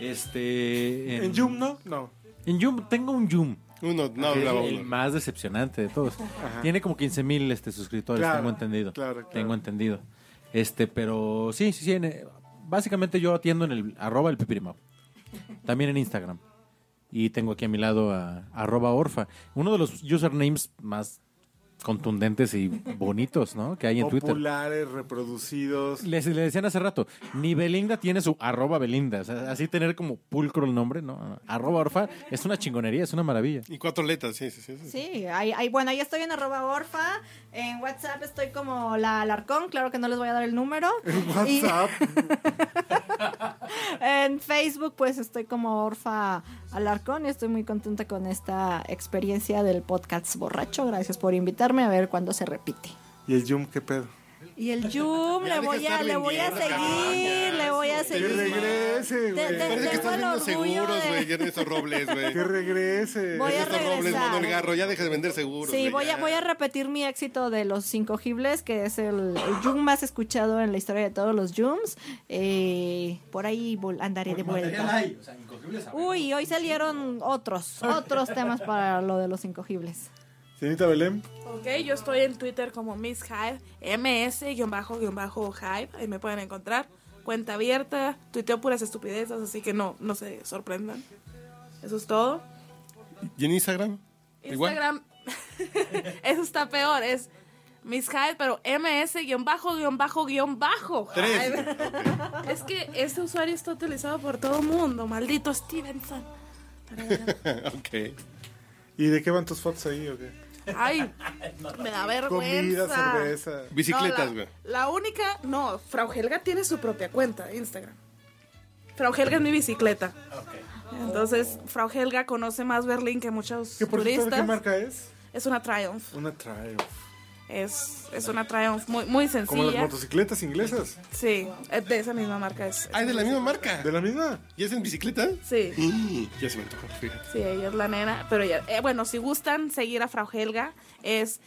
Speaker 5: Este,
Speaker 2: ¿En Yum, no? No.
Speaker 5: En Yum, tengo un Yum.
Speaker 3: Uno, no,
Speaker 5: que es
Speaker 3: hablaba
Speaker 5: el
Speaker 3: uno.
Speaker 5: más decepcionante de todos. Tiene como 15 mil este, suscriptores,
Speaker 2: Claro,
Speaker 5: tengo entendido.
Speaker 2: claro, claro.
Speaker 5: Tengo entendido. Este, pero sí, sí, sí. en, eh, básicamente yo atiendo en el arroba el pipirimao. También en Instagram. Y tengo aquí a mi lado a arroba orfa. Uno de los usernames más contundentes y bonitos, ¿no? Que hay en Twitter.
Speaker 2: Populares, reproducidos.
Speaker 5: Les, le decían hace rato, ni Belinda tiene su arroba Belinda. O sea, así tener como pulcro el nombre, ¿no? Arroba orfa es una chingonería, es una maravilla.
Speaker 3: Y cuatro letras, sí, sí, sí. sí.
Speaker 4: Sí, ahí, ahí- bueno, ahí estoy en arroba orfa, en WhatsApp estoy como la Alarcón, claro que no les voy a dar el número.
Speaker 2: <laughs> En
Speaker 4: Y
Speaker 2: WhatsApp.
Speaker 4: en Facebook pues estoy como orfa Alarcón y estoy muy contenta con esta experiencia del podcast borracho. Gracias por invitarme a ver cuándo se repite.
Speaker 2: ¿Y el Yum qué pedo?
Speaker 4: Y el Yum,
Speaker 3: Ya deja
Speaker 4: le
Speaker 3: de
Speaker 4: voy a,
Speaker 3: estar
Speaker 4: le voy a
Speaker 3: vendiendo,
Speaker 4: seguir, le voy a
Speaker 2: Que
Speaker 4: seguir.
Speaker 2: regrese,
Speaker 4: Te-
Speaker 2: güey.
Speaker 4: te-
Speaker 3: Parece que
Speaker 4: Tengo
Speaker 3: estás
Speaker 4: el
Speaker 3: viendo
Speaker 4: orgullo
Speaker 3: seguros,
Speaker 4: de-
Speaker 3: güey, Ernesto Robles, güey.
Speaker 2: Que regrese.
Speaker 4: Voy a
Speaker 3: Ernesto Robles, Mono el
Speaker 4: regresar.
Speaker 3: Garro, ya deja de vender seguros.
Speaker 4: Sí,
Speaker 3: güey,
Speaker 4: voy a,
Speaker 3: ya.
Speaker 4: voy a repetir mi éxito de los incogibles, que es el, el Yum más escuchado en la historia de todos los Yums. Eh, por ahí vol- andaré de vuelta.
Speaker 5: hay, o sea, incogibles habrá.
Speaker 4: Uy, hoy salieron otros, otros temas para lo de los incogibles.
Speaker 2: Señorita Belén,
Speaker 7: Ok, yo estoy en Twitter como Miss Hive, ms-hive, ahí me pueden encontrar. Cuenta abierta, tuiteo puras estupideces, así que no, no se sorprendan. Eso es todo.
Speaker 3: ¿Y en Instagram? Igual.
Speaker 7: Instagram, <laughs> eso está peor, es Miss Hive, pero ms-bajo-bajo-bajo. Es que este usuario está utilizado por todo el mundo, maldito Stevenson. Pero bueno.
Speaker 3: <laughs> ok.
Speaker 2: ¿y de qué van tus fotos ahí o qué?
Speaker 7: Ay, me da vergüenza.
Speaker 2: Comida, cerveza.
Speaker 3: Bicicletas,
Speaker 7: No,
Speaker 3: güey.
Speaker 7: la, la única, no, Fraugelga tiene su propia cuenta, Instagram. Fraugelga es mi bicicleta. Entonces, Fraugelga conoce más Berlín que muchos
Speaker 2: ¿Que por cierto,
Speaker 7: turistas.
Speaker 2: ¿Qué marca es?
Speaker 7: es una Triumph.
Speaker 2: Una Triumph.
Speaker 7: Es, es una Triumph muy, muy
Speaker 2: Como las
Speaker 7: sencilla.
Speaker 2: motocicletas inglesas.
Speaker 7: Sí, es de esa misma marca. Es,
Speaker 3: Ah, es de la misma marca.
Speaker 2: ¿De la misma?
Speaker 3: ¿Y es en bicicleta?
Speaker 7: Sí,
Speaker 3: Mm, <gasps> ya se me antojó, fíjate.
Speaker 7: sí, ella es la nena. Pero ella- eh, bueno, si gustan seguir a Fraugelga, es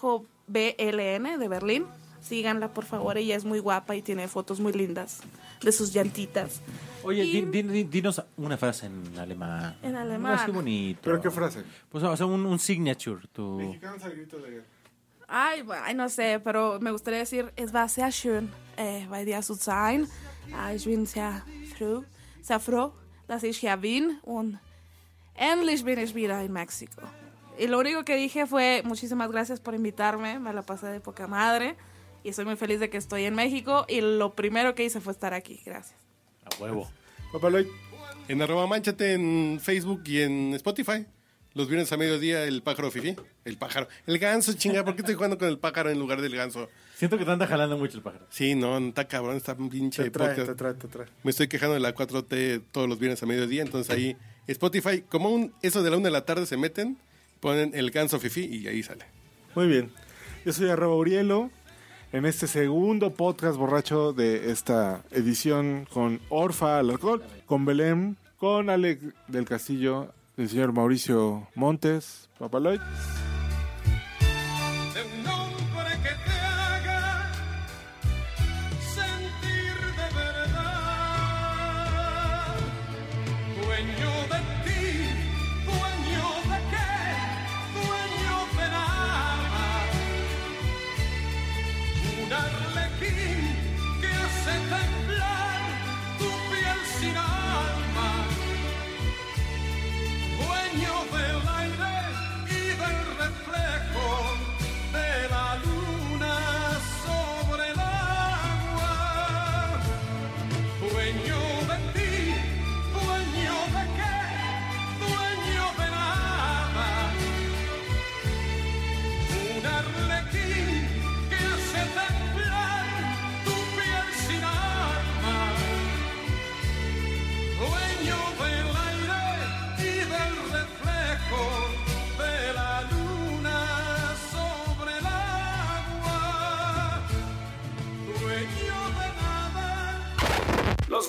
Speaker 7: Frauhelga-BLN de Berlín. Síganla, por favor. Ella es muy guapa y tiene fotos muy lindas de sus llantitas.
Speaker 5: Oye,
Speaker 7: Y-
Speaker 5: di- di- di- dinos una frase en alemán.
Speaker 7: En alemán.
Speaker 5: No, es que bonito.
Speaker 2: ¿Pero qué frase?
Speaker 5: Pues, o sea, un, un signature. Tu...
Speaker 2: Mexicanos al grito de guerra.
Speaker 7: Ay, bueno, ay, no sé, pero me gustaría decir, es war sehr schön, eh, bei dir zu sein. Ah, ich bin sehr froh, sehr froh, dass ich hier bin und endlich bin ich wieder in México. Y lo único que dije fue, muchísimas gracias por invitarme, me la pasé de poca madre y soy muy feliz de que estoy en México y lo primero que hice fue estar aquí, gracias.
Speaker 5: A huevo.
Speaker 2: Papaloy,
Speaker 3: En arroba manchate en Facebook y en Spotify. Los viernes a mediodía el pájaro fifi. El pájaro. El ganso, chinga. ¿Por qué estoy jugando con el pájaro en lugar del ganso?
Speaker 5: Siento que te anda jalando mucho el pájaro.
Speaker 3: Sí, no, está cabrón, está pinche
Speaker 2: te trae,
Speaker 3: podcast.
Speaker 2: te trae, te trae.
Speaker 3: Me estoy quejando de la 4T todos los viernes a mediodía, entonces ahí Spotify, como un, eso de la una de la tarde se meten, ponen el ganso fifi y ahí sale.
Speaker 2: Muy bien. Yo soy arroba Urielo. En este segundo podcast borracho de esta edición con Orfa Alarcón, con Belén, con Alex del Castillo, el señor Mauricio Montes, Papaloy.
Speaker 8: de un hombre que te haga sentir de verdad. Dueño de ti, dueño de qué, dueño de nada. Un arlequín que hace temblar tu piel sin alma. Dueño del aire y del reflejo de la luna sobre el agua. Dueño de ti, dueño de qué, dueño de nada. Un arlequín que hace temblar tu piel sin alma dueño del aire y del reflejo de la luna sobre el agua, dueño de nada.
Speaker 1: Los